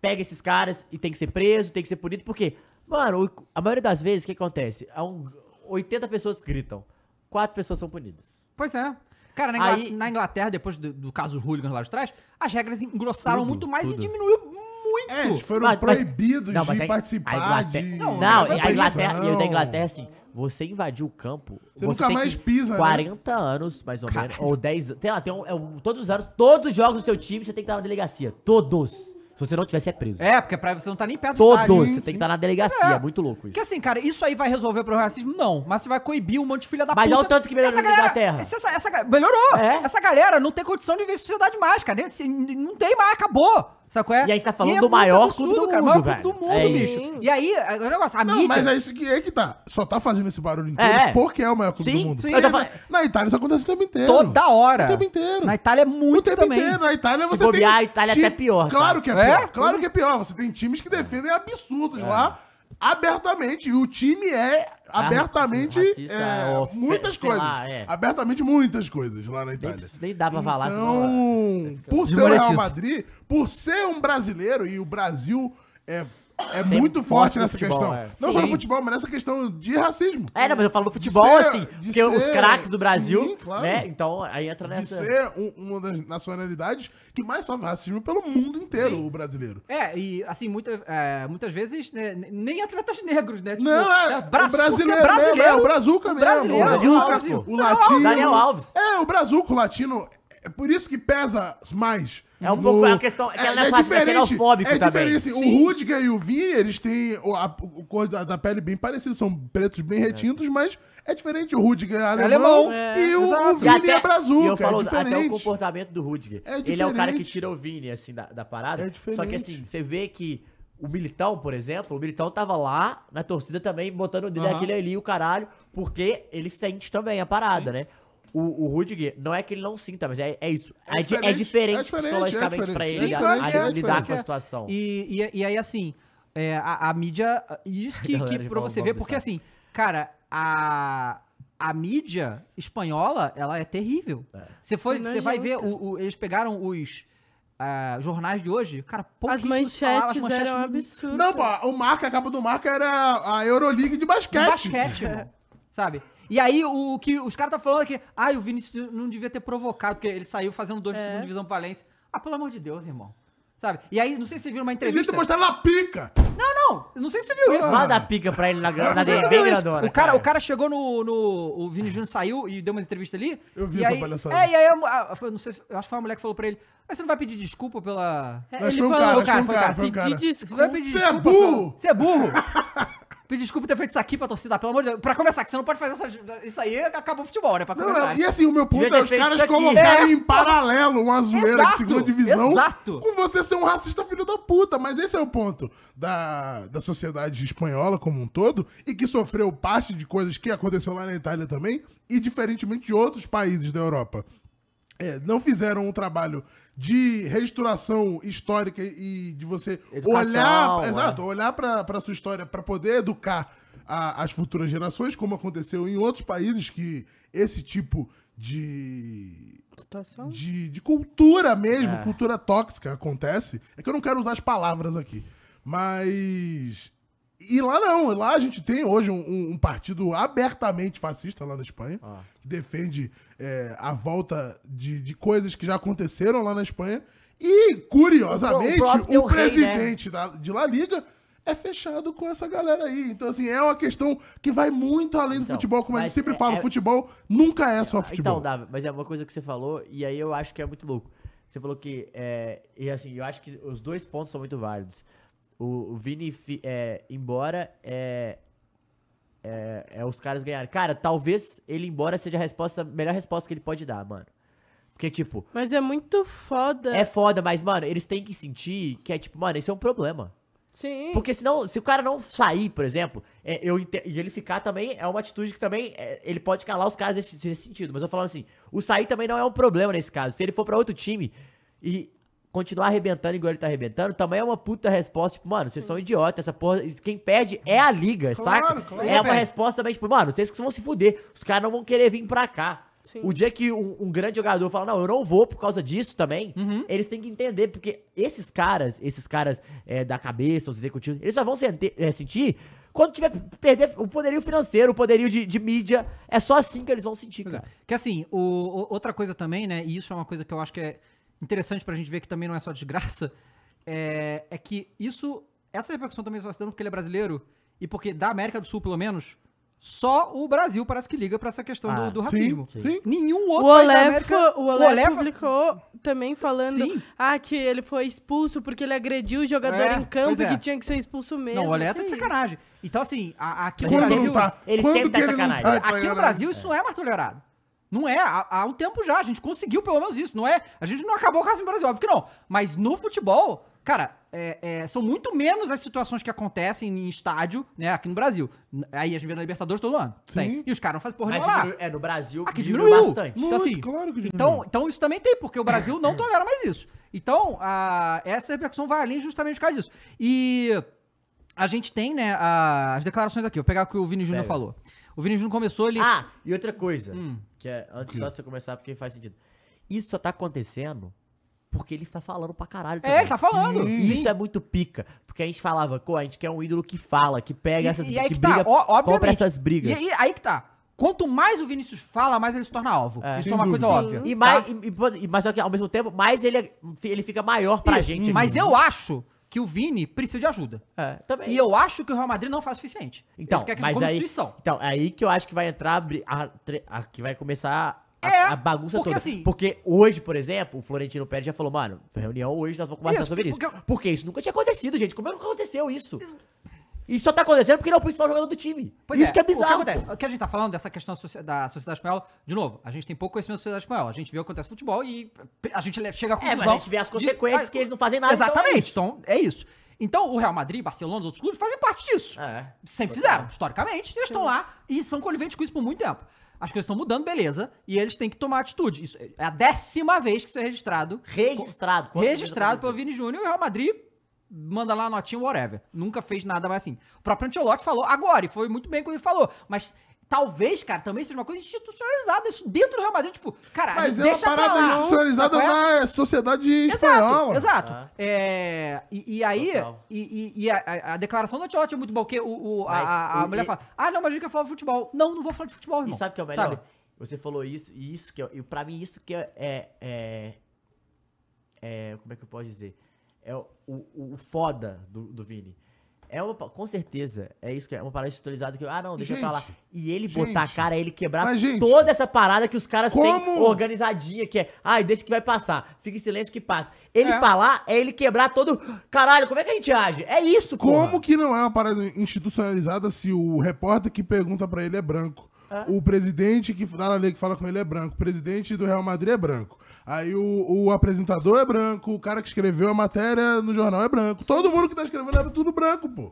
pega esses caras e tem que ser preso, tem que ser punido, porque, mano, o- a maioria das vezes o que acontece? É um, 80 pessoas gritam, quatro pessoas são punidas. Pois é. Cara, na, Ingla- Aí- na Inglaterra, depois do, do caso Hooligans lá de trás, as regras engrossaram Tudo, muito mais tudo. e diminuiu muito. É, eles foram Mas- mas- proibidos Não, mas de aí- participar a Inglaterra, de... Não, Vai pra e a Inglaterra, prisão. e o da Inglaterra, assim, você invadiu o campo. Você nunca mais que- pisa, né? 40 anos, mais ou menos. Ou 10 anos. Tem lá, tem um, é um- todos os anos, todos os jogos do seu time, você tem que estar na delegacia. Todos. Se você não tiver, você é preso. É, porque pra você não tá nem perto do estádio. Todos. sim, Você tem sim. que estar na delegacia. É. Muito louco isso. Porque assim, cara, isso aí vai resolver o problema do racismo? Não. Mas você vai coibir um monte de filha da Mas puta. olha o tanto que melhorou Essa na Inglaterra. Essa, essa, ga- melhorou. É. Essa galera não tem condição de viver em sociedade mais, cara. Esse- não tem mais, acabou. Sabe qual é? E aí você tá falando é do muito maior clube do cara, mundo, maior clube velho. do mundo, É bicho. isso. E aí, é o negócio, a Não, mídia... mas é isso que é que tá. Só tá fazendo esse barulho inteiro É. porque é o maior clube Sim, do mundo. sim. Porque Eu tô falando- na- Na Itália isso acontece o tempo inteiro. Toda hora. O tempo inteiro. Na Itália é o muito tempo também. inteiro. Na Itália você bobear, tem a Itália ti- até pior, tá? cara. Claro que é É? pior. Claro que é pior. Você tem times que defendem absurdos lá abertamente. E o time é abertamente Ah, racista, é, ou fe- muitas sei coisas. lá, é. Abertamente muitas coisas lá na Nem, Itália. nem dá pra falar. senão- é. Então, por ser o Desmonetiza. Real Madrid, por ser um brasileiro, e o Brasil é, é Tem muito forte forte no nessa futebol, questão. é. Não só no Sim. futebol, mas nessa questão de racismo. É, não, mas eu falo no De futebol, ser- assim, de porque os ser- craques do Brasil, sim, claro. né? Então, aí entra De nessa... ser um- uma das nacionalidades que mais sofre racismo pelo mundo inteiro, o brasileiro. É, e assim, muita, é, muitas vezes, né, n- nem atletas negros, né? Tipo, Não, é, braço- o por ser brasileiro, mesmo, é o brazuca mesmo. brasileiro, o Daniel brazuca, Alves, pô. o latino. Daniel Alves. É, o brazuca, o latino. É por isso que pesa mais. É um pouco- é uma questão- é que ela não é fácil, mas é diferente, xenofóbico é também. diferente, assim, O Rudiger e o Vini, eles têm o, a, o cor da, da pele bem parecido, são pretos bem retintos, mas é diferente. O Rudiger é alemão, alemão, e o, exato. o E Vini é brazuca, e eu falo é até o diferente. comportamento do Rudiger. É ele é o cara que diferente. tira o Vini, assim, da, da parada. É Só diferente. que assim, você vê que o Militão, por exemplo, o Militão tava lá na torcida também, botando o dele Aham. aquele ali, o caralho, porque ele sente também a parada, né? O, o Rudiger, não é que ele não sinta, mas é, é isso. É, É di- é diferente, diferente, é diferente, psicologicamente é pra ele diferente. a- É a diferente, é lidar com a diferente. situação. E, e, e aí, assim, é, a, a mídia. Isso que, Galera, que de pra falar você o ver, nome porque dessa- assim, cara, a. A mídia espanhola, ela é terrível. Você foi, Não você vai ver, adianta. o- o- eles pegaram os ah, jornais de hoje, cara, As pouquíssimos falavam, as manchetes manchetes eram não- absurdas. Não, pô, o marca, a capa do marca era a Euroleague de basquete. de basquete, irmão. Sabe? E aí, o que os caras tá falando é que, ah, o Vinícius não devia ter provocado, porque ele saiu fazendo dois de segunda divisão pro Valência. Ah, pelo amor de Deus, irmão. Sabe? E aí, não sei se você viu uma Devia ter entrevista. mostrado na pica. Não, não sei se você viu isso. Ah. Manda a pica pra ele na, gra- na é Você viu DM, bem isso? grandona. o, cara, o cara chegou no, no. O Vini Júnior saiu e deu umas entrevistas ali. Eu vi e essa aí, palhaçada. É, e aí a mu- a- foi- não sei, se- eu acho que foi uma mulher que falou pra ele. Mas você não vai pedir desculpa pela. É, Mas ele foi um falou, cara, foi um cara, foi um cara. pedir Você vai desculpa. pedir Você é desculpa. burro! pela- Você é burro! Pedir desculpa por ter feito isso aqui pra torcida, pelo amor de Deus. Pra começar, que você não pode fazer essas- isso aí, acabou o futebol, né? Pra Não, começar. e assim, o meu ponto Devia é ter os feito caras isso aqui. colocarem É. em paralelo uma zoeira Exato, de segunda divisão exato. com você ser um racista filho da puta. Mas esse é o ponto da, da sociedade espanhola como um todo e que sofreu parte de coisas que aconteceu lá na Itália também e diferentemente de outros países da Europa. É, não fizeram um trabalho de restauração histórica e de você Educação, olhar, é. exato, olhar para sua história para poder educar a- as futuras gerações, como aconteceu em outros países que esse tipo de Situação? de, de cultura mesmo, Ah. cultura tóxica acontece. É que eu não quero usar as palavras aqui. Mas. E lá não, lá a gente tem hoje um- um, um partido abertamente fascista lá na Espanha, Ah. que defende é, a volta de, de coisas que já aconteceram lá na Espanha. E, curiosamente, O próprio o, Del Rey, né? presidente da- de La Liga é fechado com essa galera aí. Então, assim, é uma questão que vai muito além do Então, futebol, como a mas gente sempre é- fala, é- futebol nunca é só futebol. Então, Davi, mas é uma coisa que você falou, e aí eu acho que é muito louco. Você falou que. é, e assim, eu acho que os dois pontos são muito válidos. O, o Vini, fi- é, embora. É, é, é os caras ganharem. Cara, talvez ele embora seja a resposta, a melhor resposta que ele pode dar, mano. Porque, tipo, Mas é muito foda. é foda, mas, mano, eles têm que sentir que é tipo, mano, esse é um problema. Sim. Porque senão, se o cara não sair, por exemplo, é, eu ente- e ele ficar também é uma atitude que também é, ele pode calar os caras nesse, nesse sentido. Mas eu falando assim, o sair também não é um problema nesse caso. Se ele for pra outro time e continuar arrebentando igual ele tá arrebentando, também é uma puta resposta, tipo, mano, vocês são idiotas, essa porra, quem perde é a liga, Claro, saca? claro. é uma Perde. resposta também, tipo, mano, vocês que vão se fuder, os caras não vão querer vir pra cá. Sim. O dia que um, um grande jogador fala, não, eu não vou por causa disso também, Uhum. eles têm que entender, porque esses caras, esses caras é, da cabeça, os executivos, eles só vão sente- é, sentir quando tiver perder o poderio financeiro, o poderio de, de mídia, é só assim que eles vão sentir, Pois é. cara. Que assim, o, o- outra coisa também, né? E isso é uma coisa que eu acho que é interessante pra gente ver que também não é só desgraça. É, é que isso. Essa repercussão também só se dando porque ele é brasileiro e porque da América do Sul, pelo menos, só o Brasil parece que liga pra essa questão Ah, do, do sim, racismo. Sim, sim. Nenhum O outro país da Olé, América. o Olé o Olé fa- publicou também falando Sim. ah, que ele foi expulso porque ele agrediu o jogador É, em campo pois e é. que tinha que ser expulso mesmo. Não, o Olé que tá de isso? sacanagem. Então, assim, a- aqui no Quando Brasil. não tá? ele Quando sempre tá que de sacanagem. não tá de Aqui no sacanagem? Brasil isso não é mais tolerado. Não é, há, há um tempo já, a gente conseguiu pelo menos isso, não é? A gente não acabou com o racismo no Brasil, óbvio que não. Mas no futebol, cara, é- é, são muito menos as situações que acontecem em estádio, né, aqui no Brasil. N- Aí a gente vê na Libertadores todo ano. Tem. Sim. E os caras não fazem porra Mas nenhuma lá. diminuiu- é, no Brasil Aqui diminuiu diminuiu. bastante. Então, Muito, assim, claro que Então, então isso também tem, porque o Brasil não tolera mais isso. Então, a- essa repercussão vai além justamente por causa disso. E a gente tem, né, a- as declarações aqui. Vou pegar o que o Vini Júnior Pega. falou. O Vini Júnior começou, ele... Ah, e outra coisa, Hum. que é, antes só de você começar, porque faz sentido. Isso só tá acontecendo porque ele tá falando pra caralho é, ele tá falando. E isso é muito pica, porque a gente falava, pô, a gente quer um ídolo que fala, que pega essas aí que, que briga, tá, ó, obviamente. compra essas brigas. E aí, aí que tá. Quanto mais o Vinícius fala, mais ele se torna alvo. É. Isso Sem é uma coisa dúvida. óbvia. E tá? mais, e- e pode- e- mas só que ao mesmo tempo, mais ele, é- ele fica maior pra Isso. gente. Mas aqui. eu acho que o Vini precisa de ajuda. É, também. E eu é acho que o Real Madrid não faz o suficiente. Então, Eles querem mas como aí- instituição. Então, é aí que eu acho que vai entrar a, bri- a tre- a- que vai começar a, É, a bagunça porque toda. assim- porque hoje, por exemplo, o Florentino Pérez já falou, mano, reunião hoje nós vamos conversar Isso, sobre isso. porque- Porque... isso nunca tinha acontecido, gente. Como é que nunca aconteceu isso? Isso só tá acontecendo porque ele é o principal jogador do time. Pois isso que é O que bizarro. acontece? pô. O que a gente tá falando dessa questão soci- da sociedade espanhola, de novo, a gente tem pouco conhecimento da sociedade espanhola. A gente vê o que acontece no futebol e a gente le- chega à É, conclusão... mas a gente vê as de- consequências Ah, que eles não fazem nada. então é Exatamente. Então é isso. Então o Real Madrid, Barcelona, os outros clubes fazem parte disso. isso. É. Sempre fizeram, historicamente. Eles estão lá e são coniventes com isso por muito tempo. As coisas estão mudando, beleza. E eles têm que tomar atitude. Isso é a décima vez que isso é registrado. Registrado. Co- quantas vezes registrado pelo aconteceu? Vini Júnior e o Real Madrid manda lá a notinha, whatever. Nunca fez nada mais assim. O próprio Ancelotti falou agora, e foi muito bem quando ele falou. Mas talvez, cara, também seja uma coisa institucionalizada isso dentro do Real Madrid. Tipo, cara, a Mas gente é uma deixa pra parada lá. institucionalizada Sabe qual é? na sociedade espanhola. Exato, exato. Ah. É, e, e aí, Total. e, e- e a, a- a declaração do Ancelotti é muito boa, porque o, o- a, Mas a- a o- mulher e- fala, ah, não, mas a gente quer falar de futebol. Não, não vou falar de futebol, irmão. E sabe o que é o melhor? Sabe? Você falou isso, e isso que é. E pra mim, isso que é. é, é, é- como é que eu posso dizer? É o, o, o foda do, do Vini. É uma, pa- com certeza, é isso que é uma parada historizada que eu. Ah, não, deixa pra lá. Gente, E ele botar a gente. cara, ele quebrar Mas, gente, toda essa parada que os caras têm como? organizadinha, que é. Ai, deixa que vai passar. Fica em silêncio que passa. Ele É. falar é ele quebrar todo. Caralho, como é que a gente age? É isso, porra. Como que não é uma parada institucionalizada se o repórter que pergunta pra ele é branco? O presidente que dá na lei que fala com ele é branco. O presidente do Real Madrid é branco. Aí o, o apresentador é branco. O cara que escreveu a matéria no jornal é branco. Todo mundo que tá escrevendo é tudo branco, pô.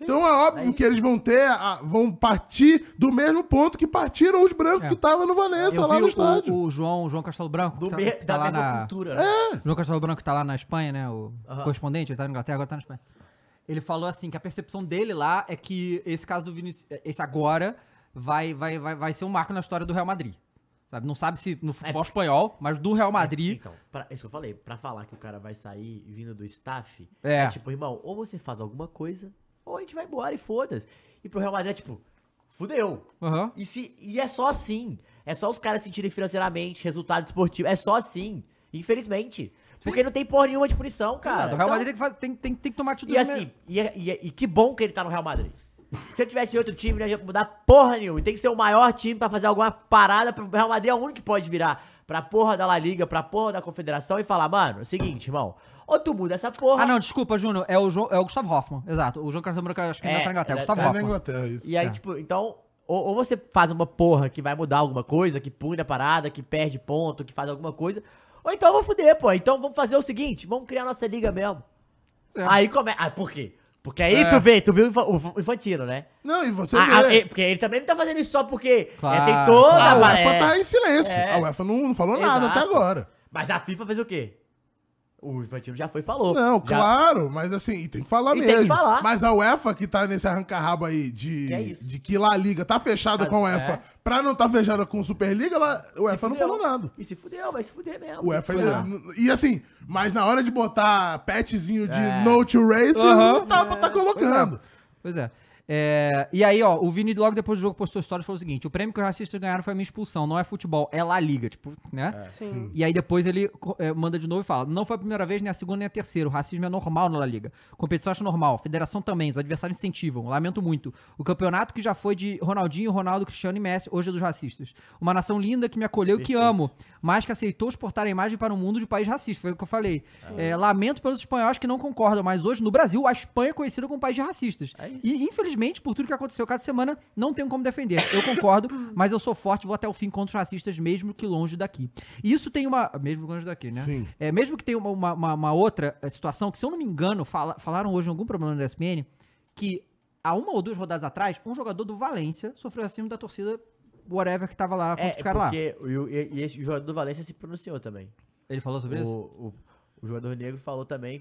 Então é óbvio que eles vão ter, a- vão partir do mesmo ponto que partiram os brancos É. que estavam no Vanessa Eu lá vi no o, estádio. o, João, João Castelo Branco, Do que tá, me- que tá da lá mesma na... cultura. né? João Castelo Branco tá lá na Espanha, né? O Aham. correspondente, ele tá na Inglaterra, agora tá na Espanha. Ele falou assim que a percepção dele lá é que esse caso do Vinícius, esse agora, vai, vai, vai, vai ser um marco na história do Real Madrid. Sabe? Não sabe se É no futebol espanhol, mas do Real Madrid. Então, pra, isso que eu falei, pra falar que o cara vai sair vindo do staff, É. é, tipo, irmão, ou você faz alguma coisa, ou a gente vai embora e foda-se. E pro Real Madrid é tipo, fudeu. Aham. E, se, e é só assim. É só os caras sentirem financeiramente, resultado esportivo. É só assim. Infelizmente. Porque não tem porra nenhuma de punição, cara. Exato, o Real Então, Madrid tem que, fazer- tem, tem, tem que tomar atitude. E assim, e, é- e é- e que bom que ele tá no Real Madrid. Se ele tivesse em outro time, não ia mudar porra nenhuma. E tem que ser o maior time pra fazer alguma parada. pro- O Real Madrid é o único que pode virar pra porra da La Liga, pra porra da Confederação e falar, mano, é o seguinte, irmão. Ou tu muda essa porra. Ah, não, desculpa, Júnior. É o, João, é o Gustavo Hoffman. Exato. O João Castelo Branco, acho que ainda É, tá na Inglaterra. ele- Gustavo É na Hoffman. Inglaterra, isso. E aí, É. tipo, então, ou, ou você faz uma porra que vai mudar alguma coisa, que pune a parada, que perde ponto, que faz alguma coisa, ou Ou então eu vou fuder, pô. Então vamos fazer o seguinte, vamos criar nossa liga mesmo. É. Aí começa. Ah, por quê? Porque aí É. tu vê, tu viu o Infa- o Infa- o Infantino, né? Não, e você Ah, ah, vê. e- porque ele também não tá fazendo isso só porque Claro, é, tem toda a a UEFA é. tá em silêncio. É. A UEFA não, não falou nada Exato. até agora. É, Mas a FIFA fez o quê? O Infantino já foi e falou. Não, Já- claro, mas assim, e tem que falar E tem mesmo. que falar. Mas a UEFA que tá nesse arranca-rabo aí de Que que, é isso. de que La Liga tá fechada Ah, com a UEFA é. pra não tá fechada com a Superliga, ela, a se UEFA não fudeu. falou nada. E se fudeu, vai se fuder mesmo. O UEFA Foi ainda- lá. E assim, mas na hora de botar petzinho de É. no to races, Aham. não tá, tá colocando. Pois é. É, E aí, ó, o Vini logo depois do jogo postou história e falou o seguinte: o prêmio que os racistas ganharam foi a minha expulsão, não é futebol, é La Liga, tipo, né? É. Sim. E aí depois ele co- eh, manda de novo e fala: Não foi a primeira vez, nem a segunda, nem a terceira. O racismo é normal na La Liga. Competição acha normal. Federação também. Os adversários incentivam. Lamento muito. O campeonato que já foi de Ronaldinho, Ronaldo, Cristiano e Messi, hoje é dos racistas. Uma nação linda que me acolheu e que amo, mas que aceitou exportar a imagem para um mundo de país racista. Foi o que eu falei. Ah. Eh, lamento pelos espanhóis que não concordam, mas hoje no Brasil a Espanha é conhecida como um país de racistas. É E infelizmente, por tudo que aconteceu cada semana, não tenho como defender. Eu concordo, mas eu sou forte, vou até o fim contra os racistas, mesmo que longe daqui. E isso tem uma. Mesmo que longe daqui, né? Sim. É, mesmo que tenha uma, uma- uma- uma outra eh, situação, que se eu não me engano, fala- falaram hoje em algum problema da ESPN, que há uma ou duas rodadas atrás, um jogador do Valência sofreu racismo da torcida, whatever, que tava lá contra É, os caras lá. porque o- e, e esse jogador do Valência se pronunciou também. Ele falou sobre isso? O, o, o jogador negro falou também,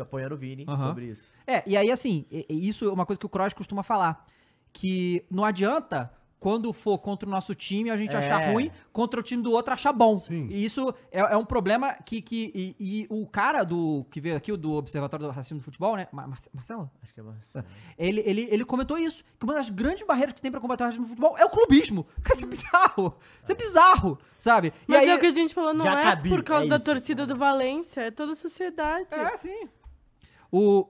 apoiando o Vini, Aham. sobre isso. É, e aí assim, e- e isso é uma coisa que o Kroos costuma falar, que não adianta quando for contra o nosso time a gente É. achar ruim, contra o time do outro achar bom. Sim. E isso é, é um problema que, que e, e o cara do que veio aqui, o do Observatório do Racismo do Futebol, né, Mar- Marce- Marcelo? Acho que é mais. Ele, ele, ele comentou isso, que uma das grandes barreiras que tem pra combater o racismo no futebol é o clubismo. Cara, isso é bizarro. Isso é bizarro, sabe? E Mas aí- é o que a gente falou, não Já é cabia, por causa é da isso. torcida do Valência, é toda a sociedade. É, sim. O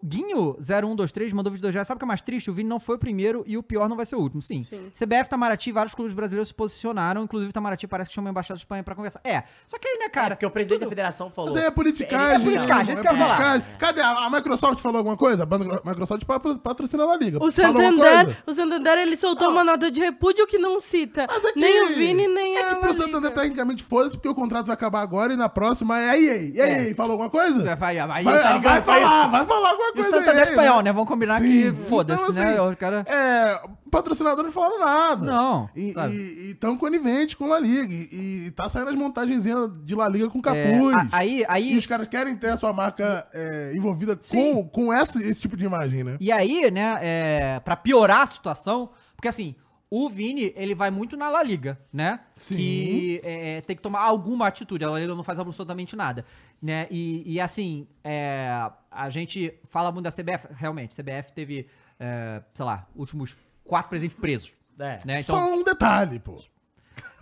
Guinho0123 mandou vídeo 2 Sabe o que é mais triste? O Vini não foi o primeiro e o pior não vai ser o último, sim. Sim. CBF, Tamaraty, vários clubes brasileiros se posicionaram. Inclusive, Tamaraty parece que chama a Embaixada da Espanha pra conversar. É, só que aí, né, Cara, cara? porque o presidente da federação falou. Mas aí é politicagem. É politicagem, né? isso que eu ia falar. politicagem. Cadê? A, a Microsoft falou alguma coisa? A Ban- Microsoft patro- patrocina a La Liga. O Fala alguma Santander, coisa? o Santander, ele soltou uma nota de repúdio que não cita Mas é que- nem o Vini, nem É a que pro Liga. Santander, tecnicamente, foda-se, porque o contrato vai acabar agora e na próxima é a EA. E a EA, falou alguma coisa? Vai, vai, É. Vai, ah, tá vai ligado? falar, vai falar alguma E o coisa. Santander aí, espanhol, né? Vamos combinar que Sim. foda-se, Então, né? assim, O cara... É, patrocinador não falaram nada. Não, E, sabe? e, e tão conivente com La Liga. E, e tá saindo as montagenzinhas de La Liga com capuz. É, a- aí, aí E os caras querem ter a sua marca é, envolvida Sim. com, com essa, esse tipo de imagem, né? E aí, né, é, pra piorar a situação, porque assim, o Vini, ele vai muito na La Liga, né? Sim. Que é, tem que tomar alguma atitude, a La Liga não faz absolutamente nada, né? E, e, assim, é, a gente fala muito da CBF, realmente, CBF teve, é, sei lá, últimos quatro presidentes presos, É. né? Então, Só um detalhe, pô.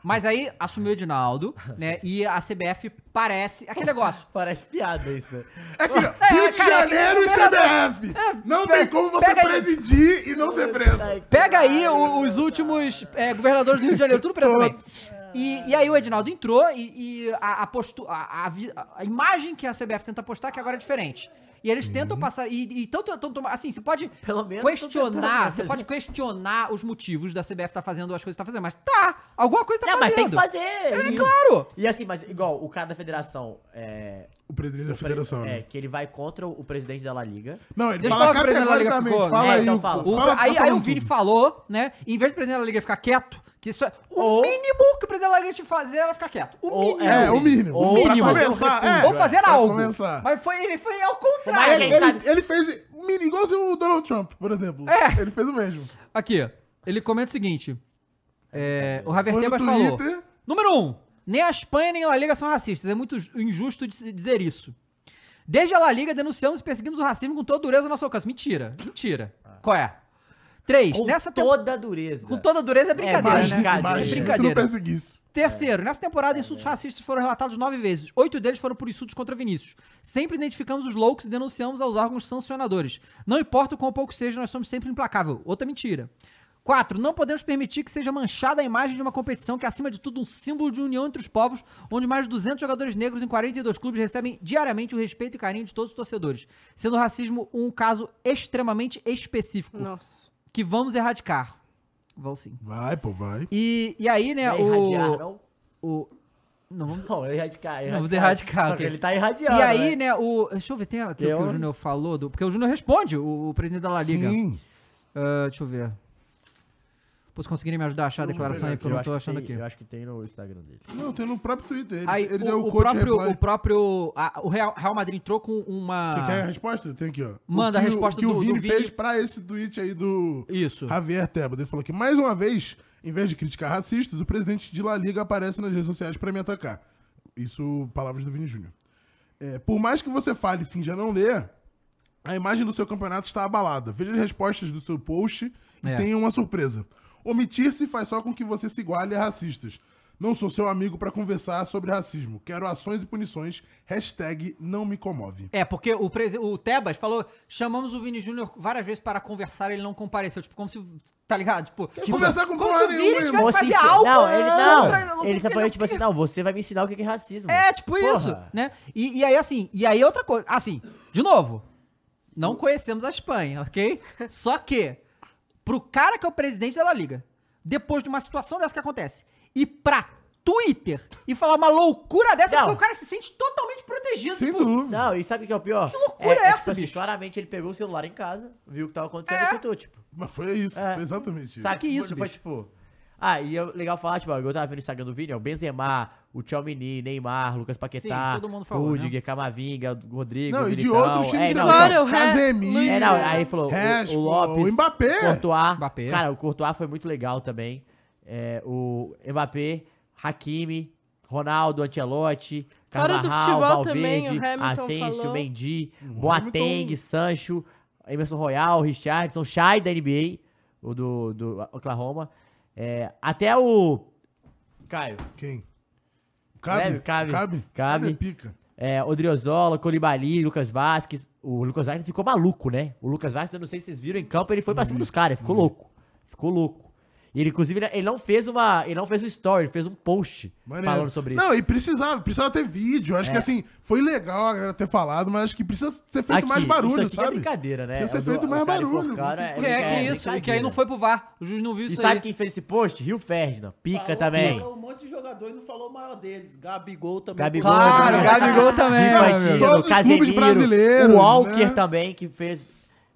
Mas aí assumiu o Edinaldo, né, e a CBF parece, aquele negócio... Parece piada isso, né? É que Rio de cara, é que Janeiro e CBF. não pega- tem como você pega aí. presidir e não ser preso. Pega aí o- os últimos é, governadores do Rio de Janeiro, tudo preso também. E, e aí o Edinaldo entrou e, e a, a, postu- a- a vi- a imagem que a CBF tenta postar que agora é diferente. E eles tentam passar. E, e tão, tão, tão- assim, você pode Pelo menos questionar. tão tentando, Você né? pode questionar os motivos da CBF tá fazendo as coisas que tá fazendo. Mas tá! Alguma coisa tá Não, mas tem fazendo. que fazer. É, Claro! E assim, mas igual, o cara da federação é. O presidente da o pre- federação, É, né? que ele vai contra o presidente da La Liga. Não, ele Deixa eu fala falar que o presidente da Liga ficou, categoricamente. né? Fala É, aí, então o- fala. um O- fala- aí, tá aí falando o Vini tudo. falou, né? Em vez do presidente da Liga ficar quieto, que isso é o Ou- mínimo que o presidente da Liga tinha que fazer era ficar quieto. O Ou- mínimo. É, o mínimo. Ou Pra mínimo. começar, é, Ou fazer pra algo. começar. Mas foi, ele foi ao Mas contrário. Ele, Ah, quem ele- sabe- ele fez mini- igualzinho o Donald Trump, por exemplo. É. Ele fez o mesmo. Aqui, ele comenta o seguinte. é, o Javier Foi no Tebas falou. Twitter. Número 1. Um, nem a Espanha nem a La Liga são racistas. É muito ju- injusto de se dizer isso. Desde a La Liga denunciamos e perseguimos o racismo com toda dureza ao nosso alcance. Mentira. Mentira. Qual é? 3. Ah. Com Nessa temporada. toda a dureza. Com toda dureza é brincadeira, mas- né? Imagina, Brincadeira. imagina se não Brincadeira. perseguisse. Terceiro, nessa É temporada, insultos racistas foram relatados nove vezes. Oito deles foram por insultos contra Vinícius. Sempre identificamos os loucos e denunciamos aos órgãos sancionadores. Não importa o quão pouco seja, nós somos sempre implacável. Outra mentira. Quatro, não podemos permitir que seja manchada a imagem de uma competição que é, acima de tudo, um símbolo de união entre os povos, onde mais de 200 jogadores negros em 42 clubes recebem diariamente o respeito e carinho de todos os torcedores, sendo o racismo um caso extremamente específico, Nossa. que vamos erradicar. Vão sim. Vai, pô, vai. E, e aí, né, Não é irradiar, o... não? O. Não, vamos... Não, é erradicar, erradicar. Vamos erradicar, Só que ok. ele tá irradiando. E aí, né? né, o. Deixa eu ver, tem aqui o que Eu- o Júnior falou. Do... Porque o Júnior responde, o, o presidente da La Liga. Sim. Ah, deixa eu ver. Pô, Vocês conseguirem me ajudar a achar a Vamos declaração aí, pegar porque eu não acho tô é que achando tem- aqui. Eu acho que tem no Instagram dele. Não, tem no próprio Twitter. Ele, Aí, ele o, deu o o coach próprio, reply. o próprio. a- o Real, Real Madrid entrou com uma. Você quer a resposta? Tem aqui, ó. Tá. Manda o que, a resposta o, que do- o do Vini Vini. fez pra esse tweet aí do Isso. Javier Tebas. Ele falou que, mais uma vez, em vez de criticar racistas, o presidente de La Liga aparece nas redes sociais pra me atacar. Isso, palavras do Vini Júnior. É, por mais que você fale e finja não ler, a imagem do seu campeonato está abalada. Veja as respostas do seu post e É. tenha uma surpresa. Omitir-se faz só com que você se iguale a racistas. Não sou seu amigo pra conversar sobre racismo. Quero ações e punições. Hashtag não me comove. É, porque o, presi- o Tebas falou, chamamos o Vini Júnior várias vezes para conversar, ele não compareceu. Tipo, como se. Tá ligado? Tipo, tipo conversar com como porra se o Vini nenhuma, tivesse irmão. que fazer enfi- algo. Não, ele não. contra- contra- ele tá falando, tipo ele- assim, não, você vai me ensinar o que que é racismo. É, tipo Porra. isso, né? E, e aí, assim, e aí outra coisa. Assim, de novo, não conhecemos a Espanha, ok? Só que, pro cara que é o presidente da La Liga, depois de uma situação dessa que acontece, e pra Twitter, e falar uma loucura dessa, é Não. porque o cara se sente totalmente protegido. Sem tipo, dúvida. Não, e sabe o que é o pior? Que loucura é essa, bicho? É. claramente ele pegou o celular em casa, viu o que tava acontecendo e tweetou, tipo. Mas foi isso, É. foi exatamente isso. Sabe Que isso, Foi, foi, bicho? tipo. Ah, e é legal falar, tipo, eu tava vendo o Instagram do Vini, ó, o Benzema, o Tchaumini, Neymar, Lucas Paquetá, Sim, todo mundo falou, né? Rudiger, Camavinga, Rodrigo, Não, e de Militão. outros times é, da não, Liga. Europa. então, Claro, Re- tá Casemiro. é, não, aí ele falou, o, o Rashford, Lopes, o Mbappé. Courtois. Mbappé. Cara, o Courtois foi muito legal também. É, o Mbappé, Hakimi, Ronaldo, Ancelotti, Fora do Carvajal, futebol também, Valverde, o Hamilton Asensio, falou. Mendy, O Boateng, Hamilton- Sancho, Emerson Royal, Richardson, Shai da NBA, o do, do Oklahoma. É, até o... Caio. Quem? Cabe? Deve, cabe. Cabe? Cabe. é pica. É, Odriozola, Colibali, Lucas Vasquez. O Lucas Vasquez ficou maluco, né? O Lucas Vasquez, eu não sei se vocês viram em campo, ele foi pra cima dos caras, ficou Uhum. louco. Ficou louco. E ele, inclusive, né, ele não fez uma. Ele não fez um story, ele fez um post Maneiro. falando sobre isso. É. Não, e precisava, precisava ter vídeo. Acho que assim, foi legal a galera ter falado, mas acho que precisa ser feito Aqui, mais barulho, isso aqui sabe? é brincadeira, né? Precisa ser O do- feito mais o cara barulho, enforcado não tem É, que é isso, e que aí não foi pro VAR. O juiz não viu E isso sabe aí. quem fez esse post? Rio Ferdinand. Pica Falou- também. Falou um monte de jogador e não falou o maior deles. Gabigol também. Gabigol, Claro, né? Gabigol também, Di né, Martino, meu? Todos os clubes Casemiro, brasileiros, O Walker né? também, que fez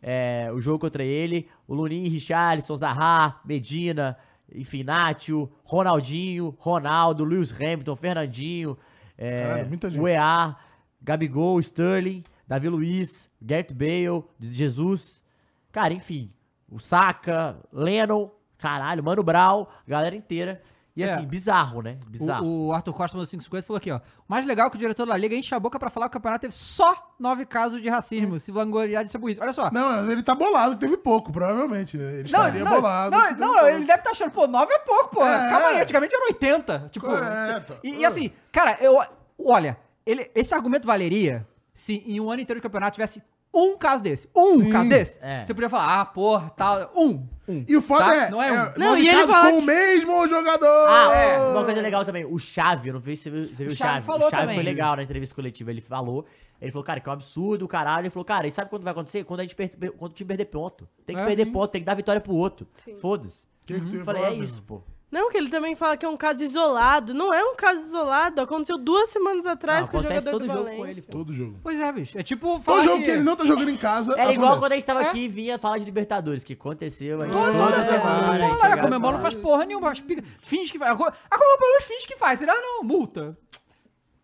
é, o jogo contra ele. O Lunin, Richarlison, Zaha, Medina, enfim, Nátio, Ronaldinho, Ronaldo, Lewis Hamilton, Fernandinho, é, Caralho, muita gente. o EA, Gabigol, Sterling, Davi Luiz, Gareth Bale, Jesus. Cara, enfim, o Saka, Lennon, caralho, Mano Brown, galera inteira. E É. assim, bizarro, né? Bizarro. O, o Arthur Costa, mandou 550, falou aqui, ó. O mais legal é que o diretor da Liga enche a boca pra falar que o campeonato teve só nove casos de É. racismo. Se vangloriar de ser burrice. Olha só. Não, mas ele tá bolado, teve pouco, provavelmente. né? Ele Não, estaria não, bolado. não, teve não, pouco. ele deve estar achando, pô, 9 é pouco, pô. É. Calma aí, antigamente era 80. Tipo, Correto. E, e assim, cara, eu. Olha, ele- esse argumento valeria se em um ano inteiro de campeonato tivesse um caso desse. Um Sim. caso desse. É. Você podia falar, ah, porra, tal. Um. Um. E o foda Tá? é. Não é um. é Não, nove e ele casos fala com o que- mesmo jogador. Ah, É. uma coisa legal também, o Chave, eu não sei se você viu, você viu o Xavi Chave. falou o Chave também. foi legal na entrevista coletiva, ele falou. Ele falou, cara, que é um absurdo, caralho. Ele falou, cara, e sabe quando vai acontecer? Quando a gente per- per- quando o time perder ponto. Tem que É, perder sim. ponto, tem que dar vitória pro outro. Sim. Foda-se. Que que tu ia Eu falei, falar, é Fernando? isso, pô. Não, que ele também fala que é um caso isolado. Não é um caso isolado. Aconteceu duas semanas atrás Não, com o acontece jogador todo do jogo Valencia. com ele, pô. Todo jogo. Pois é, bicho. É tipo. Todo falar jogo que- que ele não tá jogando em casa. Era É igual acontece. quando a gente tava É. aqui e vinha falar de Libertadores, que aconteceu aqui Toda, toda semana. semana. né? Não, gente não, é chegava a e Comembol não falava. faz porra nenhuma. Faz pica- Finge que faz. A Co- a Comembol finge que faz. Ele, ah, não, multa.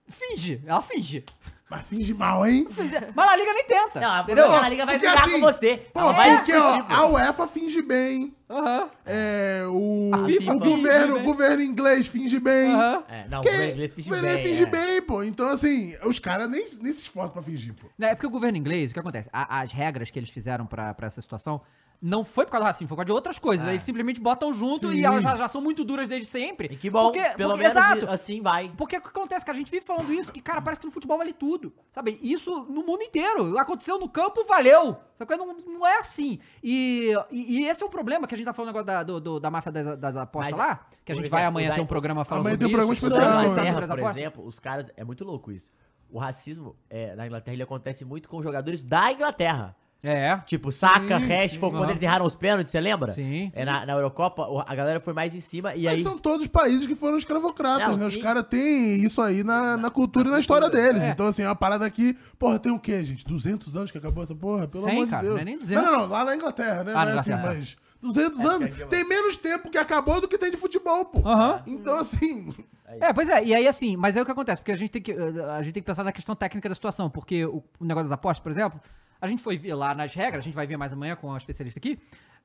Finge. Ela finge. Mas finge mal, hein? Mas a Liga nem tenta. Não, a entendeu? Liga- a Liga vai Porque brigar assim, com você. Pô, Ela vai porque, ó, discutir, pô. a UEFA finge bem. Aham. É, o, A FIFA o finge governo, bem. o governo inglês finge bem. Aham. É, não, Que- o inglês finge o bem. inglês finge é. bem, pô. Então, assim, os caras nem, nem se esforçam pra fingir, pô. Não, É porque o governo inglês, o que acontece? A- as regras que eles fizeram pra, pra essa situação não foi por causa do racismo, foi por causa de outras É. coisas. Eles simplesmente botam junto Sim. e elas já, já são muito duras desde sempre. E que bom, Porque- pelo porque- menos Exato. assim vai. Porque o que acontece, cara? A gente vive falando isso, que, cara, parece que no futebol vale tudo. Sabe? Isso no mundo inteiro. Aconteceu no campo, valeu. Essa coisa não, não é assim. E, e, e esse é um problema que a gente tá falando agora da, do- do- da máfia das, das apostas Mas, lá. Que a por gente vai exemplo, amanhã o ter um Dai- programa falando Amanhã sobre tem um programa isso, especial, sobre a Não, né? mas situação Inglaterra, das por apostas. exemplo, os caras. É muito louco isso. O racismo é, na Inglaterra ele acontece muito com jogadores da Inglaterra. É. Tipo, saca, Rashford, quando aham. eles erraram os pênaltis, você lembra? Sim. É, na, na Eurocopa, o- a galera foi mais em cima e Mas aí... são todos países que foram escravocratas, Não, né? Os sim. caras têm isso aí na, na cultura e na história deles. Então, assim, é uma parada que... Porra, tem o quê, gente? 200 anos que acabou essa porra? Pelo 100, amor de cara, Deus. não é nem 200. Não, não, não. Lá na Inglaterra, né? Ah, não é na assim, Inglaterra. mas... 200 anos. Tem menos tempo que acabou do que tem de futebol, pô. Aham. Então, assim... É, pois é, e aí assim, mas aí o que acontece? Porque a gente tem que, eh, a gente tem que pensar na questão técnica da situação, porque o, o negócio das apostas, por exemplo, a gente foi ver lá nas regras, a gente vai ver mais amanhã com a especialista aqui,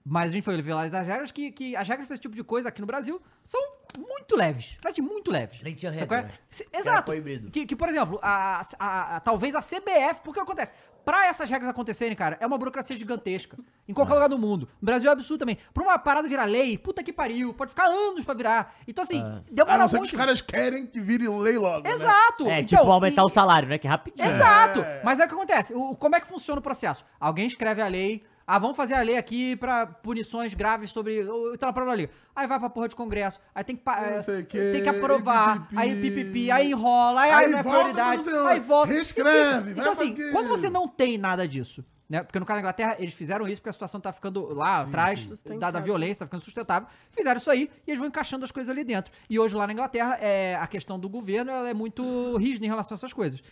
mas a gente foi ver lá nas regras que, que as regras pra esse tipo de coisa aqui no Brasil são muito leves, mas de muito leves. Nem tinha Sabe regra, qual é? né? Se- Era Exato. proibido. Que, que, por exemplo, a, a- a- talvez a CBF, porque acontece, pra essas regras acontecerem, cara, é uma burocracia gigantesca. Em qualquer lugar do mundo. No Brasil é absurdo também. Pra uma parada virar lei, puta que pariu, pode ficar anos pra virar. Então, assim, demora A não ser que muito. os caras querem que vire lei logo, né? Exato! É, Então, tipo, aumentar e- o salário, né? Que é rapidinho. Exato! Mas é o que acontece. O, como é que funciona o processo? Alguém escreve a lei. Ah, vamos fazer a lei aqui pra punições graves sobre. ou- Então, a própria lei. Aí vai pra porra de congresso. Aí tem que, pa- eh, Não sei o quê, tem que aprovar. pipipi. aí pipipi. Aí enrola. Aí, Aí aí não é volta pra prioridade. não sei onde. Aí volta. Reescreve, Então, vai assim, pra quê? quando você não tem nada disso. Né? Porque no caso da Inglaterra, eles fizeram isso porque a situação tá ficando lá atrás, da, da Sustentável. violência, tá ficando sustentável. Fizeram isso aí e eles vão encaixando as coisas ali dentro. E hoje lá na Inglaterra, é, a questão do governo ela é muito rígida em relação a essas coisas.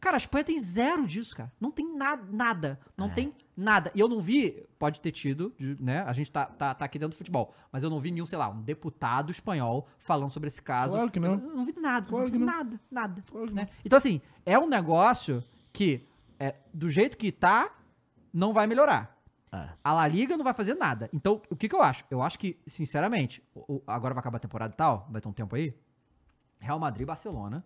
Cara, a Espanha tem zero disso, cara. Não tem nada, nada. Não tem nada. E eu não vi, pode ter tido, de- né? A gente tá, tá, tá aqui dentro do futebol, mas eu não vi nenhum, sei lá, um deputado espanhol falando sobre esse caso. Claro que não. Eu não vi nada, Claro não que vi não. nada, nada. Claro que né? Então, assim, é um negócio que, é, do jeito que tá, não vai melhorar. É. A La Liga não vai fazer nada. Então, o que, que eu acho? Eu acho que, sinceramente, o- o- agora vai acabar a temporada e tal, vai ter um tempo aí. Real Madrid e Barcelona.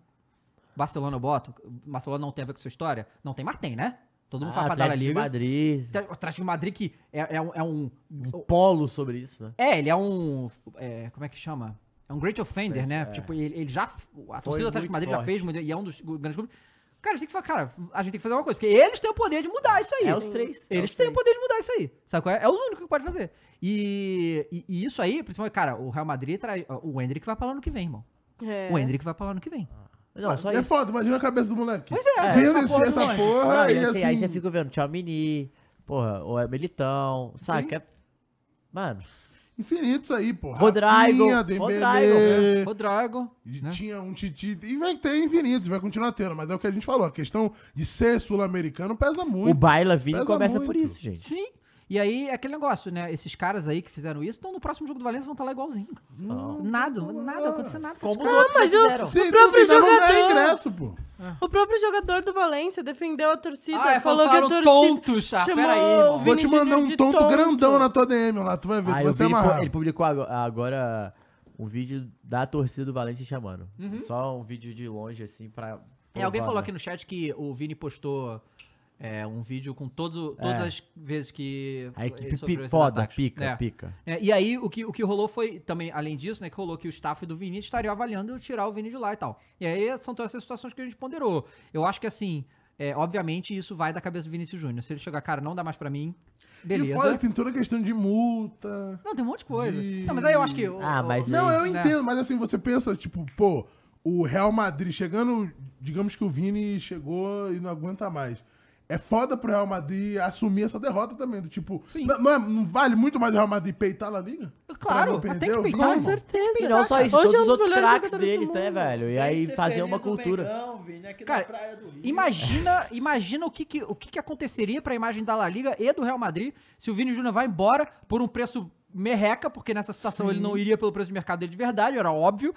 Barcelona eu boto. Barcelona não tem a ver com sua história? Não tem, mas tem, né? Todo mundo Ah, fala pra dar La Atlético de Liga. Então, Madrid, Tem o Atlético de Madrid que é, é um, é um- um polo sobre isso, né? É, ele é um. é, como é que chama? É um great offender, né? Tipo, ele, ele já. A torcida do Atlético de muito Madrid já forte. fez muito, e é um dos grandes clubes. Cara, a gente tem que falar, cara, a gente tem que fazer uma coisa, porque eles têm o poder de mudar isso aí. É os três. é Eles os têm o três. poder de mudar isso aí. Sabe qual é? É os únicos que pode fazer. E, e, e isso aí, principalmente, cara, o Real Madrid traz. O Hendrick vai pra lá ano que vem, irmão. É. O Hendrick vai pra lá ano que vem. Não, só é isso. foda, imagina a cabeça do moleque. Pois é, Vendo essa esse- porra essa não é. porra, Não, e e assim, assim... Aí você fica vendo Tchau Mini, porra, ou é Militão, saca? É- Mano, Infinito isso aí, pô. Rodrigo, Rafinha, Dembélé, Rodrigo, O Drago. e né? Tinha um Titi. E vai ter infinitos, vai continuar tendo. Mas é o que a gente falou. A questão de ser sul-americano pesa muito. o Baila Vini Pesa começa muito. por isso, gente. Sim. E aí, é aquele negócio, né? Esses caras aí que fizeram isso, então no próximo jogo do Valência vão estar lá igualzinho. cara. Nada, nada, vai acontecer nada com Como esses os caras. outros mas eu- fizeram. Se o próprio duvidar, não ganha jogador. ingresso, pô. O próprio jogador do Valência defendeu a torcida, Ah, é, falou que a falaram torcida tontos, ah, chamou peraí, o irmão. Vou Vini te mandar Júnior um de tonto, tonto. grandão na tua DM lá. Tu vai ver, Ah, tu eu vai ser vi, ele pu- amarrado. ele publicou ago- agora um vídeo da torcida do Valência chamando. Só um vídeo de longe, assim, pra... Uhum. É, alguém provar, falou né? aqui no chat que o Vini postou é, um vídeo com todo, todas É. as vezes que. A ele equipe sofreu pi- esses foda, ataques. pica, É. pica. É, e aí, o que, o que rolou foi, também, além disso, né, que rolou que o staff do Vini estaria avaliando tirar o Vini de lá e tal. E aí, são todas essas situações que a gente ponderou. Eu acho que, assim, é, obviamente, isso vai da cabeça do Vinícius Júnior. Se ele chegar, cara, não dá mais pra mim, E fora beleza. que tem toda a questão de multa. Não, tem um monte de coisa. De- Não, mas aí eu acho que... o- Ah, mas o- Sim, Não, eu né? entendo, mas assim, você pensa, tipo, pô, o Real Madrid chegando, digamos que o Vini chegou e não aguenta mais. É foda pro Real Madrid assumir essa derrota também. Do tipo, Sim. não, não é- não vale muito mais o Real Madrid peitar na liga? Claro, Pra não mas tem perder que o- peitar, Com irmão. certeza. E não só cara. isso, Hoje é todos um os dos outros melhores craques jogadores do deles, né, mundo. velho? E aí fazer uma cultura. Não, Vini, aqui Cara, na praia do Rio. Imagina, imagina o que, que- o que, que aconteceria pra imagem da La Liga e do Real Madrid se o Vini Júnior vai embora por um preço merreca, porque nessa situação ele não iria pelo preço de mercado dele de verdade, era óbvio.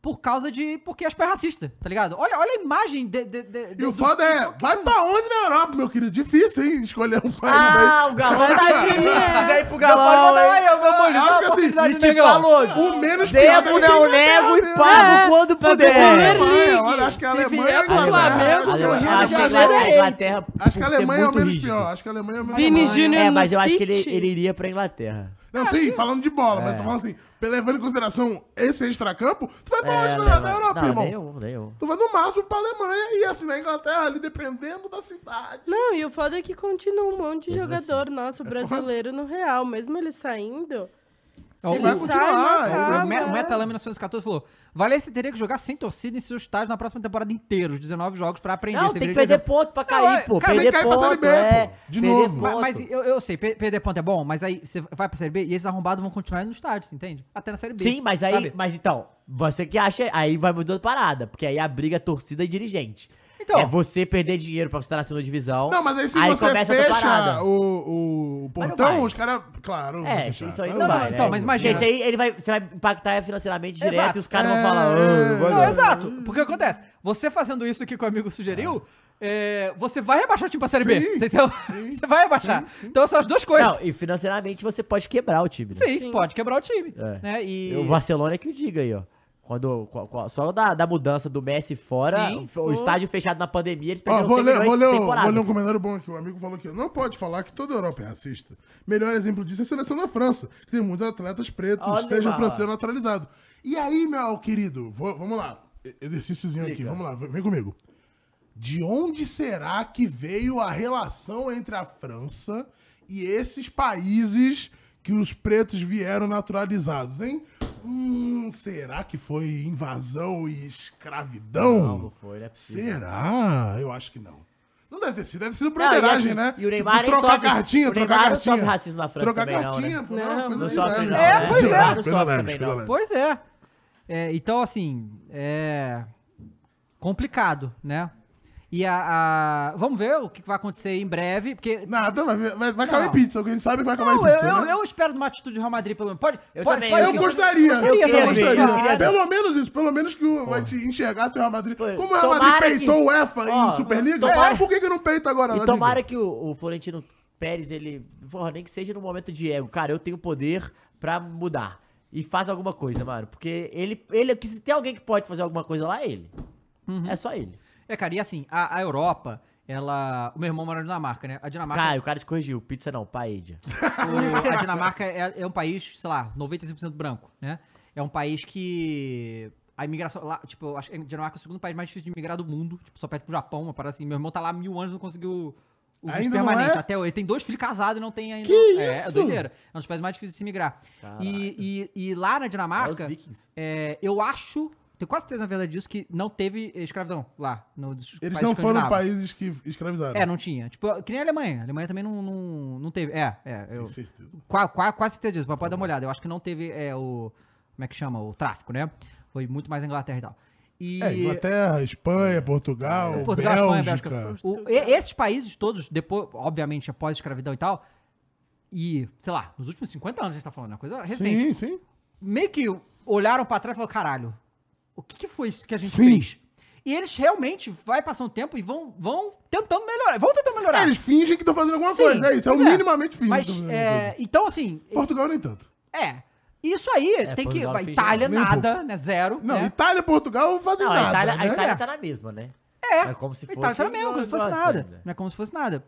Por causa de. Porque a Espanha é racista, tá ligado? Olha, olha a imagem de. de- de- E de- o foda é, vai pra onde na Europa, meu querido? Difícil, hein? Escolher um país aí. Ah, o Galão tá aqui! Se quiser ir pro Galão, mandar hein? aí, eu vou mandar acho uma que assim, oportunidade E do te negão. falou, O menos devo, é não assim, nego e É, pago quando pra puder. Premier League. Alemanha, olha, acho que a Se Alemanha vier é com o igual, Flamengo, né? com o Rio Acho que de a Janeiro Inglaterra- é a rei. Inglaterra, Acho que a por ser Alemanha é o muito menos rígido. pior. Acho que a Alemanha é o menos Vini pior. Júnior É, no mas eu acho que ele, City. ele iria pra Inglaterra. Não, sim, falando de bola, É. mas tô falando assim, levando em consideração esse extracampo, tu vai pra É, onde na, né, na Europa, não, irmão? nenhum, nenhum. Tu vai no máximo pra Alemanha e assim, na Inglaterra, ali dependendo da cidade. Não, e o foda é que continua um monte de Mesmo jogador nosso brasileiro no Real, mesmo ele saindo. Ó, Ele o- vai o- continuar. sai ele na O vai- Me- cara. o Metalame 1914 falou: Valência teria que jogar sem torcida em seus estádios na próxima temporada inteira, os 19 jogos, pra aprender. Não, Você tem que deveria perder ter- ponto pra Não, cair, é- pô. cara, tem perder que cair pra ponto, Série B, é. pô. De Perder novo. Ma- ponto. Mas eu, eu sei, per- perder ponto é bom, mas aí você vai pra Série B e esses arrombados vão continuar no estádio, você entende? Até na Série B. Sim, mas aí. sabe? Mas então, você que acha, aí vai mudando parada. Porque aí a briga é torcida e dirigente. Então. é você perder dinheiro pra você estar na segunda divisão. Não, mas aí se você começa outra fecha parada. o, o Mas não portão, vai. os caras. Claro. vão É, fechar, tá isso aí claro. Não, não, vai. não, né? então, mas imagina. Porque isso aí ele vai, você vai impactar financeiramente direto Exato. e os caras É. vão falar. "Ah, vou Não, não." exato. Porque acontece, você fazendo isso que o amigo sugeriu, é, você vai rebaixar o time pra Série B, Sim, entendeu? você vai rebaixar. Então são as duas coisas. Não, e financeiramente você pode quebrar o time. né? Sim, Sim. pode quebrar o time. É. Né? E... O Barcelona é que o diga aí, ó. Quando, co- co- só da, da mudança do Messi fora, Sim, o- o pô. estádio fechado na pandemia, eles Ó, perderam vou, 100 ler, milhões vou, de ler, um- temporada. vou ler um comentário bom aqui. O amigo falou que não pode falar que toda a Europa é racista. Melhor exemplo disso é a seleção da França, que tem muitos atletas pretos, Olha seja lá. francês ou naturalizado. E aí, meu querido, vou- vamos lá. E- Exercíciozinho aqui, vamos lá, vem vem comigo. De onde será que veio a relação entre a França e esses países que os pretos vieram naturalizados, hein? Hum, será que foi invasão e escravidão? Não, não foi, não é possível. Será? Eu acho que não. Não deve ter sido, deve ter sido Não, e broderagem, assim, né? E o Neymar nem trocar sofre- cartinha, o trocar Neymar não cartinha. sofre racismo na França trocar também, não, cartinha, né? pô, não, é uma Não, coisa não de sofre leve. não, É, né? pois Pelo é. leve, Não pelo sofre leve, também pelo não. leve. Pois é. É, Então, assim, é complicado, né? E a, a- Vamos ver o que vai acontecer em breve, porque... Nada, vai, vai, vai acabar em Não. pizza. O que a gente sabe é que vai acabar Não, em eu, pizza, eu, né? eu espero uma atitude do Real Madrid, pelo menos. Pode, Eu pode- também, pode- Eu gostaria. Eu gostaria eu também. gostaria. Eu queria ver. Pelo menos isso. Pelo menos que o- vai te enxergar se o Real Madrid. Pô, Como o Real Madrid tomara que- peitou o EFA em Ó, Superliga, tomara- é, por que, que não peita agora? na E Liga? tomara que o, o Florentino Pérez, ele. Porra, nem que seja no momento de ego. Cara, eu tenho poder pra mudar. E faz alguma coisa, mano. Porque ele. ele que se tem alguém que pode fazer alguma coisa lá, é ele. É só ele. É, cara, e assim, a, a Europa, ela... O meu irmão mora na Dinamarca, né? A Dinamarca... Cara, o cara te corrigiu. Pizza não, paella. O- a Dinamarca é, é um país, sei lá, 95% branco, né? É um país que a imigração lá, tipo, eu acho que a Dinamarca é o segundo país mais difícil de imigrar do mundo, tipo, só perto pro Japão, uma parada assim. Meu irmão tá lá há mil anos e não conseguiu o visto Ainda não permanente é? até hoje. Ele tem dois filhos casados e não tem ainda. Que é, é isso? doideira. É um dos países mais difíceis de se imigrar. Caralho. E, e, e lá na É os Dinamarca, vikings. é, eu acho, tenho quase certeza na verdade disso, que não teve escravidão lá. No, Eles não foram né? país. países que escravizaram. É, não tinha. Tipo, que nem a Alemanha. A Alemanha também não, não, não teve. É, é. Eu, Tenho certeza. Qua- qua- quase certeza disso, mas pode dar uma olhada. Eu acho que não teve é, o. Como é que chama? O tráfico, né? Foi muito mais a Inglaterra e tal. E. É, Inglaterra, Espanha, Portugal, Portugal, Espanha, Bélgica. Bélgica. O- e- esses países todos, depois, obviamente, após a escravidão e tal. E, sei lá, nos últimos 50 anos a gente tá falando, é uma coisa recente. Sim, sim. Meio que olharam pra trás e falaram: caralho, o que, que foi isso que a gente Sim. fez? E eles realmente vai passar um tempo e vão, vão tentando melhorar. Vão tentando melhorar. É, eles fingem que estão fazendo alguma Sim, coisa. É isso, é o pois é. minimamente fingem. Mas, que tão fazendo alguma é, coisa. então, assim, Portugal, nem tanto. É. Isso aí É, tem que. Portugal não fez Itália, nada. Nem um nada, né? Zero. Não, né? Itália e Portugal fazem Não, nada. a Itália, né? a Itália tá na mesma, né? É. É como se fosse. Itália também, como se fosse antes nada. ainda. Não é como se fosse nada.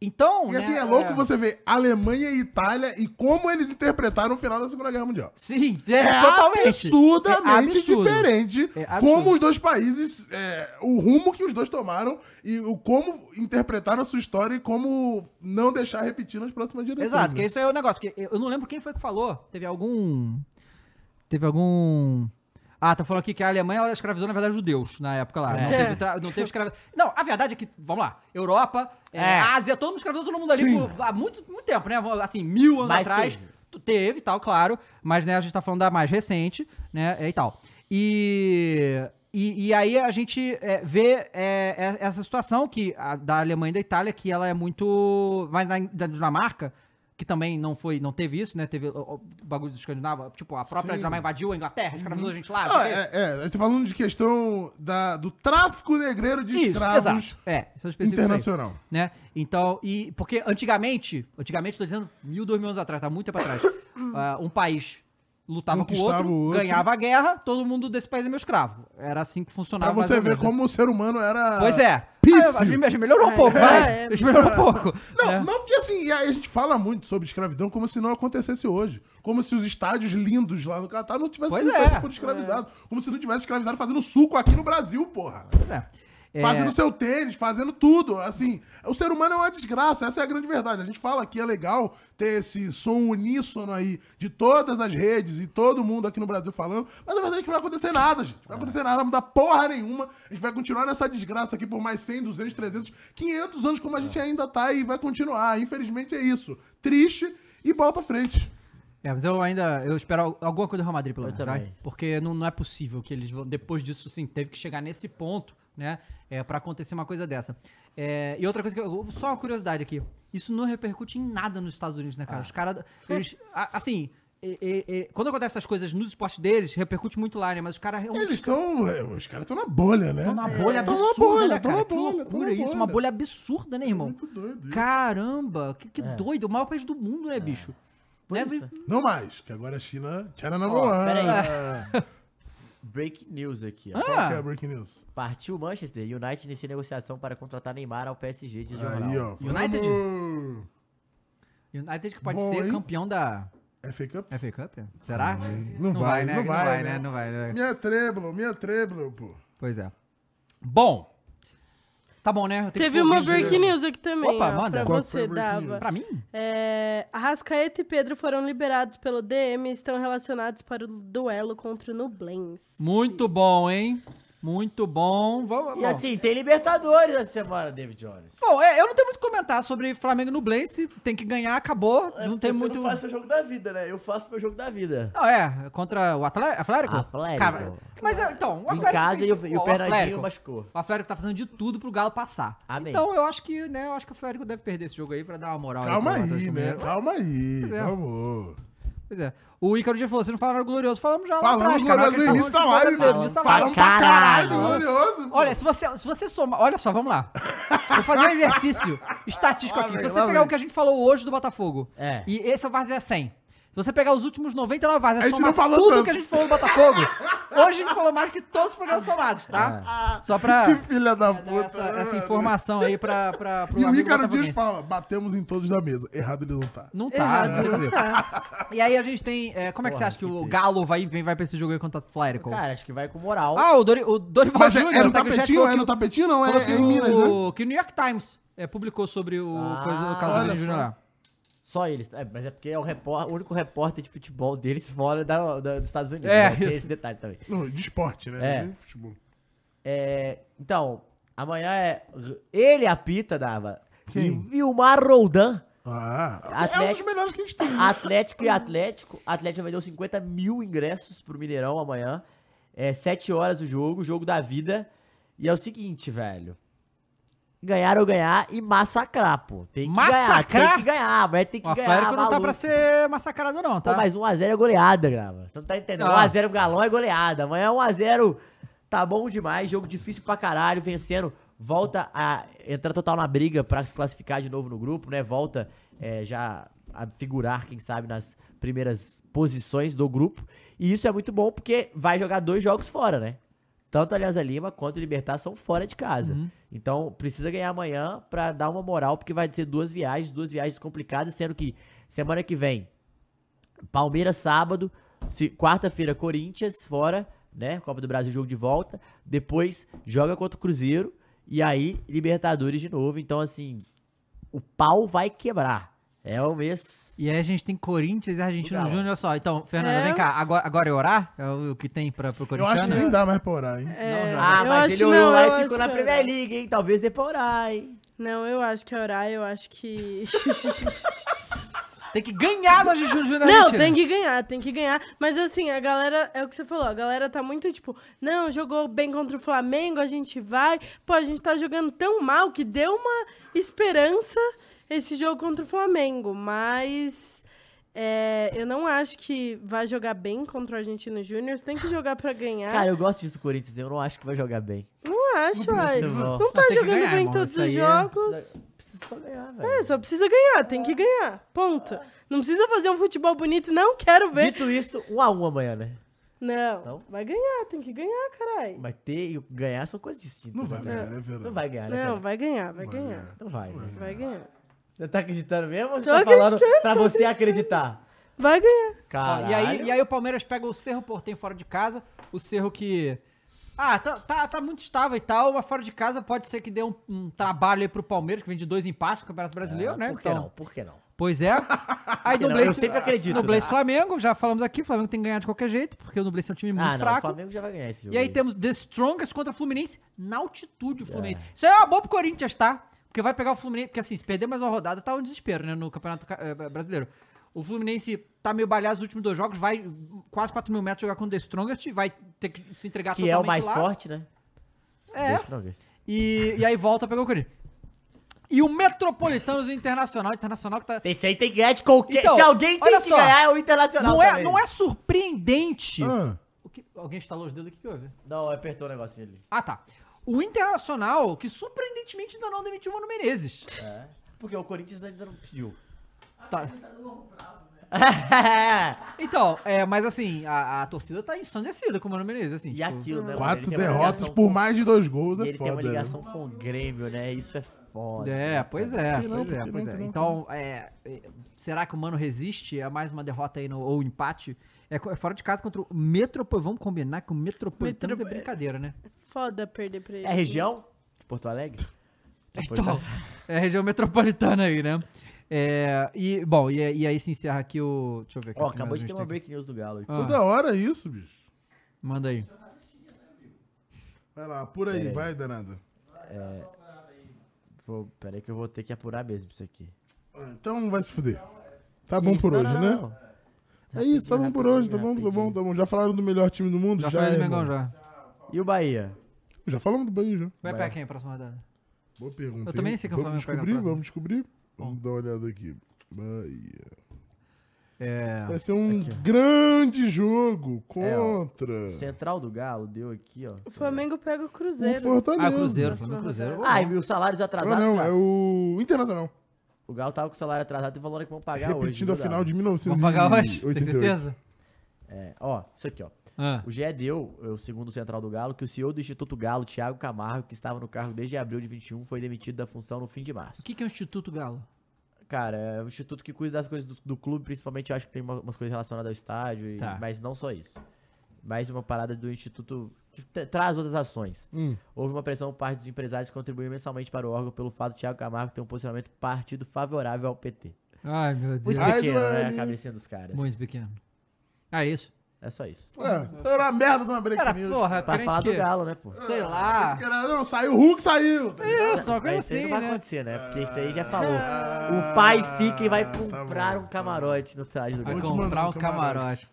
Então. E né, assim, é louco você ver Alemanha e Itália e como eles interpretaram o final da Segunda Guerra Mundial. Sim, é, É, totalmente. absurdamente É absurdo. diferente É absurdo. como os dois países, é, o rumo que os dois tomaram e o como interpretaram a sua história e como não deixar repetir nas próximas direções. Exato, né? porque isso é o negócio. Porque eu eu não lembro quem foi que falou. Teve algum. Teve algum. Ah, tá falando aqui que a Alemanha ela escravizou, na verdade, judeus na época lá. É. Não teve, tra- não teve escravidão. Não, a verdade é que, vamos lá, Europa, é, É. Ásia, todo mundo escravizou todo mundo ali Sim. por- há muito, muito tempo, né? Assim, mil anos Mas atrás. teve. Tu- Teve e tal, claro. Mas, né, a gente tá falando da mais recente, né? E tal. E. E, e aí a gente é, vê é, é, essa situação que a- da Alemanha e da Itália, que ela é muito. Mas na, da Dinamarca, que também não foi, não teve isso, né? Teve o, o bagulho do escandinavo, tipo, a própria Sim. Dinamarca invadiu a Inglaterra, escravizou a gente lá. não Ah, sei o quê. é, é, a gente tá falando de questão da, do tráfico negreiro de isso, escravos exato. É, são específicos aí. internacional. né? Então, e porque antigamente, antigamente tô dizendo mil, dois mil anos atrás, tá muito tempo atrás, ah, um país lutava com o Conquistava outro, Um o outro. ganhava a guerra, todo mundo desse país é meu escravo. Era assim que funcionava. Pra mais você ou ver menos, né? como o ser humano era. Pois é. Pífio. Ah, a, gente, a gente melhorou um É, pouco, é, vai. é. A gente melhorou um pouco. Não, né? não, e assim, e aí a gente fala muito sobre escravidão como se não acontecesse hoje. Como se os estádios lindos lá no Catar não tivessem Pois sido é. feitos por escravizado. Como se não tivesse escravizado fazendo suco aqui no Brasil, porra. É. É, Fazendo seu tênis, fazendo tudo. Assim, o ser humano é uma desgraça, essa é a grande verdade. A gente fala que é legal ter esse som uníssono aí de todas as redes e todo mundo aqui no Brasil falando, mas a verdade é que não vai acontecer nada, gente. É. Não vai acontecer nada, não vai mudar porra nenhuma. A gente vai continuar nessa desgraça aqui por mais 100, 200, 300, 500 anos como a É. gente ainda tá e vai continuar. Infelizmente é isso. Triste e bola pra frente. é, mas eu ainda. Eu espero al- alguma coisa do Real Madrid, pelo Eu menos, vai? também. Porque não, não é possível que eles vão. Depois disso, sim, teve que chegar nesse ponto, né? É, pra acontecer uma coisa dessa. É, e outra coisa que eu. Só uma curiosidade aqui. Isso não repercute em nada nos Estados Unidos, né, Ah. cara? Os caras. Eles. a- assim. e- e- e- quando acontecem essas coisas nos esportes deles, repercute muito lá, né? Mas os caras realmente Eles estão. Os caras estão na bolha, né? Estão é? na bolha Tão na absurda, bolha, né, tão cara? na que bolha, loucura tão na isso, bolha. uma bolha absurda, né, irmão? Muito doido isso. Caramba, que, que doido, o maior país do mundo, né, bicho? Né, É. isso, bi- né? Não mais, que agora a China. China number Ó, one. peraí. Ah, Break news aqui, ó. Qual que é Ah, a breaking news? Partiu Manchester, United inicia negociação para contratar Neymar ao PSG de jornal. Aí, ó. United? vamos- United que pode Bom, ser hein? campeão da É fake up? FA Cup? Será? Não vai, não vai, né? Não vai, né? Minha treble, minha treble, pô. Pois é. Bom, tá bom, né? Eu tenho que Teve correr uma direito. break news aqui também, Opa, ó, manda. pra tipo Qual foi a você, break Dava. news? Pra mim? É, Arrascaeta e Pedro foram liberados pelo DM e estão relacionados para o duelo contra o Nublense. Muito bom, hein? Muito bom. Vamos, E bom. assim, tem Libertadores essa semana, David Jones. Bom, é, eu não tenho muito o que comentar sobre Flamengo no Blaze. Tem que ganhar, acabou. É não porque tem você muito. Não faz seu jogo da vida, né? Eu faço meu jogo da vida. Não, é, contra o Atle- Atlético? Atlético. Cara, mas é, então, o em Atlético casa fez, e o, tipo, e o ó, Pernambuco Atlético- machucou. O Atlético tá fazendo de tudo pro Galo passar. Amém. Então eu acho que, né, eu acho que o Atlético deve perder esse jogo aí pra dar uma moral Calma pro Atlético aí, né? Mineiro. Calma aí, é. calma. Pois é. O Ícaro já falou, vocês não falaram do Glorioso, falamos já lá Falamos atrás, então cara, glorioso no aquele início da falamos live, do Glorioso no mano. início da live. Falamos pra caralho, Caralho. glorioso. pô. Olha, se você, se você somar... Olha só, vamos lá. Vou fazer um exercício estatístico Lá aqui. vem, Se você lá pegar vem. o que a gente falou hoje do Botafogo, É. e esse é o Vazia 100. Se você pegar os últimos 99 A Vazia, gente é somar não falou tudo tanto. que a gente falou do Botafogo, hoje a gente falou mais que todos os programas somados, É. tá? Só pra... que filha da dar puta. essa, essa né? informação aí pra, pra, pro E o amigo Ícaro Dias botafoguense. fala: batemos em todos da mesa. Errado ele não tá. Não tá, Errado, não tem o que não dizer. tá. E aí a gente tem. é, como é que você Porra, acha que, que o triste. Galo vai, vem, vai pra esse jogo aí contra o Atlético? Cara, acho que vai com moral. ah, o, Dori, o Dorival Mas é, Júnior. é no tá que o Jet tapetinho? falou É que no o- tapetinho? Não, falou é, que é em Minas, né? o- Que o New York Times é, publicou sobre o Ah, coisa do olha Carlos Júnior só. lá. Só eles. É, mas é porque é o, repor- o único repórter de futebol deles fora da, da- dos Estados Unidos. É, né? Tem isso. esse detalhe também. Não, de esporte, né? É. Nem futebol. É, então, amanhã é. Ele apita, Dava. Quem? E Vilmar Roldan. Ah, é um dos Atlético- melhores que a gente tem. Atlético e Atlético. Atlético vendeu 50 mil ingressos pro Mineirão amanhã. É 7 horas o jogo, jogo da vida. E é o seguinte, velho. Ganhar ou ganhar e massacrar, pô. Tem que ganhar. Massacrar? Tem que ganhar, mas tem que O ganhar. Atlético não tá maluco. pra ser massacrado, não, Pô, tá? mas 1x0 é goleada, grava. Você não tá entendendo. Ah. 1x0 pro galão é goleada. Amanhã 1x0 tá bom demais. Jogo difícil pra caralho. Vencendo. Volta a entrar total na briga pra se classificar de novo no grupo, né? Volta é, já a figurar, quem sabe, nas primeiras posições do grupo. E isso é muito bom porque vai jogar dois jogos fora, né? Tanto a Alianza Lima quanto o Libertar são fora de casa. Uhum. Então precisa ganhar amanhã pra dar uma moral, porque vai ser duas viagens, duas viagens complicadas, sendo que semana que vem Palmeiras sábado, se- quarta-feira Corinthians fora, né? Copa do Brasil jogo de volta, depois joga contra o Cruzeiro e aí Libertadores de novo. Então assim, o pau vai quebrar. É o mês. E aí a gente tem Corinthians e Argentino O Galo. Júnior, olha só. Então, Fernando, É. vem cá. Agora, agora é orar? É o que tem pra, pro Eu acho que corintiano? nem dá mais pra orar, hein? É, ah, mas eu acho- ele olhou não, lá eu e ficou acho na que é Premier orar. League, hein? Talvez dê pra orar, hein? Não, eu acho que é orar, eu acho que. Tem que ganhar do Argentino Júnior. Não, Argentina. tem que ganhar, tem que ganhar. Mas assim, a galera, é o que você falou, a galera tá muito tipo, não, jogou bem contra o Flamengo, a gente vai. Pô, a gente tá jogando tão mal que deu uma esperança esse jogo contra o Flamengo, mas. é, eu não acho que vai jogar bem contra o Argentino Júnior. Tem que jogar pra ganhar. Cara, eu gosto disso do Corinthians, eu não acho que vai jogar bem. não acho, ai. precisa, não. Não tá Tem que jogando ganhar, bem em irmão, todos isso os aí é- jogos. Precisa, precisa só ganhar, velho. É, Só precisa ganhar, tem que ganhar. Ponto. Não precisa fazer um futebol bonito, não quero ver. Dito isso, um a um amanhã, né? Não, Então? Não? vai ganhar, tem que ganhar, caralho. Mas ter e ganhar são coisas distintas. Não né, vai velho? ganhar, é verdade. Não vai ganhar, né? Não, velho? vai ganhar, vai ganhar. ganhar. Não vai. né? Vai ganhar. Você tá acreditando mesmo? ou Você Tô tá falando acreditando, pra tô você acreditar. Vai ganhar. Ó, Caralho. E aí, e aí o Palmeiras pega o Cerro Portenho fora de casa. O Cerro que Ah, tá, tá, tá muito estável e tal, mas fora de casa pode ser que dê um, um trabalho aí pro Palmeiras, que vem de dois empates no Campeonato Brasileiro, né? É, Ah, Por que Então, não? Por que não? Pois é. Aí Porque não, Nublense, eu sempre acredito, Nublense né? Flamengo, já falamos aqui, o Flamengo tem que ganhar de qualquer jeito, porque o Nublense é um time muito ah, não, o fraco. Flamengo já vai ganhar esse jogo. E aí um temos The Strongest contra o Fluminense na altitude, o Fluminense. Isso aí é uma boa pro Corinthians, tá? Porque vai pegar o Fluminense, porque assim, se perder mais uma rodada, tá um desespero, né, no Campeonato Ca- eh, Brasileiro. O Fluminense tá meio balhado nos últimos dois jogos, vai quase 4 mil metros jogar com o The Strongest, vai ter que se entregar que é o mais lá. forte, né? É, The Strongest. e, e aí volta a pegar o Corinthians. E o Metropolitanos e o Internacional, Internacional que tá... Esse aí tem que ganhar de qualquer... Então, Se alguém tem olha que só. ganhar, é o Internacional Não é, também. não é surpreendente... Ah, O que- alguém estalou os dedos, o que, que houve? Não, apertou o negocinho ali. Ah, tá. O Internacional, que surpreendentemente ainda não demitiu o Mano Menezes. É. Porque o Corinthians ainda não pediu. Tá. Então, é, mas assim, a, a torcida tá ensandecida com o Mano Menezes, assim. e tipo, aquilo, né? mano? Ele quatro tem uma derrotas ligação por com- mais de dois gols E é ele tem uma foda. né? ligação com o Grêmio, né? Isso é foda. É, pois é, Por pois que não, por é, que pois não, é. por que não? Então, é, é, será que o Mano resiste a mais uma derrota aí no, ou empate? É, co- é fora de casa contra o Metropolitano. Vamos combinar que o Metropolitano Metropo- é brincadeira, né? Foda perder pra ele. É região? De Porto Alegre? Depois Então, da- é a região metropolitana aí, né? É, e, bom, e, e aí se encerra aqui o... Deixa eu ver aqui. Ó, o que acabou mais de a ter gente uma tem aqui. break news do Galo. Ah. Toda hora é isso, bicho. Manda aí. Vai lá, por aí, vai, danada. Vou, peraí que eu vou ter que apurar mesmo isso aqui. Ah, Então vai se fuder. Tá bom por Não, hoje, não, né? não. É isso, tá bom por hoje, tá bom, tá rapidinho. bom, tá bom. Já falaram do melhor time do mundo? Já é, foi do irmão. Mengão, já. E o Bahia? Já falamos do Bahia, já. Vai Vai. pegar quem a próxima rodada? Boa pergunta. Eu também hein? nem sei quem o Vamos Flamengo pega na descobrir, próxima. vamos descobrir. Vamos dar uma olhada aqui. Bahia. É... Ah, Vai ser um grande jogo É, contra Central do Galo deu aqui, ó. O Flamengo pega o o Cruzeiro. Ah, Fortaleza. Cruzeiro, Próxima Flamengo Cruzeiro. Ah, e os salários atrasados. Ah, não, cara. é o Internacional. O Galo tava com o salário atrasado e falando que vão pagar hoje. Repetindo viu, a final Galo? de Vamos pagar hoje? Tem 1988. certeza? É, ó, isso aqui, ó. Ah. O GE deu, é o segundo central do Galo, que o CEO do Instituto Galo, Thiago Camargo, que estava no cargo desde abril de 21, foi demitido da função no fim de março. O que que é o Instituto Galo? Cara, é um instituto que cuida das coisas do, do clube, principalmente eu acho que tem uma- umas coisas relacionadas ao estádio, e- Tá. mas não só isso. Mais uma parada do instituto que tra- traz outras ações. Hum. Houve uma pressão por parte dos empresários que contribuiu mensalmente para o órgão pelo fato de Thiago Camargo ter um posicionamento partido favorável ao PT. Ai, meu Muito Deus. Ai, pequeno, né? A Joane. cabecinha dos caras. Muito pequeno. Ah, isso. É só isso. É, então era uma merda de uma break Cara, news. porra, Pra falar Tá crente que... é? do Galo, né, pô? Sei lá. Esse cara, não, saiu o Hulk, saiu. tá ligado? Isso, uma coisa Mas isso aí assim, não vai né? acontecer, né? Porque isso aí já falou. Ah, o pai fica e vai tá comprar bom, um tá camarote no estádio do Vai Vou te Galo. com- comprar mandar um um camarote. camarote.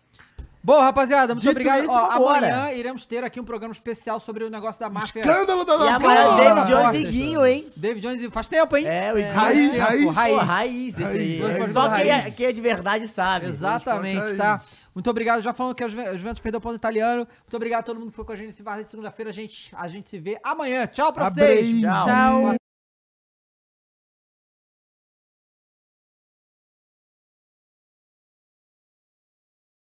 Bom, rapaziada, muito Dito obrigado. isso, Ó, vambora. amanhã iremos ter aqui um programa especial sobre o negócio da máfia. Escândalo da E da- agora o Porra, é David Jones porra. e Guinho, hein? David Jones e faz tempo, hein? É, o Iguinho. Raiz, Pô, raiz. Pô, raiz, esse aí. Raiz. Só Raiz. quem é, quem é de verdade sabe. Exatamente, Esporte tá? raiz. Muito obrigado. Já falando que a Juve- a Juventus perdeu o ponto italiano. Muito obrigado a todo mundo que foi com a gente nesse Varsa de segunda-feira. Gente, a gente se vê amanhã. Tchau pra Abraço. vocês. Tchau.